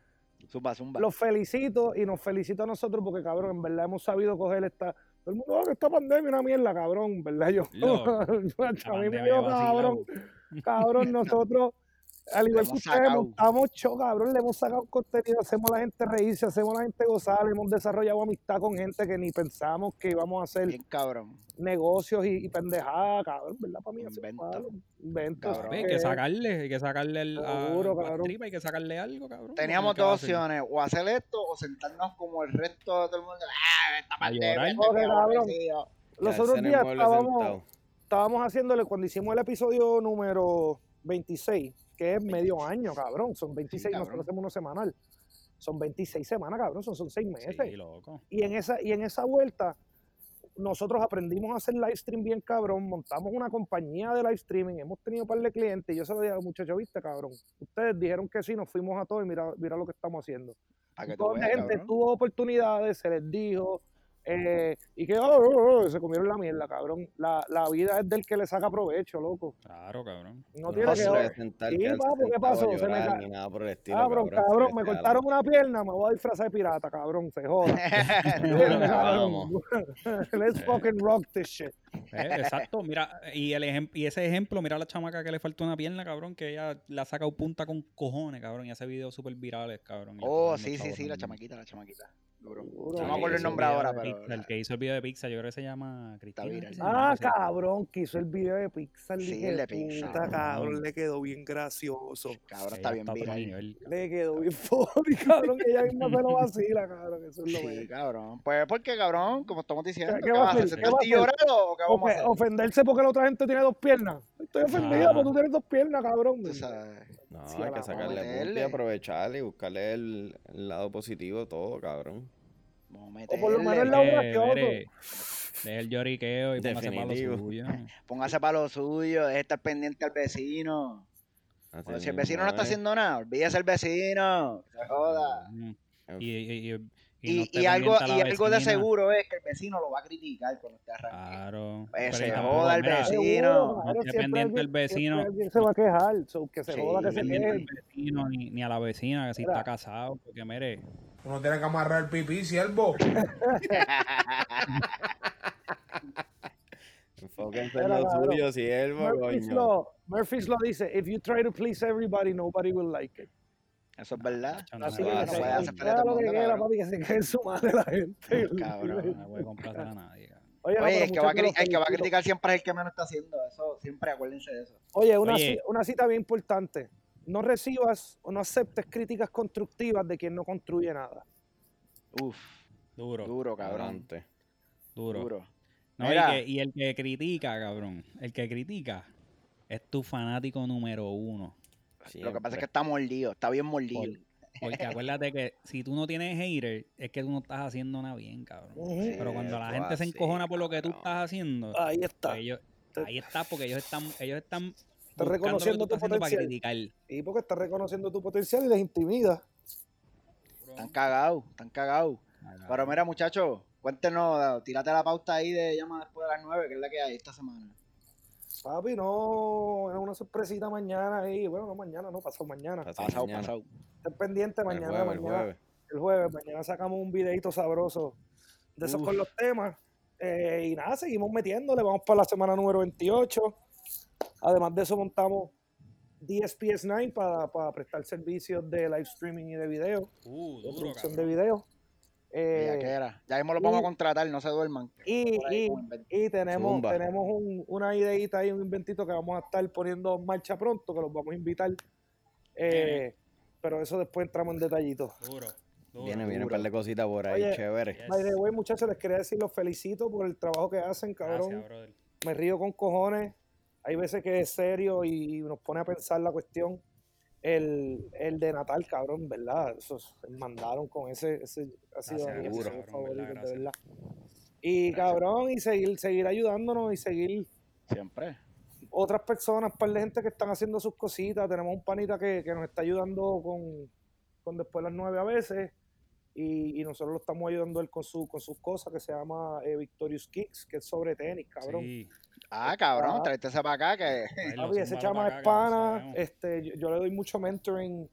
[SPEAKER 1] zumba, zumba.
[SPEAKER 3] Los felicito y nos felicito a nosotros porque, cabrón, en verdad hemos sabido coger esta. Todo el mundo, "Ah, que esta pandemia es una mierda, cabrón, en ¿verdad? Yo,
[SPEAKER 2] Loco,
[SPEAKER 3] a mí me
[SPEAKER 2] pandemia
[SPEAKER 3] dio,
[SPEAKER 2] vacilao.
[SPEAKER 3] cabrón, cabrón, nosotros, al igual que
[SPEAKER 1] hemos
[SPEAKER 3] ustedes,
[SPEAKER 1] sacado.
[SPEAKER 3] montamos show, cabrón, le hemos sacado contenido, hacemos a la gente reírse, hacemos a la gente gozar, hemos desarrollado amistad con gente que ni pensamos que íbamos a hacer
[SPEAKER 1] Bien cabrón.
[SPEAKER 3] negocios y, y pendejadas, cabrón, ¿verdad? Para mí, eso es
[SPEAKER 1] Invento.
[SPEAKER 3] malo, invento, Eh,
[SPEAKER 1] Cabrón.
[SPEAKER 2] Papi,
[SPEAKER 3] ¿sabes
[SPEAKER 2] Pues, hay que
[SPEAKER 3] qué?
[SPEAKER 2] sacarle, hay que sacarle el, a-
[SPEAKER 3] Pues, Seguro,
[SPEAKER 2] a la
[SPEAKER 3] cabrón.
[SPEAKER 2] tripa, hay que sacarle algo, cabrón.
[SPEAKER 1] Teníamos
[SPEAKER 2] ¿Qué va a
[SPEAKER 1] dos
[SPEAKER 2] hacer?
[SPEAKER 1] opciones, o hacer esto o sentarnos como el resto de todo el mundo. Ah, esta parte
[SPEAKER 2] llorar.
[SPEAKER 3] Joder, cabrón. Los
[SPEAKER 4] Ya,
[SPEAKER 3] otros
[SPEAKER 4] en el
[SPEAKER 3] días
[SPEAKER 4] mueble
[SPEAKER 3] estábamos,
[SPEAKER 4] sentado.
[SPEAKER 3] estábamos haciéndole, cuando hicimos el episodio número 26, que es medio año, cabrón, son 26,
[SPEAKER 1] cabrón.
[SPEAKER 3] nosotros hacemos uno semanal, son 26 semanas, cabrón, son, son 6 meses.
[SPEAKER 2] Sí, loco.
[SPEAKER 3] Y en esa, y en esa vuelta, nosotros aprendimos a hacer live stream bien cabrón, montamos una compañía de live streaming, hemos tenido un par de clientes, y yo se lo dije a los muchachos, viste, cabrón, ustedes dijeron que sí, nos fuimos a todo y mira, mira lo que estamos haciendo.
[SPEAKER 1] Para
[SPEAKER 3] Un
[SPEAKER 1] que tú
[SPEAKER 3] montón de
[SPEAKER 1] veas,
[SPEAKER 3] gente
[SPEAKER 1] cabrón.
[SPEAKER 3] tuvo oportunidades, se les dijo, Eh, y que oh, oh, oh, se comieron la mierda, cabrón. La, la vida es del que le saca provecho, loco.
[SPEAKER 2] Claro, cabrón.
[SPEAKER 3] No
[SPEAKER 4] Tú no
[SPEAKER 3] tiene que. oh,
[SPEAKER 4] se debe sentar
[SPEAKER 3] Sí,
[SPEAKER 4] quedarse
[SPEAKER 3] papo, ¿qué
[SPEAKER 4] sentado a
[SPEAKER 3] pasó? Se me
[SPEAKER 4] llorar
[SPEAKER 3] ca-
[SPEAKER 4] ni nada por el estilo,
[SPEAKER 3] Cabrón, cabrón, me
[SPEAKER 4] fíjate algo.
[SPEAKER 3] cortaron una pierna, me voy a disfrazar de pirata, cabrón, se joda.
[SPEAKER 4] vamos.
[SPEAKER 3] Let's fucking rock this shit.
[SPEAKER 2] Eh, exacto, mira, y, el ejem- y ese ejemplo, mira a la chamaca que le faltó una pierna, cabrón, que ella la ha sacado punta con cojones, cabrón, y hace videos súper virales, cabrón. y le
[SPEAKER 1] Oh,
[SPEAKER 2] está
[SPEAKER 1] sí,
[SPEAKER 2] dando
[SPEAKER 1] sí, sí,
[SPEAKER 2] chavos
[SPEAKER 1] la
[SPEAKER 2] también.
[SPEAKER 1] chamaquita, la chamaquita. Duro.
[SPEAKER 3] Duro.
[SPEAKER 1] No
[SPEAKER 4] Sí,
[SPEAKER 1] me acuerdo el
[SPEAKER 4] hizo un
[SPEAKER 1] nombre
[SPEAKER 2] video
[SPEAKER 1] ahora,
[SPEAKER 2] de
[SPEAKER 1] pero.
[SPEAKER 2] Pixar, el que hizo el video de Pizza, yo creo que se llama Cristina.
[SPEAKER 1] viral.
[SPEAKER 2] ¿sí?
[SPEAKER 3] Ah,
[SPEAKER 2] No sé.
[SPEAKER 3] cabrón, que hizo el video de Pixar.
[SPEAKER 1] Sí,
[SPEAKER 3] dije,
[SPEAKER 1] el de Pixar.
[SPEAKER 3] Puta, cabrón, le quedó bien gracioso.
[SPEAKER 1] Cabrón,
[SPEAKER 2] Ella
[SPEAKER 1] está bien
[SPEAKER 2] a otro
[SPEAKER 1] viral.
[SPEAKER 2] nivel.
[SPEAKER 3] Le quedó bien funny, cabrón, que ella misma se lo vacila, cabrón, que eso es lo
[SPEAKER 1] Sí,
[SPEAKER 3] mejor.
[SPEAKER 1] cabrón. Pues porque, cabrón, como estamos diciendo,
[SPEAKER 3] ¿Qué
[SPEAKER 1] ¿qué
[SPEAKER 3] va a
[SPEAKER 1] vas a
[SPEAKER 3] hacer?
[SPEAKER 1] hacer?
[SPEAKER 3] ¿Qué va a
[SPEAKER 1] ¿Te
[SPEAKER 3] hacer?
[SPEAKER 1] llorado o qué vamos a
[SPEAKER 3] Ofe-
[SPEAKER 1] hacer?
[SPEAKER 3] ofenderse porque la otra gente tiene dos piernas. Estoy ofendido
[SPEAKER 2] Ah.
[SPEAKER 3] porque tú tienes dos piernas, cabrón.
[SPEAKER 1] Tú sabes.
[SPEAKER 4] No,
[SPEAKER 3] Sí, a
[SPEAKER 4] hay
[SPEAKER 3] la
[SPEAKER 4] que sacarle
[SPEAKER 1] madre.
[SPEAKER 4] punta y aprovechar y buscarle el, el lado positivo de todo, cabrón.
[SPEAKER 1] Vamos a
[SPEAKER 3] O por lo menos
[SPEAKER 1] meterle,
[SPEAKER 3] la una
[SPEAKER 2] Eh,
[SPEAKER 3] que otro.
[SPEAKER 2] mire, Deje el lloriqueo y póngase para lo
[SPEAKER 4] Definitivo.
[SPEAKER 2] suyo.
[SPEAKER 1] Póngase para lo suyo, deje estar pendiente al vecino.
[SPEAKER 4] Así
[SPEAKER 1] Bueno, si el
[SPEAKER 4] mismo
[SPEAKER 1] vecino no está
[SPEAKER 4] es.
[SPEAKER 1] haciendo nada, olvídese el vecino. que Se joda.
[SPEAKER 2] Mm.
[SPEAKER 4] En
[SPEAKER 2] Y, y- y- y no
[SPEAKER 1] Y,
[SPEAKER 2] esté
[SPEAKER 1] y algo,
[SPEAKER 2] pendiente a la
[SPEAKER 1] y algo de
[SPEAKER 2] vecina.
[SPEAKER 1] seguro es que el vecino lo va a criticar cuando esté arrancando.
[SPEAKER 2] Claro.
[SPEAKER 1] Pues
[SPEAKER 2] Pero
[SPEAKER 1] se
[SPEAKER 2] tampoco,
[SPEAKER 1] joda el
[SPEAKER 2] mira,
[SPEAKER 1] vecino.
[SPEAKER 3] Seguro,
[SPEAKER 2] no esté
[SPEAKER 3] siempre
[SPEAKER 2] pendiente el
[SPEAKER 3] alguien-
[SPEAKER 2] vecino.
[SPEAKER 3] siempre alguien se va a quejar, so, que se
[SPEAKER 1] Sí,
[SPEAKER 3] joda, que se
[SPEAKER 2] pendiente
[SPEAKER 3] queje.
[SPEAKER 2] al vecino, ni, ni a la vecina que si
[SPEAKER 3] Mira.
[SPEAKER 2] está casado, porque mire,
[SPEAKER 7] Uno tiene que amarrar el pipí, siervo.
[SPEAKER 4] Enfóquense en
[SPEAKER 3] Era
[SPEAKER 4] lo
[SPEAKER 3] cabrón.
[SPEAKER 4] suyo, siervo,
[SPEAKER 3] Murphy's
[SPEAKER 4] coño.
[SPEAKER 3] Law, Murphy's Law dice, if you try to please everybody, nobody will like it.
[SPEAKER 1] Eso es verdad.
[SPEAKER 2] Ah, chacho, no
[SPEAKER 3] Así
[SPEAKER 2] le
[SPEAKER 3] que
[SPEAKER 2] voy a
[SPEAKER 4] Ah,
[SPEAKER 3] que
[SPEAKER 4] sí.
[SPEAKER 2] hacer-
[SPEAKER 3] se
[SPEAKER 1] Vaya,
[SPEAKER 3] haga
[SPEAKER 1] se pelea todo
[SPEAKER 3] lo
[SPEAKER 1] el
[SPEAKER 3] que
[SPEAKER 1] mundo,
[SPEAKER 3] quiera,
[SPEAKER 1] cabrón.
[SPEAKER 3] papi, que se quede en su madre la gente.
[SPEAKER 1] Cabrón.
[SPEAKER 2] no le voy a complacer a nadie. cabrón.
[SPEAKER 3] Oye, no,
[SPEAKER 1] Oye,
[SPEAKER 3] pero
[SPEAKER 1] el que, va a
[SPEAKER 3] muchachos, los
[SPEAKER 1] cri- el que va a
[SPEAKER 3] felicito.
[SPEAKER 1] criticar siempre es el que menos está haciendo. Eso, siempre acuérdense de eso.
[SPEAKER 3] Oye, una,
[SPEAKER 2] Oye.
[SPEAKER 3] ci- una cita bien importante. No recibas o no aceptes críticas constructivas de quien no construye nada.
[SPEAKER 1] Uf,
[SPEAKER 2] Duro,
[SPEAKER 1] duro, cabrón.
[SPEAKER 4] Adelante.
[SPEAKER 2] duro.
[SPEAKER 1] Duro.
[SPEAKER 2] No, y,
[SPEAKER 1] Mira.
[SPEAKER 2] que- y el que critica, cabrón, el que critica es tu fanático número uno.
[SPEAKER 1] Lo que pasa es
[SPEAKER 4] Siempre.
[SPEAKER 1] que está mordido, está bien mordido.
[SPEAKER 2] Porque acuérdate que si tú no tienes hater, es que tú no estás haciendo nada bien, cabrón.
[SPEAKER 3] Ujú.
[SPEAKER 2] Pero cuando la
[SPEAKER 4] Eso
[SPEAKER 2] gente se
[SPEAKER 4] así,
[SPEAKER 2] encojona por lo que tú
[SPEAKER 4] cabrón.
[SPEAKER 2] estás haciendo,
[SPEAKER 3] Ahí está.
[SPEAKER 2] pues ellos- ahí está, porque ellos están, ellos están buscando lo que
[SPEAKER 3] reconociendo
[SPEAKER 2] tú
[SPEAKER 3] tu
[SPEAKER 2] estás haciendo para
[SPEAKER 3] potencial.
[SPEAKER 2] criticar.
[SPEAKER 3] Y porque estás reconociendo tu potencial y les intimida.
[SPEAKER 1] Están cagados, están cagados.
[SPEAKER 2] Ah.
[SPEAKER 1] Pero mira, muchachos, cuéntenos, tírate la pauta ahí de llama después de las 9, que es la que hay esta semana.
[SPEAKER 3] Papi, no, es una sorpresita mañana ahí. Bueno, no mañana, no, pasado mañana.
[SPEAKER 4] Pasado
[SPEAKER 1] Pasado,
[SPEAKER 4] mañana.
[SPEAKER 1] pasado.
[SPEAKER 3] Estén pendientes
[SPEAKER 4] El
[SPEAKER 3] mañana,
[SPEAKER 4] jueves, el
[SPEAKER 3] mañana.
[SPEAKER 4] jueves.
[SPEAKER 3] el jueves. Mañana sacamos un videito sabroso de esos con los temas. Eh, y nada, seguimos metiéndole. Vamos para la semana número 28. Además de eso, montamos DSPS 9 para, para prestar servicios de live streaming y de video,
[SPEAKER 2] Uh,
[SPEAKER 3] de
[SPEAKER 2] duro,
[SPEAKER 3] producción
[SPEAKER 2] cabrón.
[SPEAKER 3] de video. Eh,
[SPEAKER 1] Ya que era. Ya mismo lo vamos a
[SPEAKER 3] y-
[SPEAKER 1] contratar, no se duerman.
[SPEAKER 3] y,
[SPEAKER 1] Por ahí
[SPEAKER 3] y,
[SPEAKER 1] con invento.
[SPEAKER 3] y tenemos,
[SPEAKER 4] Zumba.
[SPEAKER 3] tenemos un- una ideita y un inventito que vamos a estar poniendo en marcha pronto, que los vamos a invitar. Eh, pero eso después entramos en detallitos.
[SPEAKER 2] Duro, duro.
[SPEAKER 4] Viene, viene un par de cositas por ahí,
[SPEAKER 3] Oye,
[SPEAKER 4] chévere.
[SPEAKER 3] By the way, muchachos, les quería decir, los felicito por el trabajo que hacen, cabrón.
[SPEAKER 2] Gracias, brother.
[SPEAKER 3] Me río con cojones. Hay veces que es serio y nos pone a pensar la cuestión. El, el de Natal, cabrón, ¿verdad? Eso es- mandaron con ese, ese ha sido
[SPEAKER 2] Gracias,
[SPEAKER 3] mi
[SPEAKER 2] seguro,
[SPEAKER 3] episodio
[SPEAKER 2] cabrón,
[SPEAKER 3] favorito,
[SPEAKER 2] ¿verdad?
[SPEAKER 3] de
[SPEAKER 2] Gracias.
[SPEAKER 3] verdad. Y
[SPEAKER 1] Gracias.
[SPEAKER 3] cabrón, y seguir, seguir ayudándonos y seguir
[SPEAKER 1] Siempre.
[SPEAKER 3] otras personas, par de gente que están haciendo sus cositas. Tenemos un panita que, que nos está ayudando con, con después de las nueve a veces. Y, y nosotros lo estamos ayudando él con, su, con sus cosas, que se llama eh, Victorious Kicks, que es sobre tenis, cabrón.
[SPEAKER 2] Sí,
[SPEAKER 1] Ah, cabrón,
[SPEAKER 3] Ah.
[SPEAKER 1] tráete esa para acá que.
[SPEAKER 2] traerlo,
[SPEAKER 3] Papi, ese
[SPEAKER 2] zúmbalo
[SPEAKER 3] chama
[SPEAKER 2] pa'
[SPEAKER 3] es
[SPEAKER 2] acá, que no
[SPEAKER 3] pana,
[SPEAKER 2] sabemos.
[SPEAKER 3] este, yo, yo le doy mucho mentoring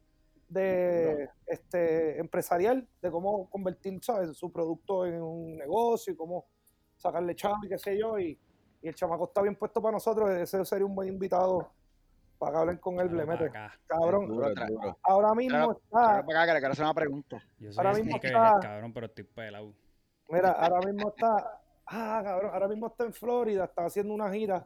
[SPEAKER 3] de este empresarial, de cómo convertir, ¿sabes? su producto en un negocio y cómo sacarle chavo y qué sé yo, y, y el chamaco está bien puesto para nosotros, ese sería un buen invitado para que hablen con él,
[SPEAKER 2] Zúmbalo
[SPEAKER 3] le
[SPEAKER 2] pa'
[SPEAKER 3] mete.
[SPEAKER 2] acá.
[SPEAKER 4] Es
[SPEAKER 3] Cabrón,
[SPEAKER 4] duro, es
[SPEAKER 1] otra-
[SPEAKER 4] duro.
[SPEAKER 3] ahora mismo
[SPEAKER 1] Claro,
[SPEAKER 3] está,
[SPEAKER 1] Tráelo para acá que le quiero hacer una pregunta.
[SPEAKER 2] Yo soy
[SPEAKER 3] Ahora
[SPEAKER 2] el
[SPEAKER 3] mismo
[SPEAKER 2] sneaker,
[SPEAKER 3] está-
[SPEAKER 2] cabrón, pero estoy pelado.
[SPEAKER 3] mira, ahora mismo está, ah, cabrón, ahora mismo está en Florida, está haciendo una gira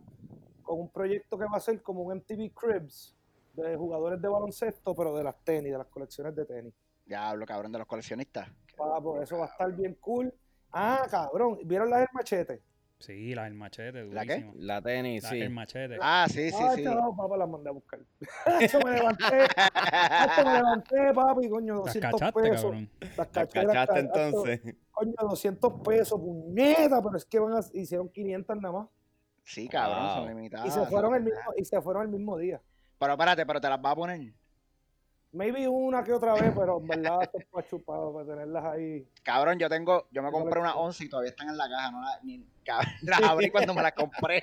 [SPEAKER 3] con un proyecto que va a ser como un MTV Cribs de jugadores de baloncesto, pero de las tenis, de las colecciones de tenis.
[SPEAKER 1] Diablo, cabrón, de los coleccionistas.
[SPEAKER 3] Papo, eso va a estar bien cool. Ah, cabrón, ¿vieron las del machete?
[SPEAKER 2] Sí, la del machete,
[SPEAKER 1] ¿La qué?
[SPEAKER 2] durísimo.
[SPEAKER 4] La tenis,
[SPEAKER 2] La-
[SPEAKER 4] sí.
[SPEAKER 2] El machete.
[SPEAKER 1] Ah, sí, sí,
[SPEAKER 3] ah,
[SPEAKER 1] sí.
[SPEAKER 3] chaval, papá, las mandé a buscar. Eso me levanté, eso me levanté, papi, coño,
[SPEAKER 2] Las
[SPEAKER 3] 200
[SPEAKER 2] cachaste,
[SPEAKER 3] pesos.
[SPEAKER 2] cabrón.
[SPEAKER 3] Las
[SPEAKER 4] ¿La
[SPEAKER 3] caché, las
[SPEAKER 4] cachaste
[SPEAKER 3] ca-
[SPEAKER 4] entonces?
[SPEAKER 3] Coño, 200 pesos, puñeta, pero es que van a, hicieron 500 nada más.
[SPEAKER 1] Sí, cabrón,
[SPEAKER 4] Wow.
[SPEAKER 1] son limitadas.
[SPEAKER 3] y se fueron
[SPEAKER 1] son
[SPEAKER 3] el
[SPEAKER 1] limitadas.
[SPEAKER 3] mismo, y se fueron el mismo día.
[SPEAKER 1] Pero espérate, pero te las va a poner.
[SPEAKER 3] Maybe una que otra vez, pero en verdad esto es para chupado, para tenerlas ahí.
[SPEAKER 1] Cabrón, yo tengo, yo me compré una 11 y todavía están en la caja, no la- ni, cabrón, las abrí cuando me las compré.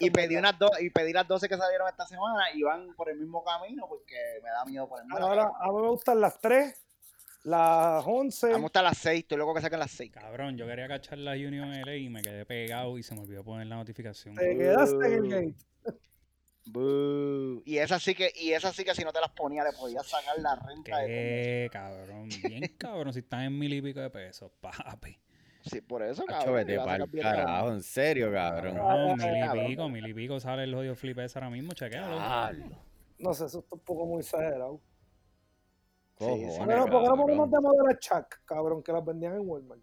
[SPEAKER 1] y pedí unas dos, y pedí las 12 que salieron esta semana y van por el mismo camino porque me da miedo ponerme la
[SPEAKER 3] Ahora, a mí me gustan las 3, las 11.
[SPEAKER 1] Vamos hasta las 6, estoy loco que saquen las 6.
[SPEAKER 2] Cabrón, yo quería cachar la Union LA y me quedé pegado y se me olvidó poner la notificación.
[SPEAKER 3] Te quedaste en el gate.
[SPEAKER 1] Y esas sí que, y esas sí que si no te las ponía, le podías sacar la renta de
[SPEAKER 2] ¿Qué, cabrón? Bien cabrón, si están en mil y pico de pesos, papi.
[SPEAKER 1] Sí, por eso,
[SPEAKER 4] Hacho,
[SPEAKER 1] cabrón.
[SPEAKER 4] vete
[SPEAKER 1] iba a sacar
[SPEAKER 4] pa'l
[SPEAKER 1] bien
[SPEAKER 4] carajo, en serio, cabrón.
[SPEAKER 2] Cabrón,
[SPEAKER 3] Ah,
[SPEAKER 2] mil y
[SPEAKER 1] cabrón.
[SPEAKER 2] pico, mil y pico sale el odio flip ese ahora mismo, chequealo.
[SPEAKER 3] No sé, eso está un poco muy exagerado.
[SPEAKER 1] Sí, sí.
[SPEAKER 4] Cojones,
[SPEAKER 3] Bueno, ¿por qué no ponemos
[SPEAKER 4] cabrón.
[SPEAKER 3] de moda las Chuck, cabrón, que las vendían en Walmart?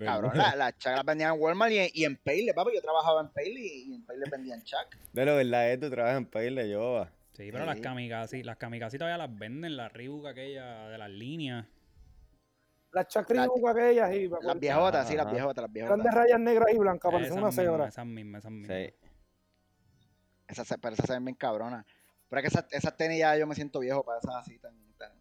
[SPEAKER 1] Cabrón, la- las chacas las vendían en Walmart y en, y en Payle, papi. Yo trabajaba en Payle y, y en Payle vendían chac.
[SPEAKER 4] De lo verdad, es tú trabajas en país de Yoba.
[SPEAKER 2] Sí, pero las
[SPEAKER 1] Sí.
[SPEAKER 2] kamikaze, las kamikaze todavía las venden, la Reebok aquella de las líneas.
[SPEAKER 3] Las Chuck Reebok aquellas y me acuerdo,
[SPEAKER 1] Las viejotas, sí, las
[SPEAKER 4] Ajá.
[SPEAKER 1] viejotas, las
[SPEAKER 3] eran
[SPEAKER 1] viejotas.
[SPEAKER 3] de rayas negras y blancas,
[SPEAKER 2] Esas
[SPEAKER 3] parecían una
[SPEAKER 2] mismas,
[SPEAKER 3] cebra.
[SPEAKER 2] Esas mismas, esas mismas.
[SPEAKER 4] Sí.
[SPEAKER 1] Esas, se- pero esas se ven bien cabronas. Pero es que esas, esas tenis ya yo me siento viejo para esas así tan, tan,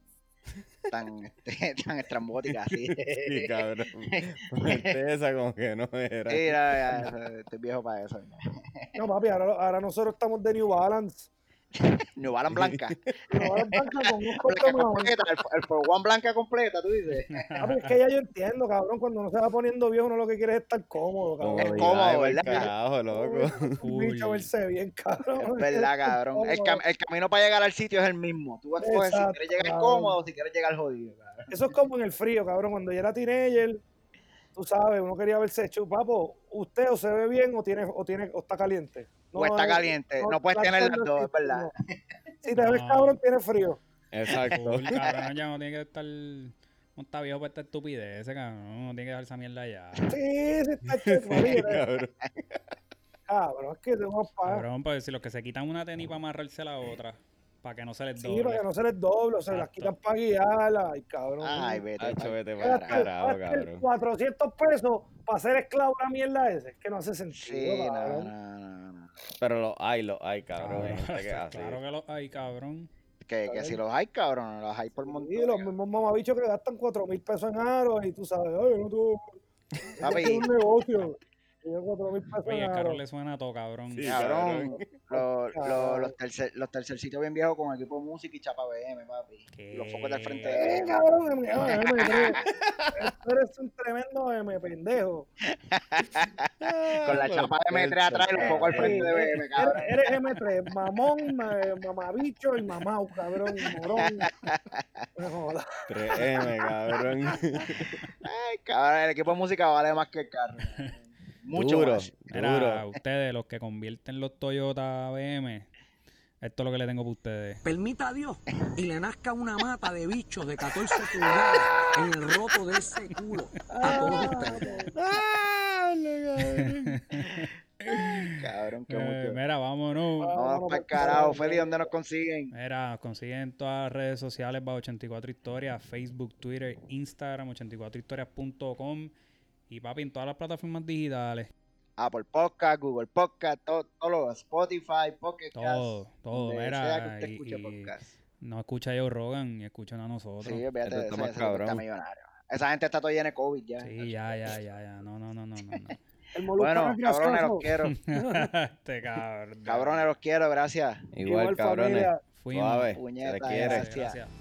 [SPEAKER 1] tan, este, tan estrambóticas así.
[SPEAKER 4] Sí, cabrón. Ponerte esa como que no era.
[SPEAKER 1] Sí, ya, ya, ya, estoy viejo para eso. ¿no?
[SPEAKER 3] No, papi, ahora, lo- ahora nosotros estamos de New Balance.
[SPEAKER 1] New Balance blanca.
[SPEAKER 3] New Balance blanca con un
[SPEAKER 1] blanca
[SPEAKER 3] corte más
[SPEAKER 1] completa, el, el For One blanca completa, tú dices.
[SPEAKER 3] Papi, es que ya yo entiendo, cabrón, cuando uno se va poniendo viejo, uno lo que quiere es estar cómodo, cabrón.
[SPEAKER 1] Es
[SPEAKER 4] Comodidad
[SPEAKER 1] cómodo,
[SPEAKER 4] de pa'l
[SPEAKER 1] ¿verdad?
[SPEAKER 4] Carajo, loco.
[SPEAKER 3] Un bicho
[SPEAKER 2] Uy.
[SPEAKER 3] verse bien, cabrón.
[SPEAKER 1] Es verdad, cabrón. El, cam- el camino para llegar al sitio es el mismo. Tú vas a coger si
[SPEAKER 3] Exacto,
[SPEAKER 1] quieres llegar
[SPEAKER 3] cabrón.
[SPEAKER 1] cómodo o si quieres llegar jodido. cabrón.
[SPEAKER 3] Eso es como en el frío, cabrón. Cuando yo era teenager, tú sabes, uno quería verse hecho, papo, usted o se ve bien o tiene, o tiene, o está caliente.
[SPEAKER 1] O está caliente. No puedes tener las dos, es verdad.
[SPEAKER 3] Si te ves
[SPEAKER 2] No.
[SPEAKER 3] cabrón, tiene frío.
[SPEAKER 4] Exacto.
[SPEAKER 2] Full, cabrón, ya no tiene que estar. No está viejo para esta estupidez, cabrón. No tiene que dejar esa mierda ya.
[SPEAKER 3] Ah. Sí, sí, está hecho,
[SPEAKER 4] Sí,
[SPEAKER 3] cabrón.
[SPEAKER 4] cabrón.
[SPEAKER 3] Cabrón, es que tengo para.
[SPEAKER 2] Cabrón, pues si los que se quitan una tenis para amarrarse la otra, para que no se les
[SPEAKER 3] Sí, para
[SPEAKER 2] doble.
[SPEAKER 3] que no se les doble, o se las
[SPEAKER 2] Exacto.
[SPEAKER 3] quitan para guiarla. Ay, cabrón.
[SPEAKER 1] Ay, vete.
[SPEAKER 4] Hacho, vete pa'l
[SPEAKER 3] Gastar-
[SPEAKER 4] carajo,
[SPEAKER 3] gastar
[SPEAKER 4] cabrón.
[SPEAKER 3] 400 pesos para ser esclavo de una mierda esa. Es que no hace sentido,
[SPEAKER 1] Sí, no, no,
[SPEAKER 3] cabrón.
[SPEAKER 1] no, no.
[SPEAKER 4] Pero los hay, los hay, cabrón. hay
[SPEAKER 2] Cabrón,
[SPEAKER 4] gente que es así.
[SPEAKER 2] claro que los hay, cabrón.
[SPEAKER 1] Que, que si los hay, cabrón, los hay por montón.
[SPEAKER 3] Y los
[SPEAKER 1] cabrón.
[SPEAKER 3] mismos mamabichos que gastan 4 mil pesos en aro y tú sabes, ay, yo no tengo
[SPEAKER 1] Papi,
[SPEAKER 3] es un negocio. Y yo 4 mil pesos
[SPEAKER 2] Oye,
[SPEAKER 3] en
[SPEAKER 2] el carro
[SPEAKER 3] aro.
[SPEAKER 2] le suena a todo, cabrón.
[SPEAKER 4] Sí,
[SPEAKER 1] cabrón. Los, los,
[SPEAKER 3] Cabrón.
[SPEAKER 1] los, tercer, los tercercitos bien viejos con equipo de música y chapa BM, papi.
[SPEAKER 2] ¿Qué?
[SPEAKER 1] Los focos del frente.
[SPEAKER 3] Eh,
[SPEAKER 1] de-
[SPEAKER 3] cabrón, M, M, M, tú eres un tremendo M, pendejo.
[SPEAKER 4] Ah,
[SPEAKER 1] Con la chapa de M3 atrás y los focos al frente de BM, cabrón.
[SPEAKER 3] Eh, Eres, eres M3, mamón, ma- mamabicho y mamau, cabrón, morón. No jodas.
[SPEAKER 4] 3M, cabrón.
[SPEAKER 1] Ay, cabrón, el equipo de música vale más que el carro. cabrón. Mucho
[SPEAKER 4] duro,
[SPEAKER 1] más.
[SPEAKER 2] Mira,
[SPEAKER 4] duro.
[SPEAKER 2] ustedes, los que convierten los Toyota BM, esto es lo que le tengo para ustedes.
[SPEAKER 5] Permita a Dios y le nazca una mata de bichos de 14 pulgadas en el roto de ese culo a todos
[SPEAKER 1] Ah,
[SPEAKER 5] ustedes.
[SPEAKER 1] Cabrón, que
[SPEAKER 2] Eh,
[SPEAKER 1] mucho.
[SPEAKER 2] mira, vámonos.
[SPEAKER 3] Ah,
[SPEAKER 1] Vamos para el carajo, Feli, ¿dónde nos consiguen?
[SPEAKER 2] Mira, nos consiguen en todas las redes sociales bajo 84 Historias, Facebook, Twitter, Instagram, 84historias.com y papi en todas las plataformas digitales.
[SPEAKER 1] Apple Podcast, Google Podcast, todo, todo lo- Spotify, Pocket Cast,
[SPEAKER 2] Todo, todo,
[SPEAKER 1] donde
[SPEAKER 2] mira,
[SPEAKER 1] sea que usted
[SPEAKER 2] y-
[SPEAKER 1] escuche
[SPEAKER 2] y-
[SPEAKER 1] podcast.
[SPEAKER 2] No escucha a Joe Rogan y escuchan a nosotros.
[SPEAKER 1] Sí,
[SPEAKER 2] Sí,
[SPEAKER 1] fíjate,
[SPEAKER 4] Esto
[SPEAKER 1] ese,
[SPEAKER 4] está
[SPEAKER 1] ese
[SPEAKER 4] más
[SPEAKER 1] tipo está
[SPEAKER 4] cabrón.
[SPEAKER 1] millonario. Esa gente está todo llena de COVID ya.
[SPEAKER 2] ya, ya, ya, ya. No, no, no, no, no. no.
[SPEAKER 3] El molusco
[SPEAKER 1] Bueno,
[SPEAKER 3] es
[SPEAKER 1] cabrones,
[SPEAKER 3] gracioso.
[SPEAKER 1] los quiero.
[SPEAKER 2] este cabrón.
[SPEAKER 1] Cabrones, los quiero, gracias.
[SPEAKER 4] Igual, cabrones.
[SPEAKER 3] familia.
[SPEAKER 2] Fuimos.
[SPEAKER 4] Suave, se les
[SPEAKER 1] Puñeta,
[SPEAKER 4] quiere.
[SPEAKER 2] Gracias, gracias.